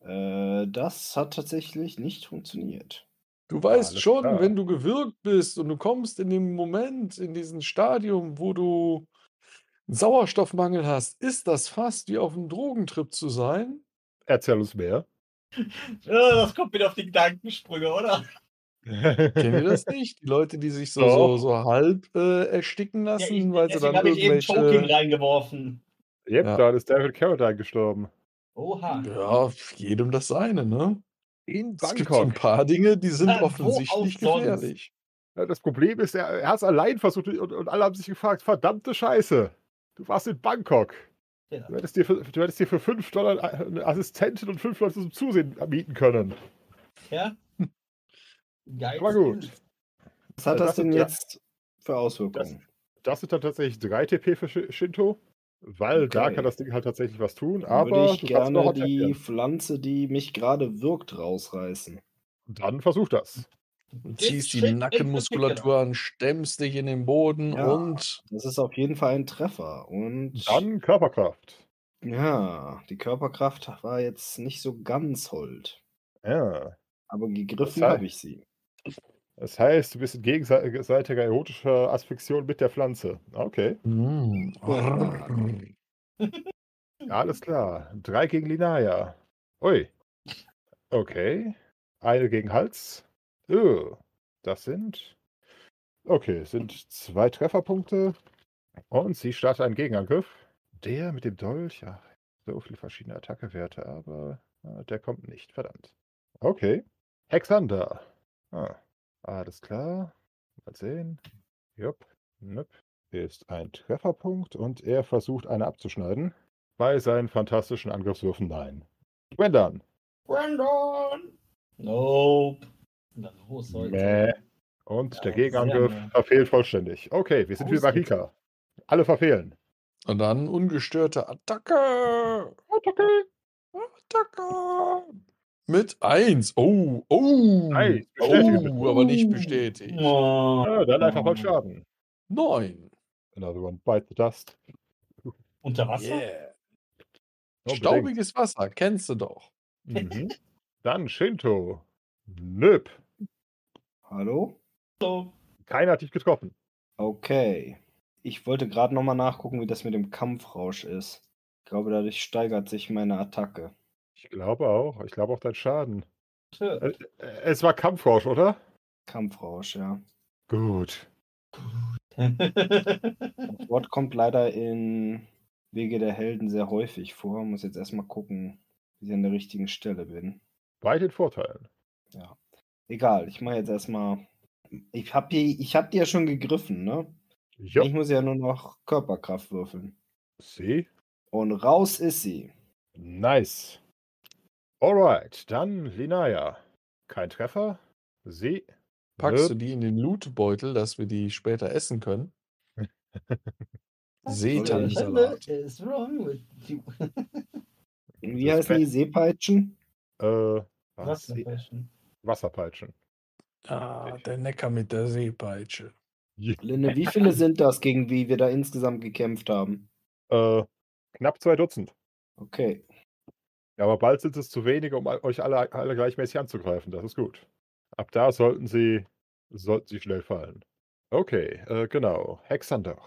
Speaker 2: Äh, das hat tatsächlich nicht funktioniert.
Speaker 4: Du weißt
Speaker 3: alles
Speaker 4: schon,
Speaker 3: klar.
Speaker 4: wenn du gewirkt bist und du kommst in dem Moment, in diesen Stadium, wo du einen Sauerstoffmangel hast, ist das fast wie auf einem Drogentrip zu sein.
Speaker 3: Erzähl uns mehr.
Speaker 5: Äh, das kommt wieder auf die Gedankensprünge, oder?
Speaker 4: Kennt ihr
Speaker 3: Kennt
Speaker 4: das nicht? Die Leute, die sich so, so,
Speaker 3: Doch.
Speaker 4: so halb äh, ersticken lassen,
Speaker 5: ich-
Speaker 4: weil sie
Speaker 5: deswegen
Speaker 4: also dann
Speaker 5: habe ich eben Joking
Speaker 4: irgendwelche...
Speaker 5: reingeworfen.
Speaker 3: Yep,
Speaker 4: Ja.
Speaker 3: da ist David Carradine gestorben.
Speaker 5: Oha.
Speaker 4: Ja, jedem das seine, ne?
Speaker 3: In
Speaker 4: Es gibt so ein paar Dinge, die sind
Speaker 5: Ja, wo auch
Speaker 4: offensichtlich
Speaker 5: sonst.
Speaker 4: gefährlich.
Speaker 3: Ja, Das Problem ist, er, er hat es allein versucht und, und alle haben sich gefragt, verdammte Scheiße, du warst in Bangkok.
Speaker 5: Ja.
Speaker 2: Genau.
Speaker 3: Du hättest dir für, du hättest dir für 5 Dollar eine Assistentin und 5 Leute zum Zusehen mieten können.
Speaker 5: Ja. Geil.
Speaker 3: Aber gut.
Speaker 2: Was hat
Speaker 3: Ja,
Speaker 2: das
Speaker 3: das
Speaker 2: denn
Speaker 3: ist ja-
Speaker 2: jetzt für Auswirkungen?
Speaker 3: Das sind dann tatsächlich 3 TP für Shi- Shinto, weil da
Speaker 2: Okay.
Speaker 3: kann das Ding halt tatsächlich was tun,
Speaker 2: Dann
Speaker 3: aber
Speaker 2: würde ich
Speaker 3: du kannst noch
Speaker 2: gerne
Speaker 3: Hot
Speaker 2: die
Speaker 3: Champion.
Speaker 2: Pflanze, die mich gerade wirkt, rausreißen.
Speaker 3: Dann versuch das.
Speaker 4: Du
Speaker 5: This
Speaker 4: ziehst
Speaker 5: shit
Speaker 4: die
Speaker 5: in
Speaker 4: Nackenmuskulatur an, stemmst dich in den Boden
Speaker 2: Ja.
Speaker 4: und
Speaker 2: Das ist auf jeden Fall ein Treffer. Und
Speaker 3: Dann Körperkraft.
Speaker 2: ja, die Körperkraft war jetzt nicht so ganz hold.
Speaker 3: Ja.
Speaker 2: Aber gegriffen
Speaker 3: Das heißt-
Speaker 2: habe ich sie.
Speaker 3: Das heißt, du bist in gegenseitiger erotischer Asphyxion mit der Pflanze. Okay,
Speaker 4: Mm.
Speaker 3: Oh.
Speaker 2: Ah.
Speaker 3: alles klar. 3 gegen Linaya. Ui. Okay. Eine gegen Hals. Oh, das sind. Okay, es sind zwei Trefferpunkte. Und sie startet einen Gegenangriff. Der mit dem Dolch. Ach, so viele verschiedene Attackewerte, aber äh, der kommt nicht. Verdammt. Okay. Hexander. Ah, alles klar. Mal sehen. Jupp. Nöp. Ist ein Trefferpunkt und er versucht, eine abzuschneiden. Bei seinen fantastischen Angriffswürfen nein. Gwendan.
Speaker 5: Brandon! Nope. Na, wo soll's?
Speaker 3: Mäh. Und
Speaker 5: Ja,
Speaker 3: der
Speaker 5: sehr
Speaker 3: Gegenangriff
Speaker 5: mäh.
Speaker 3: verfehlt vollständig. Okay, wir sind wie bei
Speaker 5: Ausgezeichnet.
Speaker 3: Rika. Alle verfehlen.
Speaker 4: Und dann ungestörte Attacke. Attacke. Attacke. Mit 1. Oh, oh.
Speaker 3: Nein, bestätige bitte.
Speaker 4: oh, aber nicht bestätigt.
Speaker 5: Oh.
Speaker 3: Ah, dann einfach mal Schaden.
Speaker 4: 9.
Speaker 3: Another one bite the dust.
Speaker 5: Unter Wasser?
Speaker 4: Yeah.
Speaker 3: Unbedingt.
Speaker 4: Staubiges Wasser, kennst du doch.
Speaker 3: Mhm. Dann Shinto. Nöp.
Speaker 2: Hallo?
Speaker 5: So.
Speaker 3: Keiner hat dich getroffen.
Speaker 2: Okay. Ich wollte gerade nochmal nachgucken, wie das mit dem Kampfrausch ist. Ich glaube, dadurch steigert sich meine Attacke.
Speaker 3: Ich glaube auch. Ich glaube auch dein Schaden.
Speaker 5: Tö.
Speaker 3: Äh, äh, Es war Kampfrausch, oder?
Speaker 2: Kampfrausch, ja.
Speaker 3: Gut.
Speaker 2: Das Wort kommt leider in Wege der Helden sehr häufig vor. Muss jetzt erstmal gucken, wie ich an der richtigen Stelle bin.
Speaker 3: Bei den Vorteilen.
Speaker 2: Egal, ich mache jetzt erstmal. Ich hab, hier, ich hab die ja schon gegriffen, ne?
Speaker 3: Ja,
Speaker 2: Ich muss ja nur noch Körperkraft würfeln.
Speaker 3: sie.
Speaker 2: Und raus ist sie.
Speaker 3: Nice. Alright, dann Linaya. Kein Treffer. Sie.
Speaker 4: Packst
Speaker 3: Nö.
Speaker 4: du die in den Lootbeutel, dass wir die später essen können? Seetannensalat.
Speaker 5: Is wrong with you?
Speaker 2: Wie
Speaker 3: Das
Speaker 2: heißen die Seepeitschen?
Speaker 3: Äh,
Speaker 5: Was?
Speaker 3: was? Wasserpeitschen.
Speaker 4: Ah, der Neckar mit der Seepeitsche.
Speaker 2: Linde, wie viele sind das, gegen wie wir da insgesamt gekämpft haben?
Speaker 3: Äh, knapp zwei Dutzend.
Speaker 2: Okay.
Speaker 3: Ja, aber bald sind es zu wenige, um euch alle, alle gleichmäßig anzugreifen. Das ist gut. Ab da sollten sie, sollten sie schnell fallen. Okay, äh, genau. Hexander.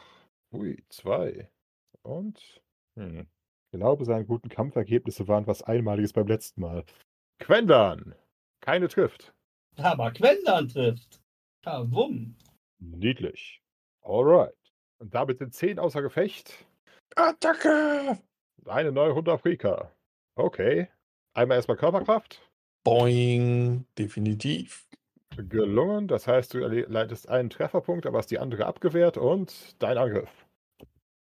Speaker 3: Ui, zwei. Und? Hm. Ich glaube, seine guten Kampfergebnisse waren was Einmaliges beim letzten Mal. Quendan. Keine trifft.
Speaker 5: Aber Quendan trifft. Kavum.
Speaker 3: Niedlich. Alright. Und damit sind zehn außer Gefecht.
Speaker 4: Attacke!
Speaker 3: Eine neue Runde Afrika. Okay. Einmal erstmal Körperkraft.
Speaker 4: Boing. Definitiv.
Speaker 3: Gelungen. Das heißt, du erle- leitest einen Trefferpunkt, aber hast die andere abgewehrt und dein Angriff.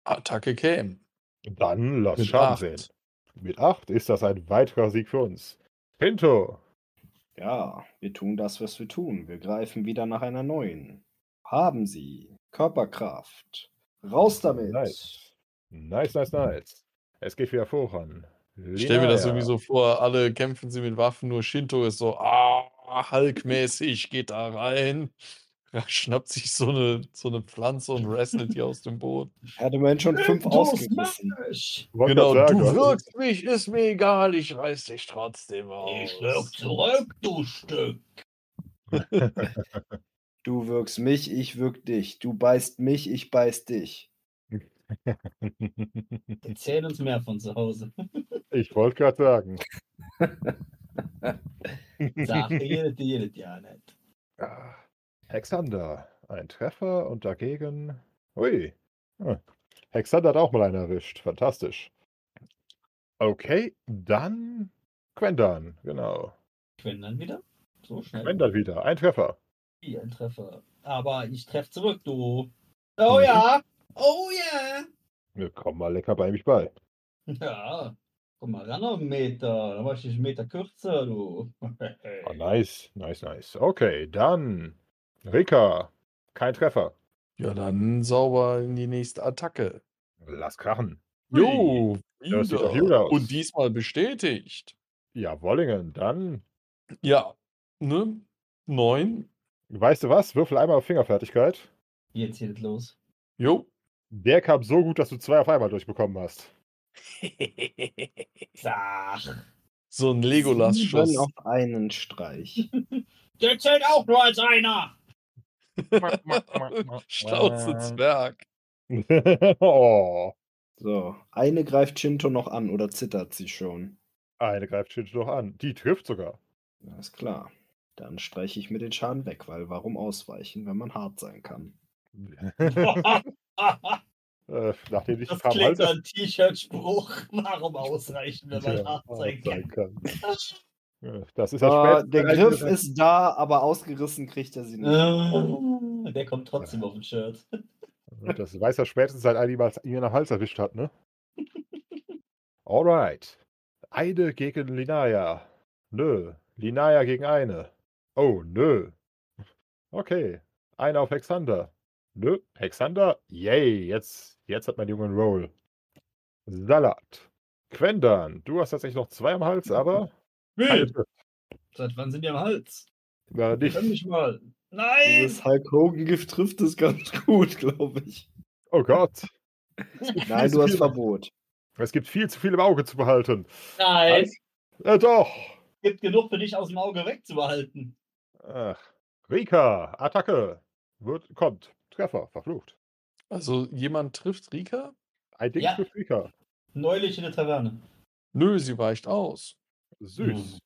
Speaker 4: Attacke käme.
Speaker 3: Dann lass
Speaker 4: Mit
Speaker 3: Schaden
Speaker 4: acht.
Speaker 3: sehen. Mit 8 ist das ein weiterer Sieg für uns. Pinto.
Speaker 2: Ja, wir tun das, was wir tun. Wir greifen wieder nach einer neuen. Haben Sie Körperkraft. Raus damit.
Speaker 3: Nice. Nice, nice, nice. Es geht wieder voran.
Speaker 4: Ich stelle mir das
Speaker 3: Linaya.
Speaker 4: irgendwie so vor, alle kämpfen sie mit Waffen, nur Shinto ist so, ah, Hulk-mäßig, geht da rein. Er schnappt sich so eine, so eine Pflanze und wrestelt die aus dem Boden.
Speaker 2: Er hat im Moment schon fünf ausgerissen.
Speaker 5: Ich
Speaker 3: Wollte
Speaker 4: genau,
Speaker 3: gerade sagen,
Speaker 4: du
Speaker 3: also,
Speaker 4: wirkst mich, ist mir egal, ich reiß dich trotzdem aus.
Speaker 5: wirk zurück, du Stück.
Speaker 2: Du wirkst mich, ich wirk dich. Du beißt mich, ich beiß dich.
Speaker 5: Erzähl uns mehr von zu Hause.
Speaker 3: Ich wollte gerade sagen.
Speaker 5: Sache jedes, jedes Jahr nicht.
Speaker 3: Ah, Hexander. Ein Treffer und dagegen. Ui. Ah, Hexander hat auch mal einen erwischt. Fantastisch. Okay, dann Quendan. Genau.
Speaker 5: Wenn dann wieder. So schnell.
Speaker 3: Quendan wieder. Ein Treffer.
Speaker 5: Wie ein Treffer. Aber ich treffe zurück, du. Oh ja. Oh ja.
Speaker 3: Ja, Ne, Komm mal lecker bei mich bei.
Speaker 5: Ja. Guck mal ran auf einen Meter. Dann war ich einen Meter kürzer, du.
Speaker 3: Ah, nice, nice, nice. Okay, dann Rika. Kein Treffer.
Speaker 4: Ja, dann sauber in die nächste Attacke.
Speaker 3: Lass krachen.
Speaker 4: Jo,
Speaker 3: das sieht doch gut
Speaker 4: wieder.
Speaker 3: aus.
Speaker 4: Und diesmal bestätigt.
Speaker 3: Ja, Wollingen, dann.
Speaker 4: Ja, ne? Neun.
Speaker 3: Weißt du was? Würfel einmal auf Fingerfertigkeit.
Speaker 5: Jetzt geht es los.
Speaker 4: Jo.
Speaker 3: Der kam so gut, dass du zwei auf einmal durchbekommen hast.
Speaker 5: Sach.
Speaker 4: so
Speaker 2: Sieben
Speaker 4: ein Legolas-Schuss.
Speaker 2: auf einen Streich.
Speaker 5: Der zählt auch nur als einer. Äh.
Speaker 4: Stauze Zwerg.
Speaker 3: oh,
Speaker 2: So, eine greift Shinto noch an oder zittert sie schon.
Speaker 3: eine greift Shinji noch an. Die trifft sogar.
Speaker 2: Alles klar. Dann streiche ich mir den Schaden weg, weil warum ausweichen, wenn man hart sein kann?
Speaker 5: das
Speaker 3: Äh, nachdem ich ein paar Mal
Speaker 5: klingt nach einem T-Shirt-Spruch. Warum ausreichen, wenn man hart sein kann?
Speaker 3: kann. Das ist ah, ja
Speaker 2: Äh,
Speaker 3: spät.
Speaker 2: der Griff ist da, aber ausgerissen kriegt er sie nicht.
Speaker 5: Äh. Ah, Der kommt trotzdem auf dem Shirt.
Speaker 3: Das weiß er spätestens, seit Ali mal ihn am Hals erwischt hat, ne? Alright. Eine gegen Linaya. Nö. Linaya gegen eine. Oh, nö. Okay. Eine auf Hexander. Nö. Hexander. Yay. Jetzt, jetzt hat mein Junge einen Roll. Salat. Quendan. Du hast tatsächlich noch zwei am Hals, aber. keine
Speaker 5: Wild.
Speaker 3: Tür.
Speaker 5: Seit wann sind die am Hals?
Speaker 3: Na,
Speaker 5: Können
Speaker 3: nicht.
Speaker 5: mich mal. Nein!
Speaker 2: Dieses Hulk Hogan-Gift trifft es ganz gut, glaube ich.
Speaker 3: Oh Gott.
Speaker 2: Nein, du hast Verbot.
Speaker 3: Es gibt viel zu viel im Auge zu behalten.
Speaker 5: Nein!
Speaker 3: Äh, doch.
Speaker 5: Gibt genug für dich aus dem Auge wegzubehalten.
Speaker 3: Ach. Äh, Rika, Attacke. Wird, kommt. Treffer, verflucht.
Speaker 4: Also jemand trifft Rika?
Speaker 3: Ein Ding
Speaker 5: Ja.
Speaker 3: trifft Rika.
Speaker 5: Neulich in der Taverne.
Speaker 4: Nö, sie weicht aus
Speaker 5: Hm.
Speaker 3: Süß.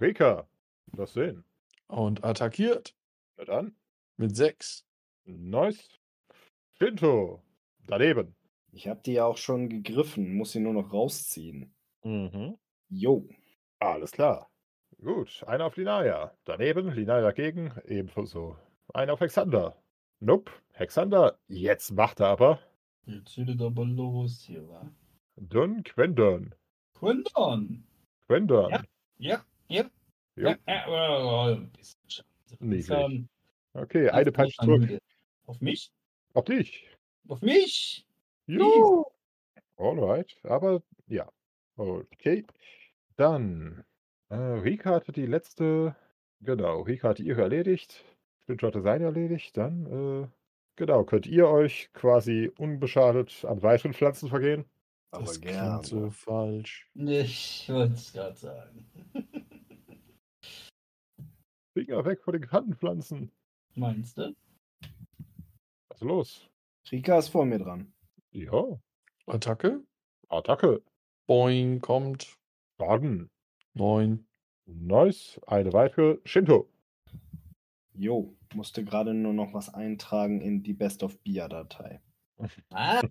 Speaker 3: Rika, das sehen.
Speaker 4: und attackiert
Speaker 3: Na dann.
Speaker 4: mit sechs.
Speaker 3: Nice. Shinto, daneben.
Speaker 2: Ich habe die ja auch schon gegriffen, muss sie nur noch rausziehen.
Speaker 5: Mhm.
Speaker 2: Jo.
Speaker 3: Alles klar. Gut, einer auf Linaya. Daneben, Linaya dagegen, ebenfalls so. Einer auf Hexander. Nope, Hexander, jetzt macht er aber.
Speaker 5: Jetzt geht es aber los hier, wa?
Speaker 3: Dünn Quendern.
Speaker 5: Quindon!
Speaker 3: Quendern.
Speaker 5: Ja. Ja, ja.
Speaker 3: Jo.
Speaker 5: Ja, ja, ja, ja, ein bisschen schon.
Speaker 3: Niedlich.
Speaker 5: Ähm,
Speaker 3: Okay, eine
Speaker 5: das
Speaker 3: Peitsche
Speaker 5: ist
Speaker 3: zurück.
Speaker 5: müde. Auf mich?
Speaker 3: Auf dich.
Speaker 5: Auf mich?
Speaker 3: Jo. Alright, aber ja. Okay. Dann. Äh, Rika hatte die letzte. Genau, Rika hatte ihre erledigt. Spincho hatte seine erledigt. Dann, äh, genau, könnt ihr euch quasi unbeschadet an weiteren Pflanzen vergehen.
Speaker 2: Aber
Speaker 4: das
Speaker 2: gerne. also.
Speaker 4: klingt so falsch.
Speaker 5: Ich wollte es gerade sagen.
Speaker 3: Finger weg von den bekannten Pflanzen.
Speaker 5: Meinst du?
Speaker 3: Was ist los?
Speaker 2: Rika ist vor mir dran.
Speaker 3: Ja,
Speaker 4: Attacke.
Speaker 3: Attacke.
Speaker 4: Boing, kommt.
Speaker 3: Schaden.
Speaker 4: Neun.
Speaker 3: Nice. Eine weitere. Shinto.
Speaker 2: Jo, musste gerade nur noch was eintragen in die Best of Bia-Datei.
Speaker 5: Ah,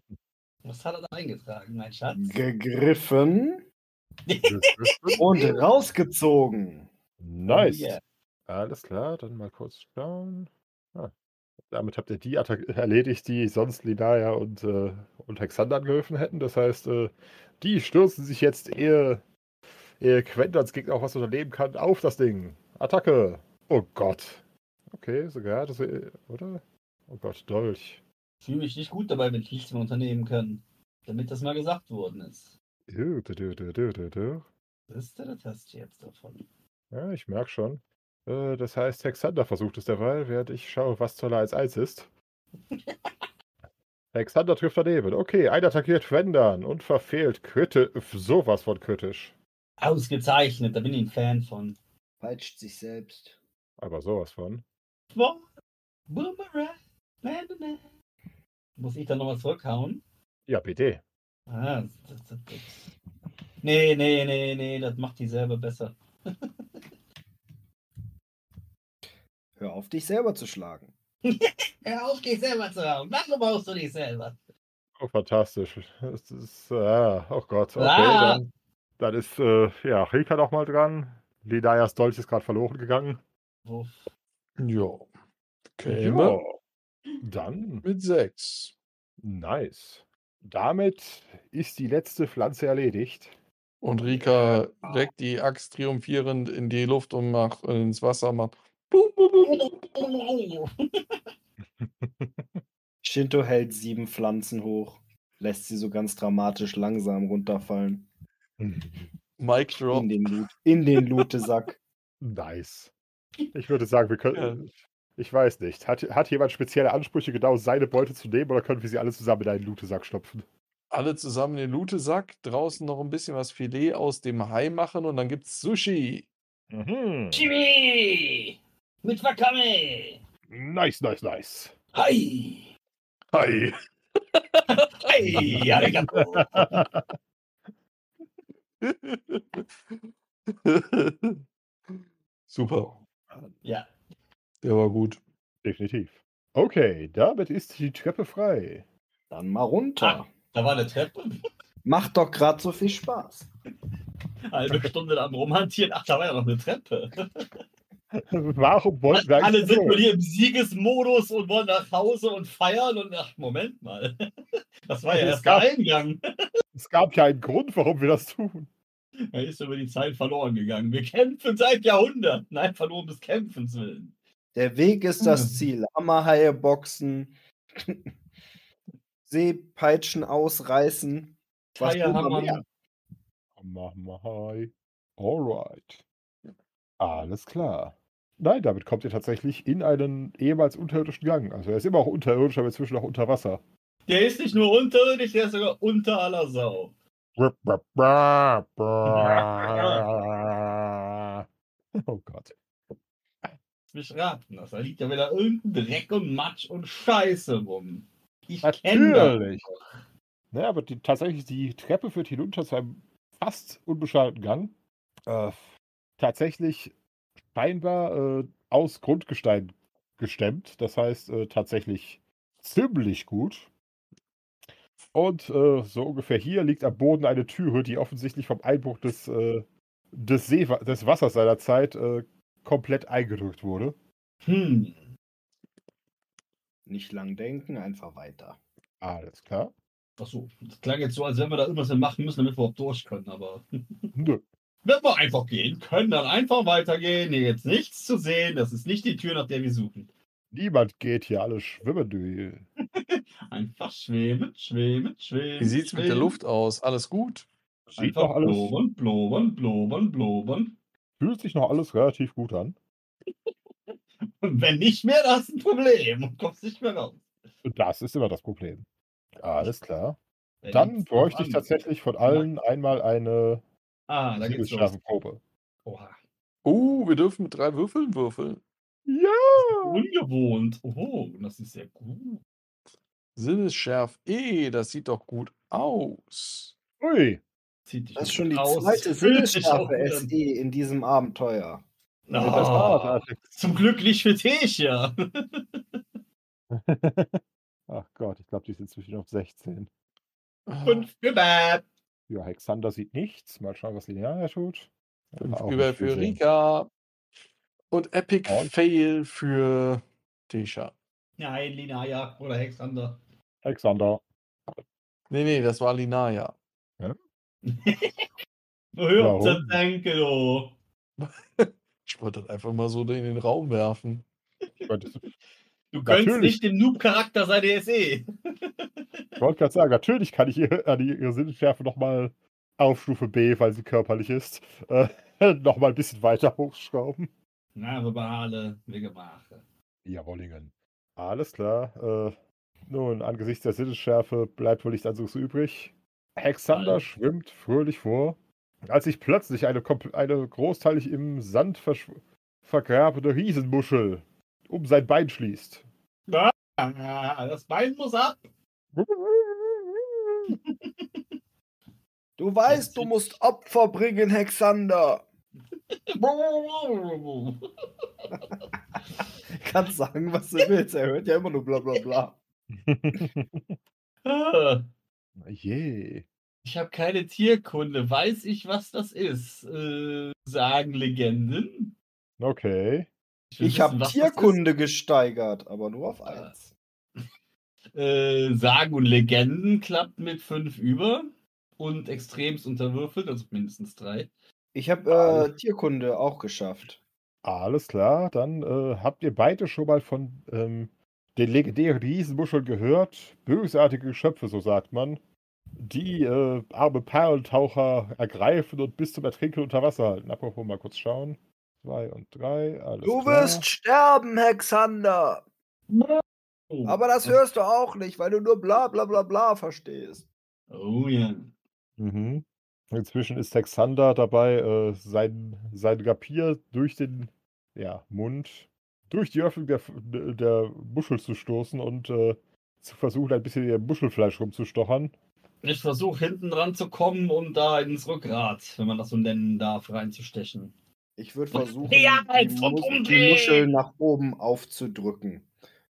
Speaker 5: was hat er da eingetragen, mein Schatz?
Speaker 2: Gegriffen und rausgezogen.
Speaker 3: Nice.
Speaker 5: Yeah.
Speaker 3: Alles klar, dann mal kurz schauen. Ah, damit habt ihr die Attac erledigt, die sonst Linaya und, äh, und Hexander geholfen hätten. Das heißt, äh, die stürzen sich jetzt eher, eher Quendans Gegner auch was unternehmen kann, auf das Ding. Attacke. Oh Gott. Okay, sogar, das, äh, oder? Oh Gott, Dolch.
Speaker 5: Ich fühle mich nicht gut dabei, wenn ich nichts mehr unternehmen kann. Damit das mal gesagt worden ist.
Speaker 3: Äh, dö, dö, dö, dö, dö, dö.
Speaker 5: Was ist denn das jetzt davon?
Speaker 3: Ja, ich merke schon. Äh, das heißt, Hexander versucht es derweil, während ich schaue, was zur als Eis ist. Hexander trifft daneben. Okay, einer attackiert Fendern und verfehlt Kritte, sowas von kritisch.
Speaker 5: Ausgezeichnet, da bin ich ein Fan von.
Speaker 2: Peitscht sich selbst.
Speaker 3: Aber sowas von.
Speaker 5: Boomerang, na, na, na. Muss ich dann nochmal zurückhauen?
Speaker 3: Ja, bitte.
Speaker 5: Ah, das, das, das. Nee, nee, nee, nee, das macht die selber besser.
Speaker 2: Hör auf, dich selber zu schlagen.
Speaker 5: Hör auf, dich selber zu hauen. Warum brauchst du dich selber?
Speaker 3: Oh, fantastisch. Das ist, ah, oh Gott. Okay,
Speaker 5: Ah.
Speaker 3: dann, dann ist, äh, ja, Rika noch mal dran. Lidayas Dolch ist gerade verloren gegangen.
Speaker 5: Wuff.
Speaker 4: Ja.
Speaker 3: Ja.
Speaker 4: Käme
Speaker 3: Dann
Speaker 4: mit 6.
Speaker 3: Nice. Damit ist die letzte Pflanze erledigt.
Speaker 4: Und Rika reckt die Axt triumphierend in die Luft und macht äh, ins Wasser macht. Blub, blub, blub, blub.
Speaker 5: Oh,
Speaker 2: Shinto hält sieben Pflanzen hoch, lässt sie so ganz dramatisch langsam runterfallen.
Speaker 4: Mic drop.
Speaker 2: In den, Loot, in den Lootesack.
Speaker 3: Nice.
Speaker 5: Hm.
Speaker 3: Ich würde sagen, wir können. Ich weiß nicht. Hat, hat jemand spezielle Ansprüche, genau seine Beute zu nehmen, oder können wir sie alle zusammen in einen Lutesack stopfen?
Speaker 4: Alle zusammen in den Lutesack. Draußen noch ein bisschen was Filet aus dem Hai machen und dann gibt's Sushi.
Speaker 5: Mhm. Chibi! Mit Wakame!
Speaker 3: Nice, nice, nice.
Speaker 5: Hi!
Speaker 4: Hi.
Speaker 5: Hi! Arigato!
Speaker 4: Super.
Speaker 5: Ja.
Speaker 4: Der war gut.
Speaker 3: Definitiv. Okay, damit ist die Treppe frei.
Speaker 2: Dann mal runter.
Speaker 5: Da war eine Treppe.
Speaker 2: Macht doch gerade so viel Spaß.
Speaker 5: Halbe Stunde am Romantieren. Ach, da war ja noch eine Treppe.
Speaker 3: Warum wollten wir
Speaker 5: Alle
Speaker 3: eigentlich
Speaker 5: sind wohl
Speaker 3: zurück?
Speaker 5: hier im Siegesmodus und wollen nach Hause und feiern und ach, Moment mal. Das war ja
Speaker 3: Es
Speaker 5: erst der
Speaker 3: gab-
Speaker 5: Eingang.
Speaker 3: Es gab ja einen Grund, warum wir das tun.
Speaker 5: Er ist über die Zeit verloren gegangen. Wir kämpfen seit Jahrhunderten, einfach nur um des Kämpfens willen.
Speaker 2: Der Weg ist
Speaker 5: Mhm.
Speaker 2: das Ziel. Hammerhaie boxen, Seepeitschen ausreißen. Was will man
Speaker 5: Feierhammer.
Speaker 2: mehr?
Speaker 3: Oh, Mach mal hi. Alright. Alles klar. Nein, damit kommt ihr tatsächlich in einen ehemals unterirdischen Gang. Also er ist immer auch unterirdisch, aber inzwischen auch unter Wasser.
Speaker 5: Der ist nicht nur unterirdisch, der ist sogar unter aller Sau.
Speaker 3: Oh Gott.
Speaker 5: Lass Mich raten, das da liegt ja wieder irgendein Dreck und Matsch und Scheiße rum. Ich kenne das.
Speaker 3: Natürlich. Naja, aber die, tatsächlich, die Treppe führt hinunter zu einem fast unbeschadeten Gang. Äh, tatsächlich scheinbar äh, aus Grundgestein gestemmt. Das heißt äh, tatsächlich ziemlich gut. Und äh, so ungefähr hier liegt am Boden eine Türe, die offensichtlich vom Einbruch des, äh, des, See des Wassers seiner Zeit äh, komplett eingedrückt wurde.
Speaker 5: Hm.
Speaker 2: Nicht lang denken, einfach weiter.
Speaker 3: Alles klar.
Speaker 5: Achso, das klang jetzt so, als wenn wir da irgendwas machen müssen, damit wir überhaupt durch können, aber.
Speaker 3: Nö.
Speaker 5: Wenn wir einfach gehen können, dann einfach weitergehen. Hier jetzt nichts zu sehen. Das ist nicht die Tür, nach der wir suchen.
Speaker 3: Niemand geht hier, alle schwimmen. Die.
Speaker 5: Einfach schweben, schweben, schweben.
Speaker 4: Wie sieht's mit der
Speaker 5: schweben.
Speaker 4: Luft aus? Alles gut?
Speaker 3: Sieht
Speaker 5: Einfach
Speaker 3: doch alles,
Speaker 5: blobern, blobern, blobern, blobern.
Speaker 3: fühlt sich noch alles relativ gut an.
Speaker 5: Und wenn nicht mehr, da hast du ein Problem und kommst nicht mehr raus.
Speaker 3: Und Das ist immer das Problem. Alles klar.
Speaker 5: Da
Speaker 3: Dann
Speaker 5: liegt's drauf
Speaker 3: bräuchte ich
Speaker 5: an.
Speaker 3: tatsächlich von allen einmal eine
Speaker 5: Ah, da geht's los.
Speaker 3: Siegelscharfenprobe.
Speaker 5: Oha.
Speaker 4: Oh, wir dürfen mit drei Würfeln würfeln.
Speaker 3: Ja!
Speaker 5: Ungewohnt. Oh, das ist sehr gut.
Speaker 4: Sinnesschärf E, das sieht doch gut aus.
Speaker 3: Ui!
Speaker 5: Zieht dich
Speaker 2: Das ist
Speaker 5: gut
Speaker 2: schon die
Speaker 5: aus,
Speaker 2: zweite E
Speaker 5: füllt dich
Speaker 2: Sinnesstrafe
Speaker 5: auf.
Speaker 2: SE in diesem Abenteuer. Also
Speaker 3: also Das war's,
Speaker 5: Ah,
Speaker 3: Alex.
Speaker 5: zum Glück nicht für dich, ja.
Speaker 3: Ach Gott, ich glaube, die ist inzwischen auf 16.
Speaker 4: Fünf
Speaker 5: Fünf gebab.
Speaker 3: Ja, Hexander sieht nichts. Mal schauen, was Linear tut. Hat er auch
Speaker 4: über
Speaker 3: nicht
Speaker 4: für
Speaker 3: gesehen.
Speaker 4: Rika. Und Epic
Speaker 3: Und?
Speaker 4: Fail für Tisha.
Speaker 5: Nein, Lina, ja. Oder Hexander.
Speaker 3: Hexander.
Speaker 4: Nee, nee, Ne, das war Linaya.
Speaker 5: Hört
Speaker 3: Warum?
Speaker 5: danke, du.
Speaker 4: Ich wollte das einfach mal so in den Raum werfen.
Speaker 3: Ich wollte ich
Speaker 5: Du könntest
Speaker 3: Natürlich.
Speaker 5: nicht dem Noob-Charakter E. sein, der SE.
Speaker 3: wollte gerade sagen, natürlich kann ich ihre, an ihre Sinnesschärfe nochmal auf Stufe B, weil sie körperlich ist, äh, nochmal ein bisschen weiter hochschrauben.
Speaker 5: Narvebale, Wegemache.
Speaker 3: Jawollingen. Alles klar. Äh, nun, angesichts der Sinnesschärfe bleibt wohl nichts anderes übrig. Hexander
Speaker 5: Nein.
Speaker 3: schwimmt fröhlich vor, als sich plötzlich eine, kompl- eine großteilig im Sand verschw- vergrabene Riesenmuschel um sein Bein schließt.
Speaker 5: Ah, Das Bein muss ab.
Speaker 2: Du weißt, du musst Opfer bringen, Hexander. Kannst sagen, was du willst. Er hört ja immer nur bla bla bla.
Speaker 5: Ah,
Speaker 3: Je.
Speaker 5: Ich habe keine Tierkunde. Weiß ich, was das ist? Äh, sagen Legenden.
Speaker 3: Okay.
Speaker 5: will
Speaker 2: Ich habe
Speaker 5: wissen, was das
Speaker 2: Tierkunde gesteigert, aber nur auf eins.
Speaker 5: ist. Äh, sagen und Legenden klappt mit fünf über und extremst unterwürfelt, also mindestens drei.
Speaker 2: Ich habe äh, Tierkunde auch geschafft.
Speaker 3: Alles klar, dann äh, habt ihr beide schon mal von ähm, den legendären Riesenmuscheln gehört. Bösartige Geschöpfe, so sagt man, die äh, arme Perlentaucher ergreifen und bis zum Ertrinken unter Wasser halten. Apropos mal kurz schauen. Zwei und drei, alles
Speaker 2: Du
Speaker 3: klar.
Speaker 2: wirst sterben, Hexander.
Speaker 5: Oh,
Speaker 2: Aber das hörst du auch nicht, weil du nur bla bla bla bla verstehst.
Speaker 5: oh ja.
Speaker 3: Mhm. Inzwischen ist Hexander dabei, äh, sein, sein Rapier durch den ja, Mund, durch die Öffnung der, F- de- der Muschel zu stoßen und äh, zu versuchen, ein bisschen ihr Muschelfleisch rumzustochern.
Speaker 5: Ich versuche hinten dran zu kommen und da ins Rückgrat, wenn man das so nennen darf, reinzustechen.
Speaker 2: Ich würde
Speaker 5: Und
Speaker 2: versuchen,
Speaker 5: ja,
Speaker 2: die,
Speaker 5: jetzt und
Speaker 2: Mus die
Speaker 5: umdrehen.
Speaker 2: Muschel nach oben aufzudrücken,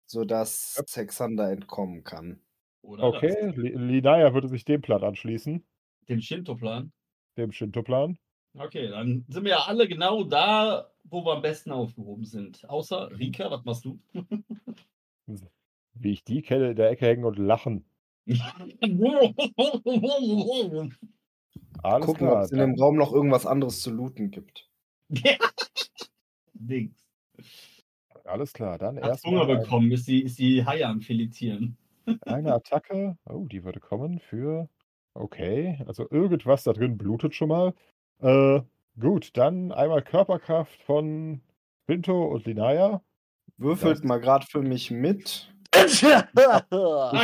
Speaker 2: sodass Hexander entkommen kann.
Speaker 5: Oder
Speaker 3: Okay, Li- Linaya würde sich dem Plan anschließen,
Speaker 5: das. Dem Shinto-Plan.
Speaker 3: dem Shinto-Plan.
Speaker 5: Okay, dann sind wir ja alle genau da, wo wir am besten aufgehoben sind. Außer Rika, was machst du?
Speaker 3: Wie ich die kenne, in der Ecke hängen und lachen. Alles
Speaker 2: Gucken, ob
Speaker 3: klar.
Speaker 2: es in dem
Speaker 3: Dann,
Speaker 2: Raum noch irgendwas anderes zu looten gibt.
Speaker 5: Dings.
Speaker 3: alles klar, dann
Speaker 5: Hat Hunger
Speaker 3: erstmal ein,
Speaker 5: bekommen, ist die, ist die Haie am Filetieren.
Speaker 3: eine Attacke. Oh, die würde kommen für. Okay, also irgendwas da drin blutet schon mal. Äh, gut, dann einmal Körperkraft von Pinto und Linaya.
Speaker 2: Würfelt
Speaker 3: Das-
Speaker 2: mal gerade für mich mit. Ich
Speaker 5: Ach,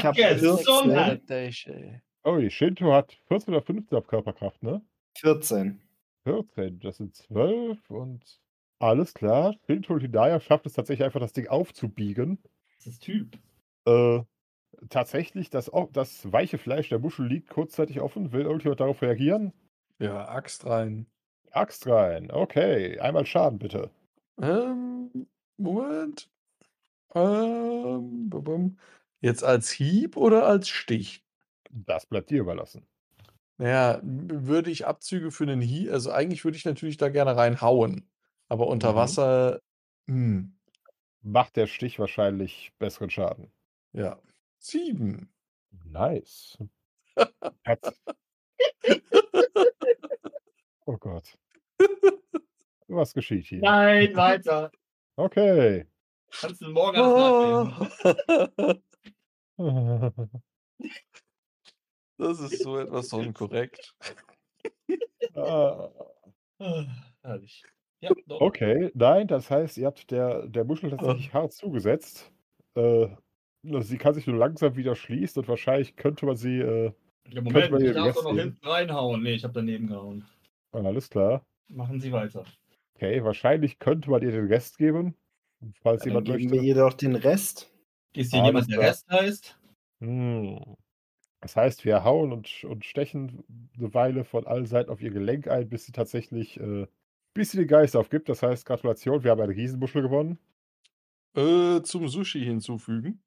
Speaker 2: habe
Speaker 5: yes, Sonne.
Speaker 2: 14.
Speaker 3: Oh, die Shinto hat 14 oder 15 auf Körperkraft, ne?
Speaker 2: 14.
Speaker 3: 14, das sind 12 und alles klar. Shinto und Linaya schafft es tatsächlich einfach, das Ding aufzubiegen.
Speaker 5: Das ist Typ.
Speaker 3: Äh, tatsächlich, das, au- das weiche Fleisch der Muschel liegt kurzzeitig offen. Will irgendjemand darauf reagieren?
Speaker 4: Ja, Axt rein.
Speaker 3: Axt rein. Okay, einmal Schaden bitte.
Speaker 4: Ähm, Moment. Ähm, bum, bum. jetzt als Hieb oder als Stich?
Speaker 3: Das bleibt dir überlassen.
Speaker 4: Naja, m- würde ich Abzüge für einen Hieb, also eigentlich würde ich natürlich da gerne reinhauen, aber unter
Speaker 3: Mhm.
Speaker 4: Wasser, hm,
Speaker 3: Macht der Stich wahrscheinlich besseren Schaden.
Speaker 4: ja. Sieben.
Speaker 3: Nice. Tats- oh Gott. Was geschieht hier?
Speaker 5: Nein, weiter.
Speaker 3: Okay.
Speaker 5: Kannst du morgen alles
Speaker 3: Ah.
Speaker 5: nachlesen.
Speaker 4: das ist so etwas unkorrekt.
Speaker 3: Ah,
Speaker 5: Ah, Herrlich. Ja, doch.
Speaker 3: okay, nein, das heißt, ihr habt der, der Muschel
Speaker 2: Äh.
Speaker 3: tatsächlich hart zugesetzt. Äh, sie kann sich nur langsam wieder schließen und wahrscheinlich könnte man sie äh, Könnte
Speaker 5: Ja,
Speaker 3: man
Speaker 5: Moment, ich
Speaker 3: hier
Speaker 5: darf doch noch
Speaker 3: gehen.
Speaker 5: hinten reinhauen. Nee, ich habe daneben gehauen.
Speaker 3: oh Alles klar.
Speaker 5: Machen Sie weiter.
Speaker 3: Okay, wahrscheinlich könnte man ihr den Rest geben, falls
Speaker 2: Ja, dann
Speaker 3: jemand
Speaker 2: geben
Speaker 3: möchte.
Speaker 2: wir jedoch den Rest.
Speaker 5: Ist hier
Speaker 3: Alles
Speaker 5: jemand, der
Speaker 3: klar.
Speaker 5: Rest heißt?
Speaker 3: Hm. Das heißt, wir hauen und, und stechen eine Weile von allen Seiten auf ihr Gelenk ein, bis sie tatsächlich, äh, bis sie den Geist aufgibt. Das heißt, Gratulation, wir haben eine Riesenmuschel gewonnen.
Speaker 4: Äh, zum Sushi hinzufügen.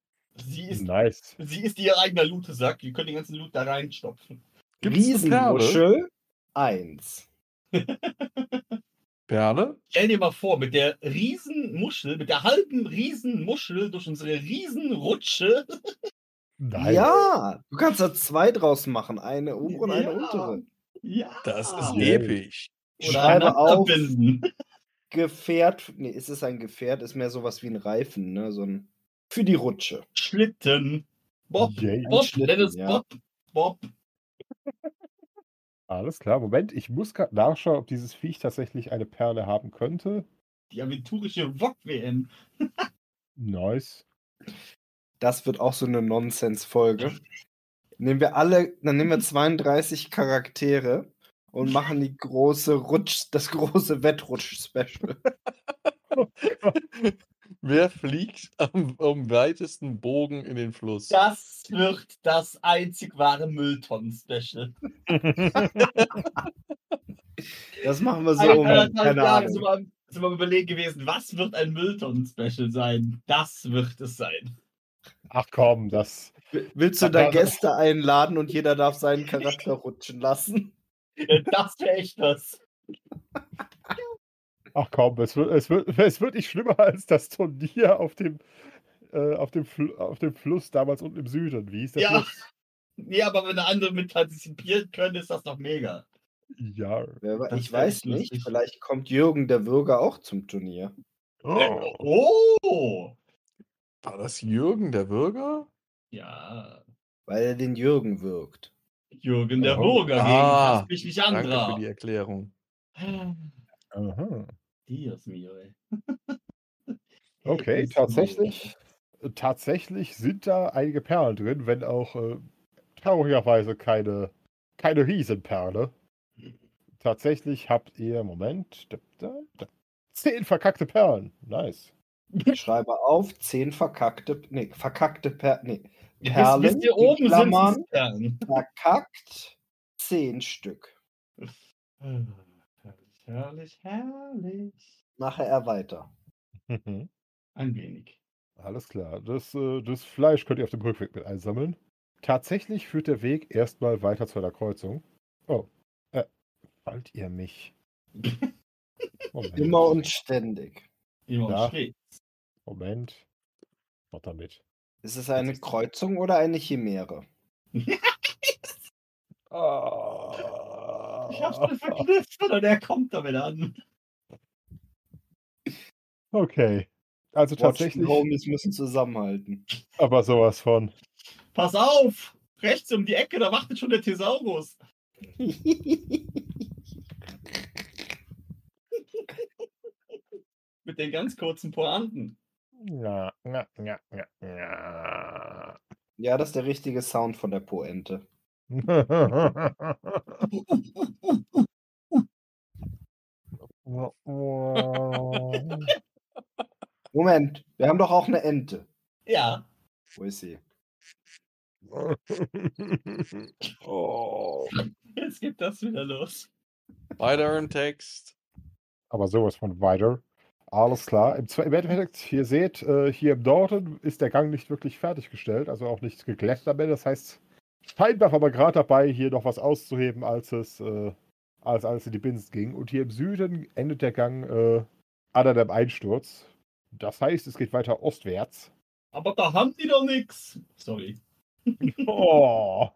Speaker 5: Sie ist,
Speaker 3: Nice.
Speaker 5: sie ist ihr eigener Lootesack. Wir können den ganzen Loot da reinstopfen.
Speaker 4: Gibt's eine Perle?
Speaker 2: Riesenmuschel 1.
Speaker 4: Perle?
Speaker 5: Stell dir mal vor, mit der Riesenmuschel, mit der halben Riesenmuschel durch unsere Riesenrutsche.
Speaker 3: Nice.
Speaker 2: Ja, du kannst da zwei draus machen. Eine obere und eine
Speaker 5: Ja.
Speaker 2: untere.
Speaker 5: Ja.
Speaker 4: Das ist
Speaker 3: Yay.
Speaker 4: episch.
Speaker 2: Ich schreibe auf.
Speaker 5: verbinden.
Speaker 2: Gefährt, nee, ist es ein Gefährt, ist mehr sowas wie ein Reifen, ne? So ein für die Rutsche.
Speaker 5: Schlitten. Bob,
Speaker 3: Yay.
Speaker 5: Bob,
Speaker 2: Schlitten,
Speaker 5: Dennis,
Speaker 2: ja.
Speaker 5: Bob, Bob.
Speaker 3: Alles klar. Moment, ich muss gerade nachschauen, ob dieses Viech tatsächlich eine Perle haben könnte.
Speaker 5: Die aventurische Wok-WM.
Speaker 3: Nice.
Speaker 2: Das wird auch so eine Nonsens-Folge. Nehmen wir alle, dann nehmen wir 32 Charaktere und machen die große Rutsch, das große Wettrutsch-Special.
Speaker 4: Wer fliegt am, am weitesten Bogen in den Fluss?
Speaker 5: Das wird das einzig wahre Mülltonnen-Special.
Speaker 2: Das machen wir so.
Speaker 5: Seit
Speaker 2: um,
Speaker 5: anderthalb
Speaker 2: keine
Speaker 5: Jahren sind
Speaker 2: Ahnung.
Speaker 5: wir, am- sind wir am überlegen gewesen, was wird ein Mülltonnen-Special sein? Das wird es sein.
Speaker 3: Ach komm, das.
Speaker 2: Willst du da Gäste einladen und jeder darf seinen Charakter rutschen lassen?
Speaker 5: Äh, Das wäre echt was.
Speaker 3: Ach komm, es wird, es wird, es wird nicht schlimmer als das Turnier auf dem, äh, auf dem, Fl auf dem Fluss damals unten im Süden. Wie hieß der
Speaker 5: Ja.
Speaker 3: Fluss?
Speaker 5: Nee, aber wenn andere mit partizipieren können, ist das doch mega.
Speaker 3: Ja.
Speaker 2: Wer wei-
Speaker 5: Das
Speaker 2: Ich
Speaker 5: wär
Speaker 2: weiß
Speaker 5: echt
Speaker 2: nicht,
Speaker 5: lustig.
Speaker 2: vielleicht kommt Jürgen der Bürger auch zum Turnier.
Speaker 3: Oh.
Speaker 5: Oh!
Speaker 4: War das Jürgen der Bürger?
Speaker 5: Ja.
Speaker 2: Weil er den Jürgen wirkt.
Speaker 5: Jürgen der
Speaker 3: Oh.
Speaker 5: Burger
Speaker 4: Ah.
Speaker 5: gegen mich nicht
Speaker 4: Danke für die
Speaker 5: andere.
Speaker 4: Erklärung.
Speaker 3: Aha.
Speaker 5: Dios mio, ey.
Speaker 3: Okay,
Speaker 5: Dios
Speaker 3: tatsächlich, äh, tatsächlich sind da einige Perlen drin, wenn auch äh, traurigerweise keine, keine Riesenperle. Tatsächlich habt ihr, Moment, da, da, da, zehn verkackte Perlen. Nice.
Speaker 2: Ich schreibe auf, zehn verkackte, nee, verkackte Per, nee,
Speaker 5: mio.
Speaker 2: Perlen,
Speaker 5: Bis, bis wir
Speaker 2: in
Speaker 5: oben
Speaker 2: Klammern.
Speaker 5: sind, sind
Speaker 2: verkackt, zehn Stück.
Speaker 5: Perlen. Herrlich, herrlich, herrlich.
Speaker 2: Nachher er weiter.
Speaker 5: Ein wenig.
Speaker 3: Alles klar. Das, äh, das Fleisch könnt ihr auf dem Rückweg mit einsammeln. Tatsächlich führt der Weg erstmal weiter zu einer Kreuzung. Oh. Äh, fallt ihr mich? Moment.
Speaker 2: Immer und ständig.
Speaker 5: Immer
Speaker 3: Ja.
Speaker 5: steht.
Speaker 3: Moment. Was damit?
Speaker 2: Ist es eine Kreuzung oder eine Chimäre?
Speaker 3: Ah.
Speaker 5: Ich hab's mir verkniffen und er kommt damit an.
Speaker 3: Okay. Also
Speaker 2: Tatsächlich.
Speaker 3: tatsächlich,
Speaker 2: Homies müssen zusammenhalten.
Speaker 3: aber sowas von.
Speaker 5: Pass auf! Rechts um die Ecke, da wartet schon der Thesaurus. Mit den ganz kurzen Pointen.
Speaker 3: Ja, ja, ja, ja, ja.
Speaker 2: ja, das ist der richtige Sound von der Poente. Moment, wir haben doch auch eine Ente.
Speaker 5: Ja.
Speaker 2: Wo ist sie?
Speaker 4: Oh.
Speaker 5: Jetzt geht das wieder los.
Speaker 4: Weiter im Text.
Speaker 3: aber sowas von weiter. Alles klar. Im, Zwe- im Endeffekt, ihr seht, äh, hier im Norden ist der Gang nicht wirklich fertiggestellt, also auch nicht geglättet am Ende. Das heißt, scheinbar war man gerade dabei, hier noch was auszuheben, als es äh, als alles in die Binsen ging. Und hier im Süden endet der Gang äh, an einem Einsturz. Das heißt, es geht weiter ostwärts.
Speaker 5: Aber da haben die doch nix. Sorry.
Speaker 3: Oh.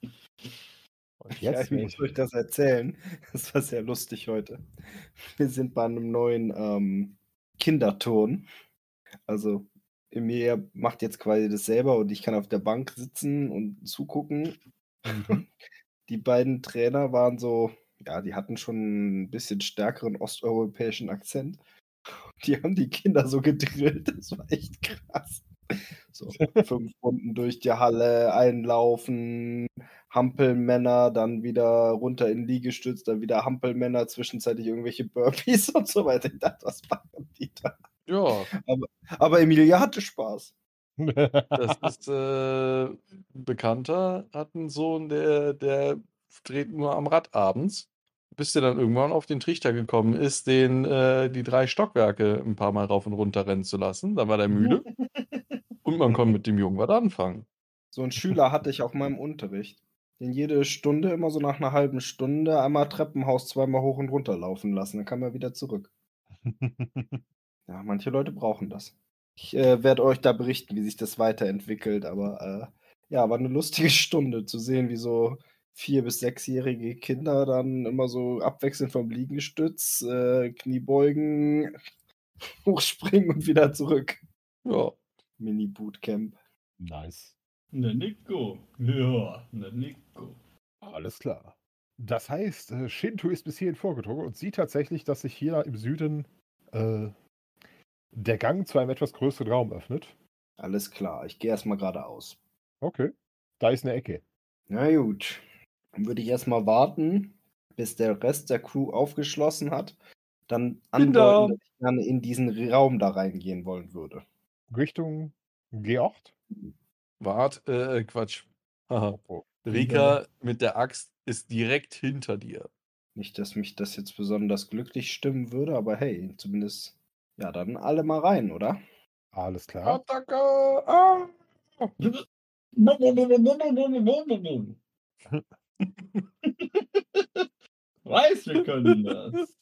Speaker 3: Und
Speaker 2: Ja,
Speaker 3: jetzt
Speaker 2: ich muss euch das erzählen. Das war sehr lustig heute. Wir sind bei einem neuen ähm, Kinderturn. Also Emilia macht jetzt quasi das selber und ich kann auf der Bank sitzen und zugucken. Die beiden Trainer waren so, ja, die hatten schon ein bisschen stärkeren osteuropäischen Akzent. Die haben die Kinder so gedrillt, das war echt krass. So, fünf Runden durch die Halle, einlaufen, Hampelmänner, dann wieder runter in Liegestütz, dann wieder Hampelmänner, zwischenzeitlich irgendwelche Burpees und so weiter. Ich dachte, was machen die da?
Speaker 4: Ja,
Speaker 2: Aber Emilia hatte Spaß.
Speaker 4: das ist äh, ein Bekannter, hat einen Sohn, der, der dreht nur am Rad abends, bis der dann irgendwann auf den Trichter gekommen ist, den äh, die drei Stockwerke ein paar Mal rauf und runter rennen zu lassen. Dann war der müde und man konnte mit dem Jungen was anfangen.
Speaker 2: So einen Schüler hatte ich auf meinem Unterricht, den jede Stunde, immer so nach einer halben Stunde, einmal Treppenhaus zweimal hoch und runter laufen lassen. Dann kam er wieder zurück. Ja, manche Leute brauchen das. Ich äh, werde euch da berichten, wie sich das weiterentwickelt, aber äh, ja, war eine lustige Stunde zu sehen, wie so vier- bis sechsjährige Kinder dann immer so abwechselnd vom Liegestütz, äh, Kniebeugen, hochspringen und wieder zurück.
Speaker 4: Ja,
Speaker 2: Mini-Bootcamp.
Speaker 3: nice.
Speaker 5: Ne Nico. Ja, ne Nico.
Speaker 3: Alles klar. Das heißt, äh, Shinto ist bis hierhin vorgedrungen und sieht tatsächlich, dass sich hier im Süden äh, der Gang zu einem etwas größeren Raum öffnet.
Speaker 2: Alles klar, ich gehe erstmal geradeaus.
Speaker 3: Okay. Da ist eine Ecke.
Speaker 2: Na gut. Dann würde ich erstmal warten, bis der Rest der Crew aufgeschlossen hat. Dann
Speaker 4: Bin da.
Speaker 2: andeuten, dass ich gerne in diesen Raum da reingehen wollen würde.
Speaker 3: Richtung G8.
Speaker 4: Wart, äh, Quatsch. Haha.
Speaker 3: Oh.
Speaker 4: Rika ne? mit der Axt ist direkt hinter dir.
Speaker 2: Nicht, dass mich das jetzt besonders glücklich stimmen würde, aber hey, zumindest. Ja, dann alle mal rein, oder?
Speaker 3: Alles klar.
Speaker 4: Attacke! Ah!
Speaker 5: Weiß, wir können das.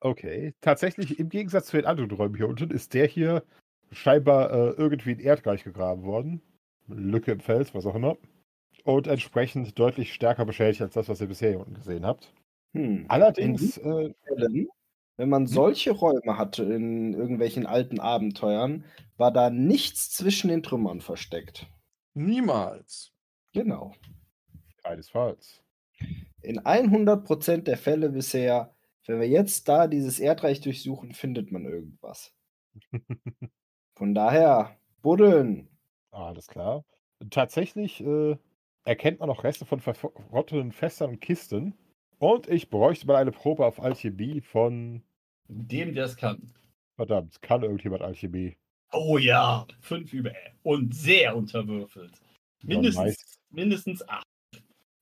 Speaker 3: Okay. Tatsächlich, im Gegensatz zu den anderen Räumen hier unten, ist der hier scheinbar äh, irgendwie in Erdreich gegraben worden. Lücke im Fels, was auch immer. Und entsprechend deutlich stärker beschädigt als das, was ihr bisher hier unten gesehen habt.
Speaker 2: Hm.
Speaker 3: Allerdings, äh,
Speaker 2: Fällen, wenn man solche Räume hatte in irgendwelchen alten Abenteuern, war da nichts zwischen den Trümmern versteckt.
Speaker 4: Niemals.
Speaker 2: Genau.
Speaker 3: keinesfalls.
Speaker 2: In 100% der Fälle bisher, wenn wir jetzt da dieses Erdreich durchsuchen, findet man irgendwas. Von daher, buddeln.
Speaker 3: Alles klar. Tatsächlich äh, erkennt man noch Reste von verrotteten Fässern und Kisten. Und ich bräuchte mal eine Probe auf Alchemie von.
Speaker 5: Dem, der es kann.
Speaker 3: Verdammt, kann irgendjemand Alchemie?
Speaker 5: Oh ja, fünf über und sehr unterwürfelt. Mindestens, mindestens acht.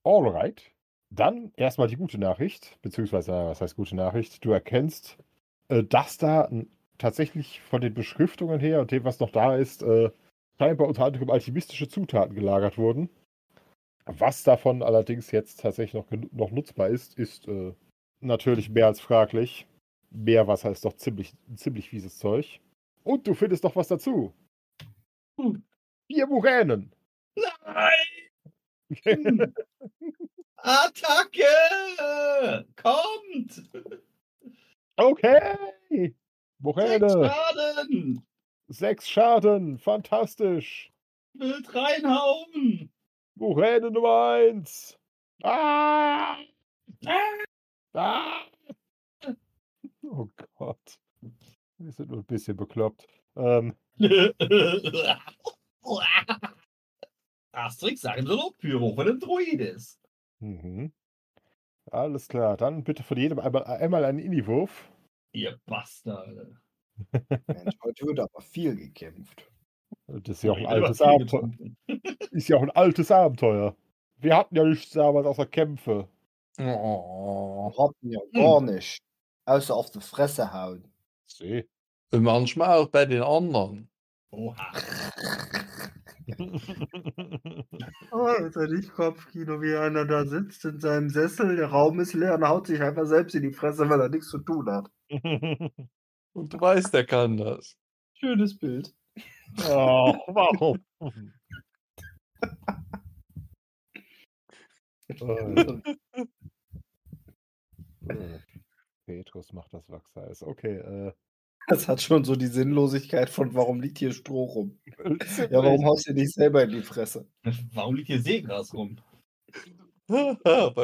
Speaker 3: Alright. Dann erstmal die gute Nachricht, beziehungsweise, naja, was heißt gute Nachricht? Du erkennst, äh, dass da n- tatsächlich von den Beschriftungen her und dem, was noch da ist, äh, scheinbar unter anderem alchemistische Zutaten gelagert wurden. Was davon allerdings jetzt tatsächlich noch, genu- noch nutzbar ist, ist äh, natürlich mehr als fraglich. Meerwasser ist doch ziemlich, ziemlich fieses Zeug. Und du findest noch was dazu.
Speaker 5: Hm.
Speaker 3: Vier Muränen.
Speaker 5: Nein! Attacke! Kommt!
Speaker 3: Okay.
Speaker 5: Sechs
Speaker 3: Muräne.
Speaker 5: Schaden!
Speaker 3: Sechs Schaden, fantastisch.
Speaker 5: Wild reinhauen!
Speaker 3: Muräne Nummer eins. Ah!
Speaker 5: Ah!
Speaker 3: Ah! Oh Gott. Wir sind nur ein bisschen bekloppt. Ähm,
Speaker 5: Asterix sagen so Pyro von dem Druides.
Speaker 3: mhm. Alles klar, dann bitte von jedem einmal, einmal einen Inni-Wurf.
Speaker 5: Ihr Bastarde.
Speaker 2: Mensch, heute wird aber viel gekämpft.
Speaker 3: Das ist ja, auch ein
Speaker 5: Ich will was
Speaker 3: altes
Speaker 5: hier
Speaker 3: Abenteuer.
Speaker 5: getrunken.
Speaker 3: ist ja auch ein altes Abenteuer. Wir hatten ja nichts damals außer Kämpfe.
Speaker 4: Oh.
Speaker 2: Rotten ja gar nicht. Außer auf die Fresse hauen.
Speaker 3: Seh.
Speaker 4: Manchmal auch bei den anderen.
Speaker 5: Oha.
Speaker 2: Oh, ist er nicht Kopfkino, wie einer da sitzt in seinem Sessel, der Raum ist leer und haut sich einfach selbst in die Fresse, weil er nichts zu tun hat.
Speaker 4: Und du weißt, der kann das.
Speaker 2: Schönes Bild.
Speaker 3: Oh, warum?
Speaker 2: Oh,
Speaker 3: Äh, Petrus macht das Wachseis. Okay, äh.
Speaker 2: Das hat schon so die Sinnlosigkeit von, warum liegt hier Stroh rum? Ja, warum
Speaker 3: ziemlich.
Speaker 2: haust du dich selber in die Fresse?
Speaker 5: Warum liegt hier Seegras rum?
Speaker 4: Weil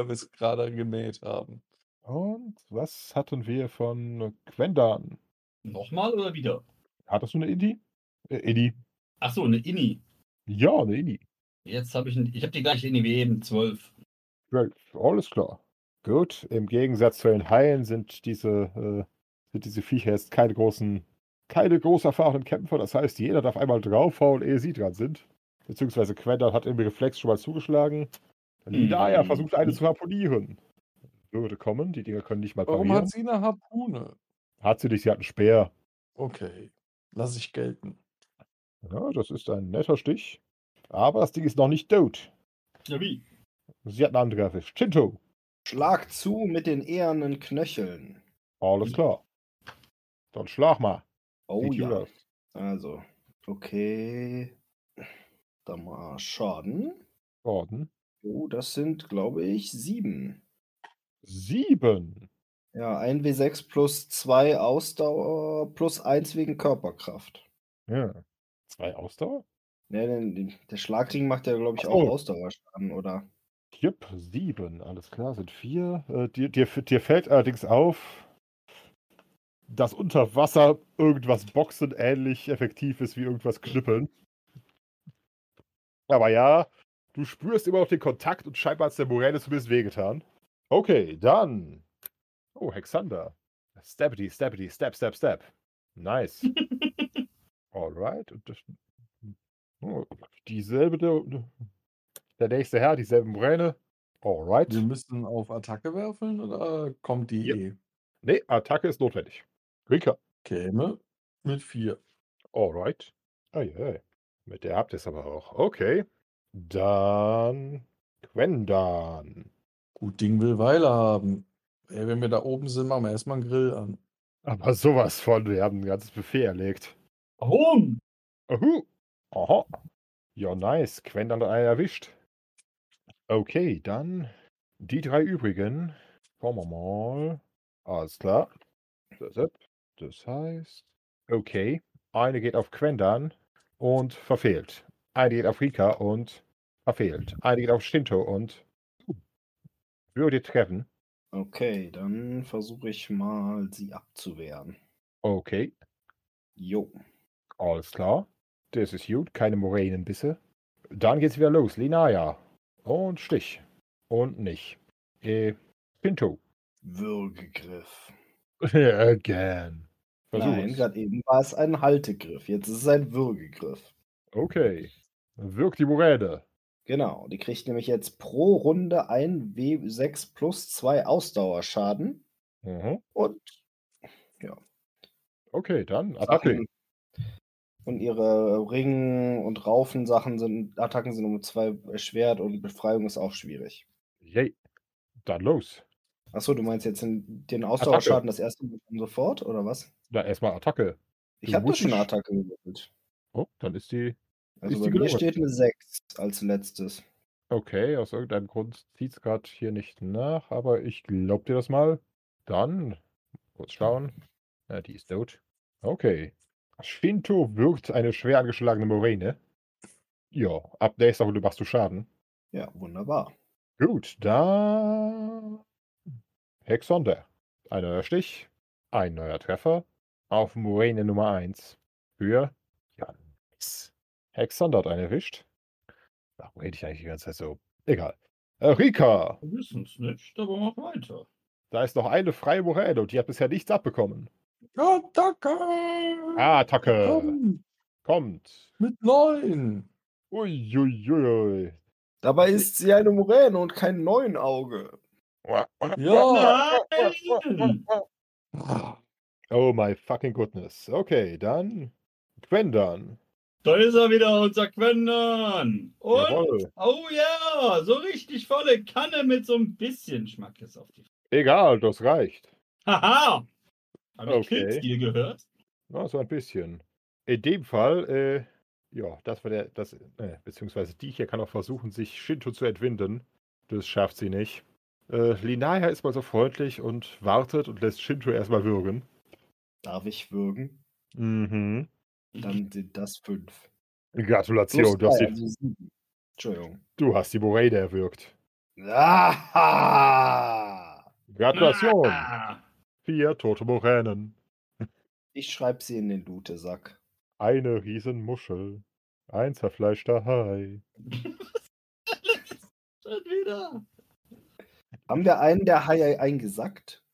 Speaker 4: wir es gerade gemäht haben.
Speaker 3: Und was hatten wir von Quendan?
Speaker 5: Nochmal oder wieder?
Speaker 3: Hattest du eine Indie? Äh, Indie?
Speaker 5: Achso, eine Inni.
Speaker 3: Ja, eine Indie.
Speaker 5: Jetzt habe ich ein, Ich habe die gleiche Inni wie eben, 12.
Speaker 3: Well, alles klar. Gut, im Gegensatz zu den Haien sind diese, äh, sind diese Viecher jetzt keine großen, keine groß erfahrenen Kämpfer. Das heißt, jeder darf einmal draufhauen, ehe sie dran sind. Beziehungsweise Quendal hat im Reflex schon mal zugeschlagen. Linaya
Speaker 2: Hm.
Speaker 5: Mhm.
Speaker 3: versucht eine zu harponieren. Würde kommen, die Dinger können nicht mal
Speaker 4: Warum
Speaker 3: parieren.
Speaker 4: hat sie eine Harpune?
Speaker 3: Hat sie nicht, sie hat einen Speer.
Speaker 4: Okay, lass ich gelten.
Speaker 3: Ja, das ist ein netter Stich. Aber das Ding ist noch nicht tot.
Speaker 5: Ja, wie?
Speaker 3: Sie hat einen anderen erwischt. Shinto.
Speaker 2: Schlag zu mit den ehernen Knöcheln.
Speaker 3: Alles klar. Dann schlag mal.
Speaker 2: Hm. Oh
Speaker 3: Geht
Speaker 2: ja.
Speaker 3: Judas.
Speaker 2: Also, okay. Da mal Schaden.
Speaker 3: Gordon.
Speaker 2: Oh, das sind, glaube ich, sieben.
Speaker 3: Sieben.
Speaker 2: Ja, 1W6 plus 2 Ausdauer plus 1 wegen Körperkraft.
Speaker 3: Ja. Zwei Ausdauer?
Speaker 2: Ne, denn den- der Schlagring macht ja, glaube ich,
Speaker 3: Ach
Speaker 2: auch
Speaker 3: so.
Speaker 2: Ausdauerschaden, oder?
Speaker 3: Jupp, sieben. Alles klar, sind vier. Äh, dir, dir, dir fällt allerdings auf, dass unter Wasser irgendwas Boxen ähnlich effektiv ist wie irgendwas Knüppeln. Aber ja, du spürst immer noch den Kontakt und scheinbar hat es der Moräne zumindest wehgetan. Okay, dann. Oh, Hexander. Steppity, steppity, step, step, step. Nice. Alright. Und das, oh, dieselbe, der, ne, der nächste Herr, dieselbe Moräne. Alright.
Speaker 4: Wir müssen auf Attacke werfen oder kommt die
Speaker 3: Ja.
Speaker 4: eh?
Speaker 3: Nee, Ne, Attacke ist notwendig. Rika.
Speaker 4: Käme mit 4.
Speaker 3: Alright. Eieiei. Mit der habt ihr es aber auch. Okay. Dann Quendan.
Speaker 4: Gut Ding will Weile haben. Ey, wenn wir da oben sind, machen wir erstmal einen Grill an.
Speaker 3: Aber sowas von, wir haben ein ganzes Buffet erlegt.
Speaker 5: Warum?
Speaker 3: Uhu. Aha. Ja, nice. Quendan hat einen erwischt. Okay, dann die drei übrigen. Schauen wir mal. Alles klar. Das ist- Das heißt. Okay. Eine geht auf Quendan und verfehlt. Eine geht auf Rika und verfehlt. Eine geht auf Shinto und uh, würde treffen.
Speaker 2: Okay, dann versuche ich mal, sie abzuwehren.
Speaker 3: Okay.
Speaker 2: Jo.
Speaker 3: Alles klar. Das ist gut. Keine Moränenbisse. Dann geht's wieder los. Linaya. Und Stich. Und nicht. Äh, Pinto.
Speaker 2: Würgegriff.
Speaker 3: Again. Versuch
Speaker 2: Nein,
Speaker 3: es.
Speaker 2: gerade eben war es ein Haltegriff. Jetzt ist es ein Würgegriff.
Speaker 3: Okay. Wirkt die Moräne.
Speaker 2: Genau, die kriegt nämlich jetzt pro Runde ein W6 plus 2 Ausdauerschaden.
Speaker 3: Mhm.
Speaker 2: Und
Speaker 3: Okay, dann Attacke.
Speaker 2: Und ihre Ringen- und Raufen-Sachen sind, Attacken sind um zwei erschwert und Befreiung ist auch schwierig.
Speaker 3: Yay. Dann los.
Speaker 2: Achso, du meinst jetzt den, den Ausdauerschaden das erste Mal schon sofort, oder was?
Speaker 3: Na, erstmal Attacke.
Speaker 2: Ich
Speaker 3: Du
Speaker 2: habe
Speaker 3: musst
Speaker 2: schon eine
Speaker 3: sch-
Speaker 2: Attacke gewählt.
Speaker 3: Oh, dann ist die.
Speaker 2: Also
Speaker 3: Ist
Speaker 2: bei mir
Speaker 3: die gelungen?
Speaker 2: steht eine 6 als letztes.
Speaker 3: Okay, aus irgendeinem Grund zieht's gerade hier nicht nach, aber ich glaub dir das mal. Dann, kurz schauen. Ja, die ist tot. Okay. Shinto wirkt eine schwer angeschlagene Moräne. Ja, ab nächster Runde machst du Schaden.
Speaker 2: Ja, wunderbar.
Speaker 3: Gut, da. Hexonder. Ein neuer Stich. Ein neuer Treffer. Auf Moräne Nummer 1. Für. Ja, nice. Hexonder hat einen erwischt. Warum rede ich eigentlich die ganze Zeit so? Egal. Äh, Rika!
Speaker 5: Wir wissen es nicht, aber mach weiter.
Speaker 3: Da ist noch eine freie Moräne und die hat bisher nichts abbekommen.
Speaker 4: Attacke!
Speaker 3: Ah, Attacke!
Speaker 4: Komm,
Speaker 3: Kommt!
Speaker 4: mit 9.
Speaker 3: Uiuiui!
Speaker 2: Dabei ist sie eine Moräne und kein Neunauge.
Speaker 4: Ja.
Speaker 5: Nein!
Speaker 3: Oh my fucking goodness. Okay, dann. Gwendan.
Speaker 5: Da ist er wieder, unser Quendan. Und,
Speaker 3: Jawohl.
Speaker 5: oh ja, so richtig volle Kanne mit so ein bisschen Schmackes auf die
Speaker 3: Egal, das reicht.
Speaker 5: Haha! Hab ich
Speaker 3: Okay.
Speaker 5: Killstil gehört?
Speaker 3: Na, so ein bisschen. In dem Fall, äh, ja, das war der, das, äh, beziehungsweise die hier kann auch versuchen, sich Shinto zu entwinden. Das schafft sie nicht. Äh, Linaya ist mal so freundlich und wartet und lässt Shinto erstmal würgen.
Speaker 2: Darf ich würgen?
Speaker 3: Mhm.
Speaker 2: Dann sind das fünf.
Speaker 3: Gratulation, du hast,
Speaker 2: drei,
Speaker 3: die,
Speaker 2: also sieben. Entschuldigung.
Speaker 3: du hast die Moräne erwürgt.
Speaker 2: Ah!
Speaker 3: Gratulation!
Speaker 5: Ah,
Speaker 3: Vier tote Moränen.
Speaker 2: Ich schreibe sie in den Lute-Sack.
Speaker 3: Eine Riesenmuschel. Ein zerfleischter Hai.
Speaker 5: schon wieder.
Speaker 2: Haben wir einen der Haie eingesackt?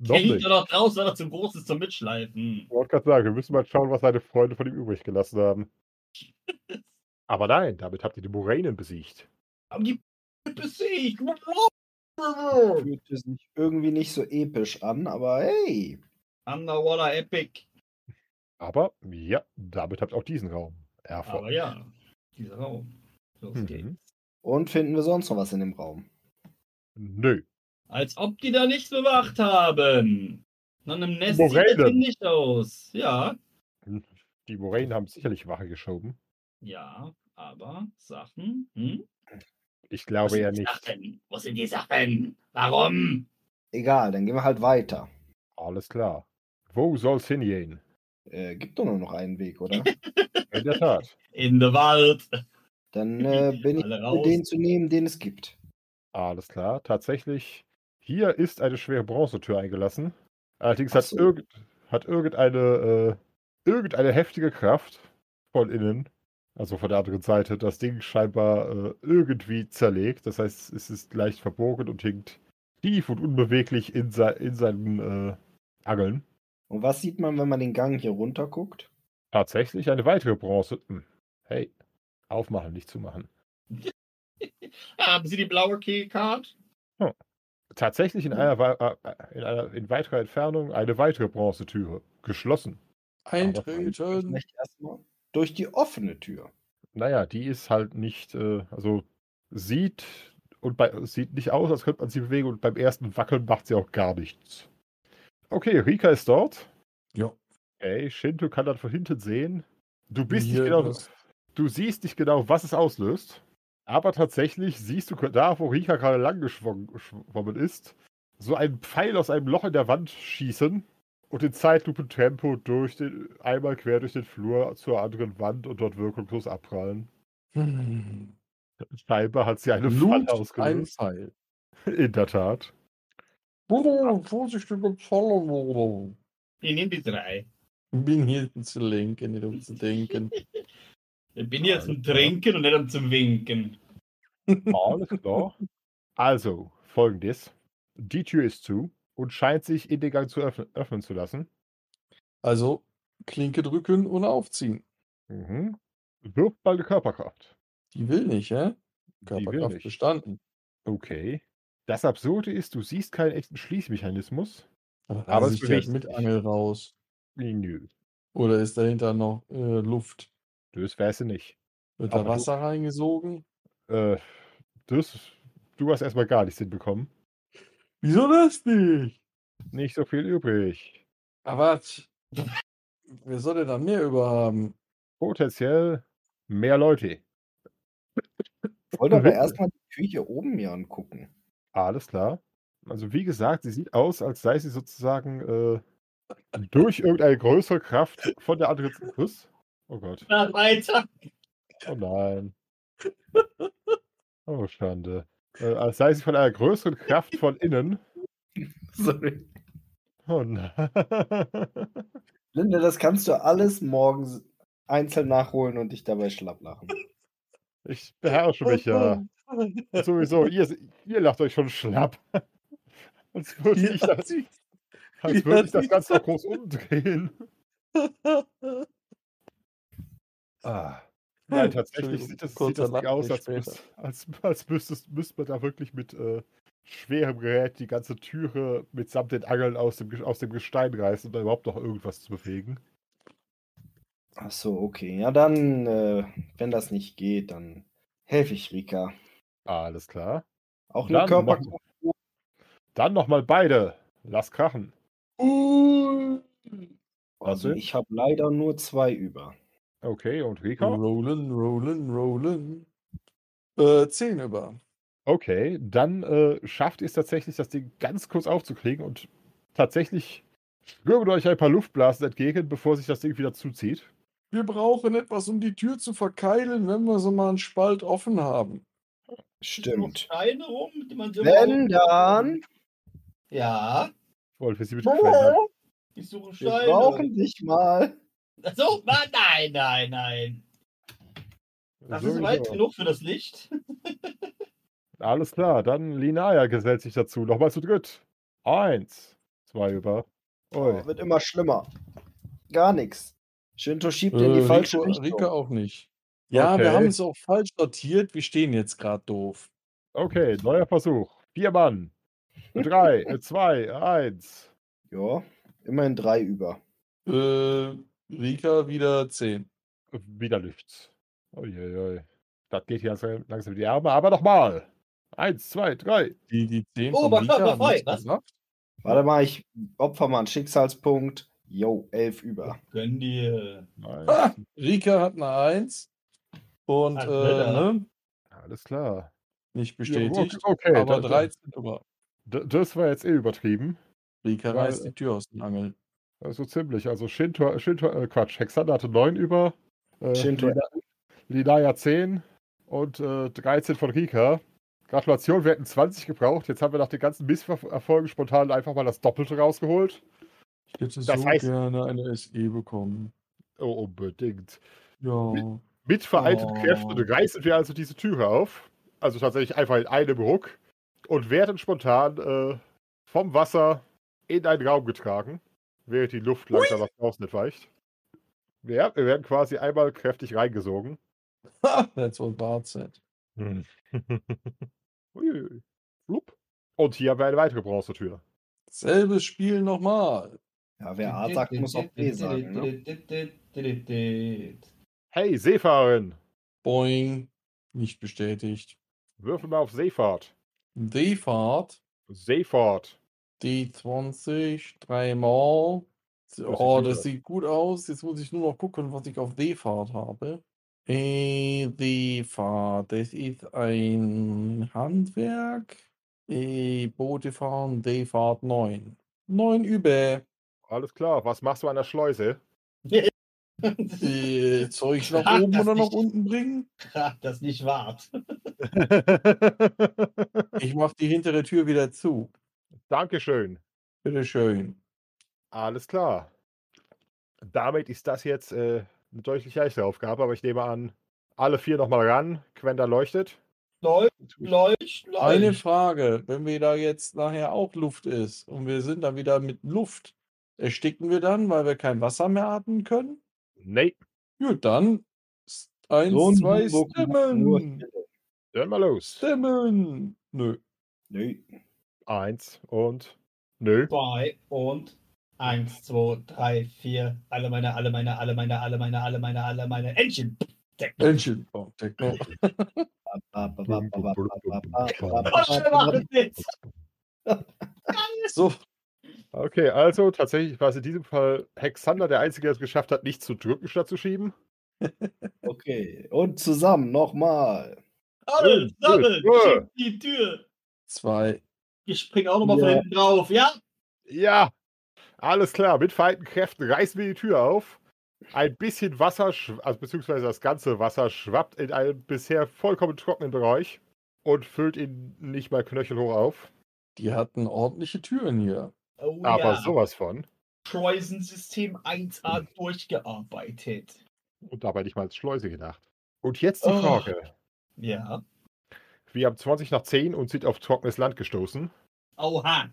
Speaker 5: Der
Speaker 3: Noch
Speaker 5: liegt
Speaker 3: nicht.
Speaker 5: ja noch draußen, aber zu groß ist zum Mitschleifen.
Speaker 3: Ich wollte gerade sagen, wir müssen mal schauen, was seine Freunde von ihm übrig gelassen haben. Aber nein, damit habt ihr die Moränen besiegt.
Speaker 5: Haben die besiegt.
Speaker 2: Fühlt es sich irgendwie nicht so episch an, aber hey,
Speaker 5: Underwater Epic.
Speaker 3: Aber ja, damit habt auch diesen Raum
Speaker 5: Aber
Speaker 3: erfolgt.
Speaker 5: ja, dieser Raum. Los geht's.
Speaker 3: Mhm.
Speaker 2: Und finden wir sonst noch was in dem Raum?
Speaker 3: Nö.
Speaker 5: Als ob die da nichts bewacht haben. Nach einem Nest sieht das
Speaker 3: Morellen.
Speaker 5: Ding nicht aus. Ja,
Speaker 3: Die Moränen haben sicherlich Wache geschoben.
Speaker 5: ja, aber Sachen. Hm?
Speaker 3: Ich
Speaker 5: Was
Speaker 3: glaube
Speaker 5: sind
Speaker 3: ja
Speaker 5: die
Speaker 3: nicht.
Speaker 5: Sachen? Wo sind die Sachen? Warum?
Speaker 2: Egal, dann gehen wir halt weiter.
Speaker 3: Alles klar. Wo soll's hingehen?
Speaker 2: Äh, gibt doch nur noch einen Weg, oder?
Speaker 3: In der Tat.
Speaker 5: In der Wald.
Speaker 2: Dann äh, bin ich
Speaker 5: Alle
Speaker 2: für
Speaker 5: raus.
Speaker 2: den zu nehmen, den es gibt.
Speaker 3: Alles klar. Tatsächlich, hier ist eine schwere Bronzetür eingelassen. Allerdings
Speaker 2: Ach
Speaker 3: hat,
Speaker 2: so.
Speaker 3: irgend, hat irgendeine, äh, irgendeine heftige Kraft von innen, also von der anderen Seite, das Ding scheinbar äh, irgendwie zerlegt. Das heißt, es ist leicht verbogen und hinkt tief und unbeweglich in, sei- in seinen äh, Angeln.
Speaker 2: Und was sieht man, wenn man den Gang hier runter guckt?
Speaker 3: Tatsächlich eine weitere Bronze. Hm. Hey, aufmachen, nicht zumachen.
Speaker 5: Ah, Haben Sie die blaue Keycard?
Speaker 3: Tatsächlich in
Speaker 2: Hm.
Speaker 3: einer, wei- äh, in einer in weiterer Entfernung eine weitere Bronzetüre. Geschlossen.
Speaker 4: Eintreten.
Speaker 2: Vielleicht erstmal durch die offene Tür.
Speaker 3: Naja, die ist halt nicht, äh, also sieht und bei, äh, sieht nicht aus, als könnte man sie bewegen und beim ersten Wackeln macht sie auch gar nichts. Okay, Rika ist dort.
Speaker 4: Ja.
Speaker 3: Ey, Shinto kann dann von hinten sehen. Du bist nicht
Speaker 4: Hier
Speaker 3: genau,
Speaker 4: das-
Speaker 3: du siehst nicht genau, was es auslöst. Aber tatsächlich siehst du da, wo Rika gerade lang geschwommen geschwommen ist, so einen Pfeil aus einem Loch in der Wand schießen und in Zeitlupentempo durch den, einmal quer durch den Flur zur anderen Wand und dort wirkungslos abprallen.
Speaker 4: Hm.
Speaker 3: Scheinbar hat sie eine Falle
Speaker 4: Blut, ein
Speaker 3: ausgelöst.
Speaker 4: Pfeil.
Speaker 3: In der Tat.
Speaker 4: Bruder, vorsichtige Pfeile, Bruder.
Speaker 5: Ich nehme die drei.
Speaker 4: Bin hier zu lenken, nicht um zu denken.
Speaker 5: Ich bin hier zum Trinken und nicht um zum Winken.
Speaker 3: Alles klar. Also, folgendes. Die Tür ist zu und scheint sich in den Gang zu öffnen, öffnen zu lassen.
Speaker 4: Also, Klinke drücken und aufziehen.
Speaker 3: Mhm. Wirf mal eine Körperkraft.
Speaker 4: Die will nicht, hä?
Speaker 3: will
Speaker 4: Körperkraft
Speaker 3: nicht.
Speaker 4: bestanden.
Speaker 3: Okay. Das Absurde ist, du siehst keinen echten Schließmechanismus.
Speaker 4: Aber,
Speaker 3: Aber
Speaker 4: aber
Speaker 3: es
Speaker 4: sich direkt
Speaker 3: bewegt
Speaker 4: halt
Speaker 3: sich.
Speaker 4: mit Angel raus.
Speaker 3: Nö,
Speaker 4: Oder ist dahinter noch äh, Luft?
Speaker 3: das wär's nicht.
Speaker 4: Wird
Speaker 3: Aber
Speaker 4: da
Speaker 3: du-
Speaker 4: Wasser reingesogen?
Speaker 3: Äh, das, du hast erstmal gar nichts hinbekommen.
Speaker 4: Wieso das nicht?
Speaker 3: Nicht so viel übrig.
Speaker 4: Aber t- wer soll denn da mehr überhaben?
Speaker 3: Potenziell mehr Leute.
Speaker 2: Ich wollte aber
Speaker 3: Wirklich?
Speaker 2: erstmal die Tür hier oben mir angucken.
Speaker 3: Alles klar. Also wie gesagt, sie sieht aus, als sei sie sozusagen äh, durch irgendeine größere Kraft von der anderen Kuss. Oh Gott.
Speaker 5: Na, weiter.
Speaker 3: Oh nein. Oh Schande. Äh, als sei sie von einer größeren Kraft von innen.
Speaker 2: Sorry.
Speaker 3: Oh nein.
Speaker 2: Linde, das kannst du alles morgen einzeln nachholen und dich dabei schlapp lachen.
Speaker 3: Ich beherrsche
Speaker 4: Oh
Speaker 3: mich ja. Sowieso, ihr, ihr lacht euch schon schlapp. Als würde ich das, als würde ich das Ganze noch groß umdrehen. Ah. Nein, tatsächlich
Speaker 4: Entschuldigung,
Speaker 3: sieht das, sieht
Speaker 4: kurzer
Speaker 3: das nicht aus, als,
Speaker 4: Nachtrag
Speaker 3: müsst, als, als müsstest, müsste man da wirklich mit äh, schwerem Gerät die ganze Türe mitsamt den Angeln aus dem, Ge- aus dem Gestein reißen, um da überhaupt noch irgendwas zu bewegen.
Speaker 2: Ach so, okay. Ja, dann, äh, wenn das nicht geht, dann helfe ich Rika.
Speaker 3: Alles klar.
Speaker 2: Auch eine
Speaker 3: Dann mach-
Speaker 2: Körperkraft.
Speaker 3: Dann nochmal beide. Lass krachen.
Speaker 4: Uh,
Speaker 2: Also
Speaker 3: Warte.
Speaker 2: ich habe leider nur zwei über.
Speaker 3: Okay, und Rika?
Speaker 4: rollen, rollen, rollen. Äh, 10 über.
Speaker 3: Okay, dann äh, schafft ihr es tatsächlich, das Ding ganz kurz aufzukriegen und tatsächlich schwirren euch ein paar Luftblasen entgegen, bevor sich das Ding wieder zuzieht.
Speaker 4: Wir brauchen etwas, um die Tür zu verkeilen, wenn wir so mal einen Spalt offen haben.
Speaker 2: Stimmt.
Speaker 5: Steine rum, die man so.
Speaker 2: Wenn dann,
Speaker 5: Ja,
Speaker 3: Wollt ihr sie ne? mit Quellen-
Speaker 5: ich suche
Speaker 2: wir
Speaker 5: Steine.
Speaker 2: brauchen dich mal.
Speaker 5: So, na, nein, nein, nein. Das ist weit
Speaker 3: Sowieso.
Speaker 5: genug für das Licht.
Speaker 3: Alles klar, dann Linaya gesellt sich dazu. Nochmal zu dritt. Eins. Zwei über. Ui.
Speaker 2: Oh, Wird immer schlimmer. Gar nichts. Shinto schiebt in
Speaker 4: Äh,
Speaker 2: die falsche
Speaker 4: Rico,
Speaker 2: Richtung.
Speaker 4: Rika auch nicht. Ja, wir
Speaker 3: Okay.
Speaker 4: haben es auch falsch sortiert. Wir stehen jetzt gerade doof.
Speaker 3: Okay, neuer Versuch. Vier Mann. Drei, äh, zwei, eins.
Speaker 2: Ja, immerhin drei über.
Speaker 4: Äh, Rika wieder 10.
Speaker 3: Wieder nichts. Uiuiui. Das geht hier langsam, langsam in die Arme, aber nochmal. Eins, zwei, drei.
Speaker 4: Die, die 10
Speaker 5: Oh,
Speaker 4: von
Speaker 5: aber
Speaker 4: Rika
Speaker 5: klar,
Speaker 4: hat
Speaker 5: war frei,
Speaker 4: nichts
Speaker 5: was?
Speaker 4: gesagt.
Speaker 2: Warte mal, ich opfer mal einen Schicksalspunkt. Yo, elf über.
Speaker 5: Gönn dir.
Speaker 3: Nein.
Speaker 4: Ah! Rika hat eine 1. Und äh,
Speaker 5: Ach, Alter.
Speaker 4: ne,
Speaker 3: Alles klar.
Speaker 4: nicht
Speaker 3: Ja,
Speaker 4: bestätigt.
Speaker 3: Okay, okay
Speaker 4: aber
Speaker 3: da- da-
Speaker 4: 13 über.
Speaker 3: da- das war jetzt eh übertrieben.
Speaker 4: Rika
Speaker 3: Weil-
Speaker 4: reißt die Tür aus den Angeln.
Speaker 3: So ziemlich. Also Shinto, Shinto äh, Quatsch, Hexander hatte 9 über. Äh,
Speaker 2: Shinto.
Speaker 3: Lina- Linaya 10 und äh, 13 von Rika. Gratulation, wir hätten 20 gebraucht. Jetzt haben wir nach den ganzen Misserfolgen spontan einfach mal das Doppelte rausgeholt.
Speaker 4: Ich hätte
Speaker 3: Das
Speaker 4: so
Speaker 3: heißt-
Speaker 4: gerne eine SE bekommen.
Speaker 3: Oh, unbedingt.
Speaker 4: Ja.
Speaker 3: Mit vereinten
Speaker 4: Oh.
Speaker 3: Kräften reißen wir also diese Türe auf. Also tatsächlich einfach in einem Ruck. Und werden spontan äh, vom Wasser in einen Raum getragen. Während die Luft langsam nach draußen entweicht. Ja, wir werden quasi einmal kräftig reingesogen.
Speaker 4: That's what Bart said.
Speaker 3: Uiuiui. Flup. Und hier haben wir eine weitere Bronzetür.
Speaker 4: Selbes Spiel nochmal.
Speaker 2: Ja, wer A sagt, muss auch B sagen. Ne?
Speaker 3: Hey, Seefahrerin!
Speaker 4: Boing. Nicht bestätigt.
Speaker 3: Würfel mal auf Seefahrt.
Speaker 4: D-Fahrt.
Speaker 3: Seefahrt.
Speaker 4: D20. Dreimal.
Speaker 3: sieht
Speaker 4: Oh,
Speaker 3: gut
Speaker 4: das
Speaker 3: aus.
Speaker 4: sieht gut aus. Jetzt muss ich nur noch gucken, was ich auf D-Fahrt habe. Äh, D-Fahrt. Das ist ein Handwerk. Äh, Boote fahren. D-Fahrt 9. 9 über.
Speaker 3: Alles klar, was machst du an der Schleuse?
Speaker 4: Äh, soll ich nach
Speaker 5: Frag
Speaker 4: oben
Speaker 5: das
Speaker 4: oder nach
Speaker 5: nicht.
Speaker 4: unten bringen?
Speaker 5: Ach, das nicht wart.
Speaker 4: Ich mache die hintere Tür wieder zu.
Speaker 3: Dankeschön.
Speaker 4: Bitteschön.
Speaker 3: Alles klar. Damit ist das jetzt äh, eine deutlich leichtere Aufgabe, aber ich nehme an, alle vier nochmal ran. Quenda leuchtet.
Speaker 5: Läuft, läuft, läuft.
Speaker 4: Eine Frage, wenn wir da jetzt nachher auch Luft ist und wir sind dann wieder mit Luft, ersticken wir dann, weil wir kein Wasser mehr atmen können?
Speaker 3: Nee,
Speaker 4: Gut, dann s- eins,
Speaker 2: So ein
Speaker 4: zwei,
Speaker 2: Humbug macht nur
Speaker 4: Stimmen.
Speaker 3: dann mal los.
Speaker 4: Stimmen. Nö.
Speaker 2: Nö.
Speaker 3: Eins und nö.
Speaker 5: Zwei und eins, zwei, drei, vier. Alle meine, alle meine, alle meine, alle meine, alle meine, alle meine Entchen.
Speaker 4: Engine. Oh, Techno.
Speaker 2: Ba, ba, ba, ba, ba, ba, ba, ba, ba,
Speaker 5: Was war
Speaker 2: ba,
Speaker 5: das jetzt?
Speaker 4: So,
Speaker 3: Okay, also tatsächlich war es in diesem Fall Hexander der Einzige, der es geschafft hat, nicht zu drücken statt zu schieben.
Speaker 2: ba. Okay, und zusammen nochmal.
Speaker 5: Alle,
Speaker 3: Nö,
Speaker 5: sammeln,
Speaker 3: nö.
Speaker 5: schieb die Tür.
Speaker 4: zwei.
Speaker 5: Ich springe auch nochmal von
Speaker 2: Ja.
Speaker 5: hinten drauf, ja?
Speaker 3: Ja, alles klar. Mit vereinten Kräften reißen wir die Tür auf. Ein bisschen Wasser, schw- also beziehungsweise das ganze Wasser schwappt in einen bisher vollkommen trockenen Bereich und füllt ihn nicht mal knöchelhoch auf.
Speaker 4: Die hatten ordentliche Türen hier.
Speaker 5: Oh
Speaker 3: Aber
Speaker 5: ja,
Speaker 3: sowas von.
Speaker 5: Schleusensystem 1A durchgearbeitet.
Speaker 3: Und dabei nicht mal als Schleuse gedacht. Und jetzt die
Speaker 5: Ach.
Speaker 3: Frage.
Speaker 5: Ja.
Speaker 3: Wir haben 20 nach 10 und sind auf trockenes Land gestoßen.
Speaker 5: Oha.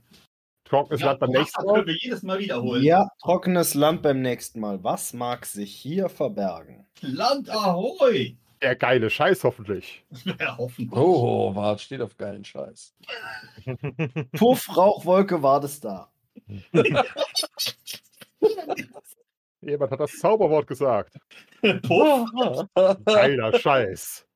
Speaker 3: Trockenes
Speaker 5: Ja,
Speaker 3: Land beim
Speaker 5: oha,
Speaker 3: nächsten
Speaker 5: Das
Speaker 3: Mal.
Speaker 5: können wir jedes Mal wiederholen.
Speaker 2: Ja, trockenes Land beim nächsten Mal. Was mag sich hier verbergen?
Speaker 5: Land Ahoi!
Speaker 3: Der geile Scheiß hoffentlich.
Speaker 5: Ja, hoffentlich.
Speaker 4: Oh, wart, steht auf geilen Scheiß.
Speaker 2: Puff, Rauchwolke war das da.
Speaker 3: Jemand hat das Zauberwort gesagt.
Speaker 5: Puff.
Speaker 3: Geiler Scheiß.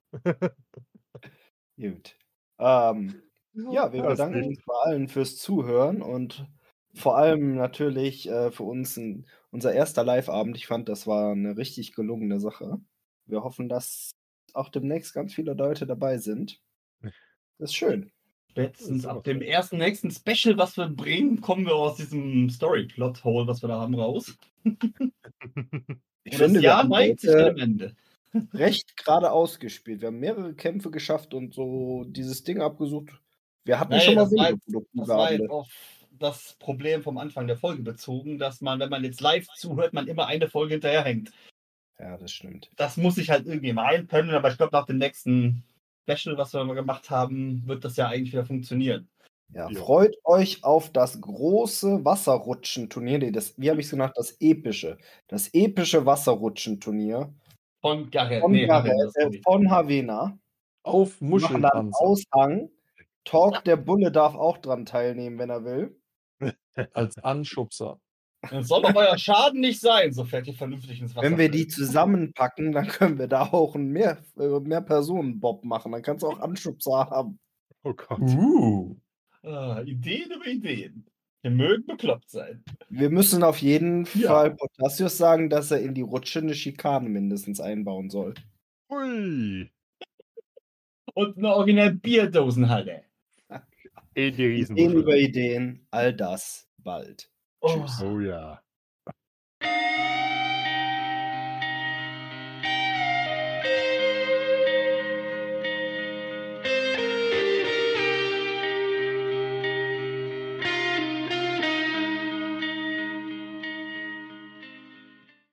Speaker 2: Gut. Ähm, ja, wir
Speaker 3: Das
Speaker 2: bedanken
Speaker 3: nicht.
Speaker 2: uns bei allen fürs Zuhören und vor allem natürlich äh, für uns ein, unser erster Live-Abend. Ich fand, das war eine richtig gelungene Sache. Wir hoffen, dass auch demnächst ganz viele Leute dabei sind. Das ist schön.
Speaker 5: Spätestens ab dem ersten nächsten Special, was wir bringen, kommen wir aus diesem Story-Plot-Hole, was wir da haben, raus.
Speaker 2: Ich
Speaker 5: Und das
Speaker 2: wir
Speaker 5: Jahr
Speaker 2: haben
Speaker 5: neigt sich
Speaker 2: heute-
Speaker 5: dem Ende.
Speaker 2: recht gerade ausgespielt. Wir haben mehrere Kämpfe geschafft und so dieses Ding abgesucht. Wir hatten
Speaker 5: Naja,
Speaker 2: schon mal
Speaker 5: das war
Speaker 2: wenige
Speaker 5: jetzt- Das
Speaker 2: produktive
Speaker 5: war jetzt
Speaker 2: Abende.
Speaker 5: auf das Problem vom Anfang der Folge bezogen, dass man, wenn man jetzt live zuhört, man immer eine Folge hinterherhängt.
Speaker 2: Ja, das stimmt.
Speaker 5: Das muss ich halt irgendwie mal einpendeln, aber ich glaube, nach dem nächsten Special, was wir mal gemacht haben, wird das ja eigentlich wieder funktionieren.
Speaker 2: Ja,
Speaker 3: Ja.
Speaker 2: freut euch auf das große Wasserrutschen-Turnier. Nee, das, wie habe ich es genannt? Das epische. Das epische Wasserrutschen-Turnier
Speaker 5: Von Gareth.
Speaker 2: von,
Speaker 5: nee,
Speaker 2: Gareth,
Speaker 5: Gareth,
Speaker 2: äh,
Speaker 5: sorry.
Speaker 2: von Havena.
Speaker 4: Auf
Speaker 2: Wir Machen dann einen
Speaker 4: Muschelpanzer.
Speaker 2: Aushang. Talk, der Bulle darf auch dran teilnehmen, wenn er will.
Speaker 4: Als Anschubser.
Speaker 5: Es soll doch euer Schaden nicht sein, so fährt ihr vernünftig ins Wasser.
Speaker 2: Wenn wir die zusammenpacken, dann können wir da auch einen mehr, äh, mehr Personen-Bob machen. Dann kannst du auch Anschubser haben.
Speaker 3: Oh Gott.
Speaker 4: Uh.
Speaker 5: Ah, Ideen über Ideen. Wir mögen bekloppt sein.
Speaker 2: Wir müssen auf jeden
Speaker 4: Ja.
Speaker 2: Fall Potassius sagen, dass er in die Rutsche eine Schikane mindestens einbauen soll.
Speaker 3: Ui.
Speaker 5: Und eine originelle Bierdosenhalle.
Speaker 3: In die
Speaker 2: Ideen
Speaker 3: Riesenmuschel.
Speaker 2: über Ideen, all das bald.
Speaker 5: Oh,
Speaker 2: Tschüss.
Speaker 3: Oh ja.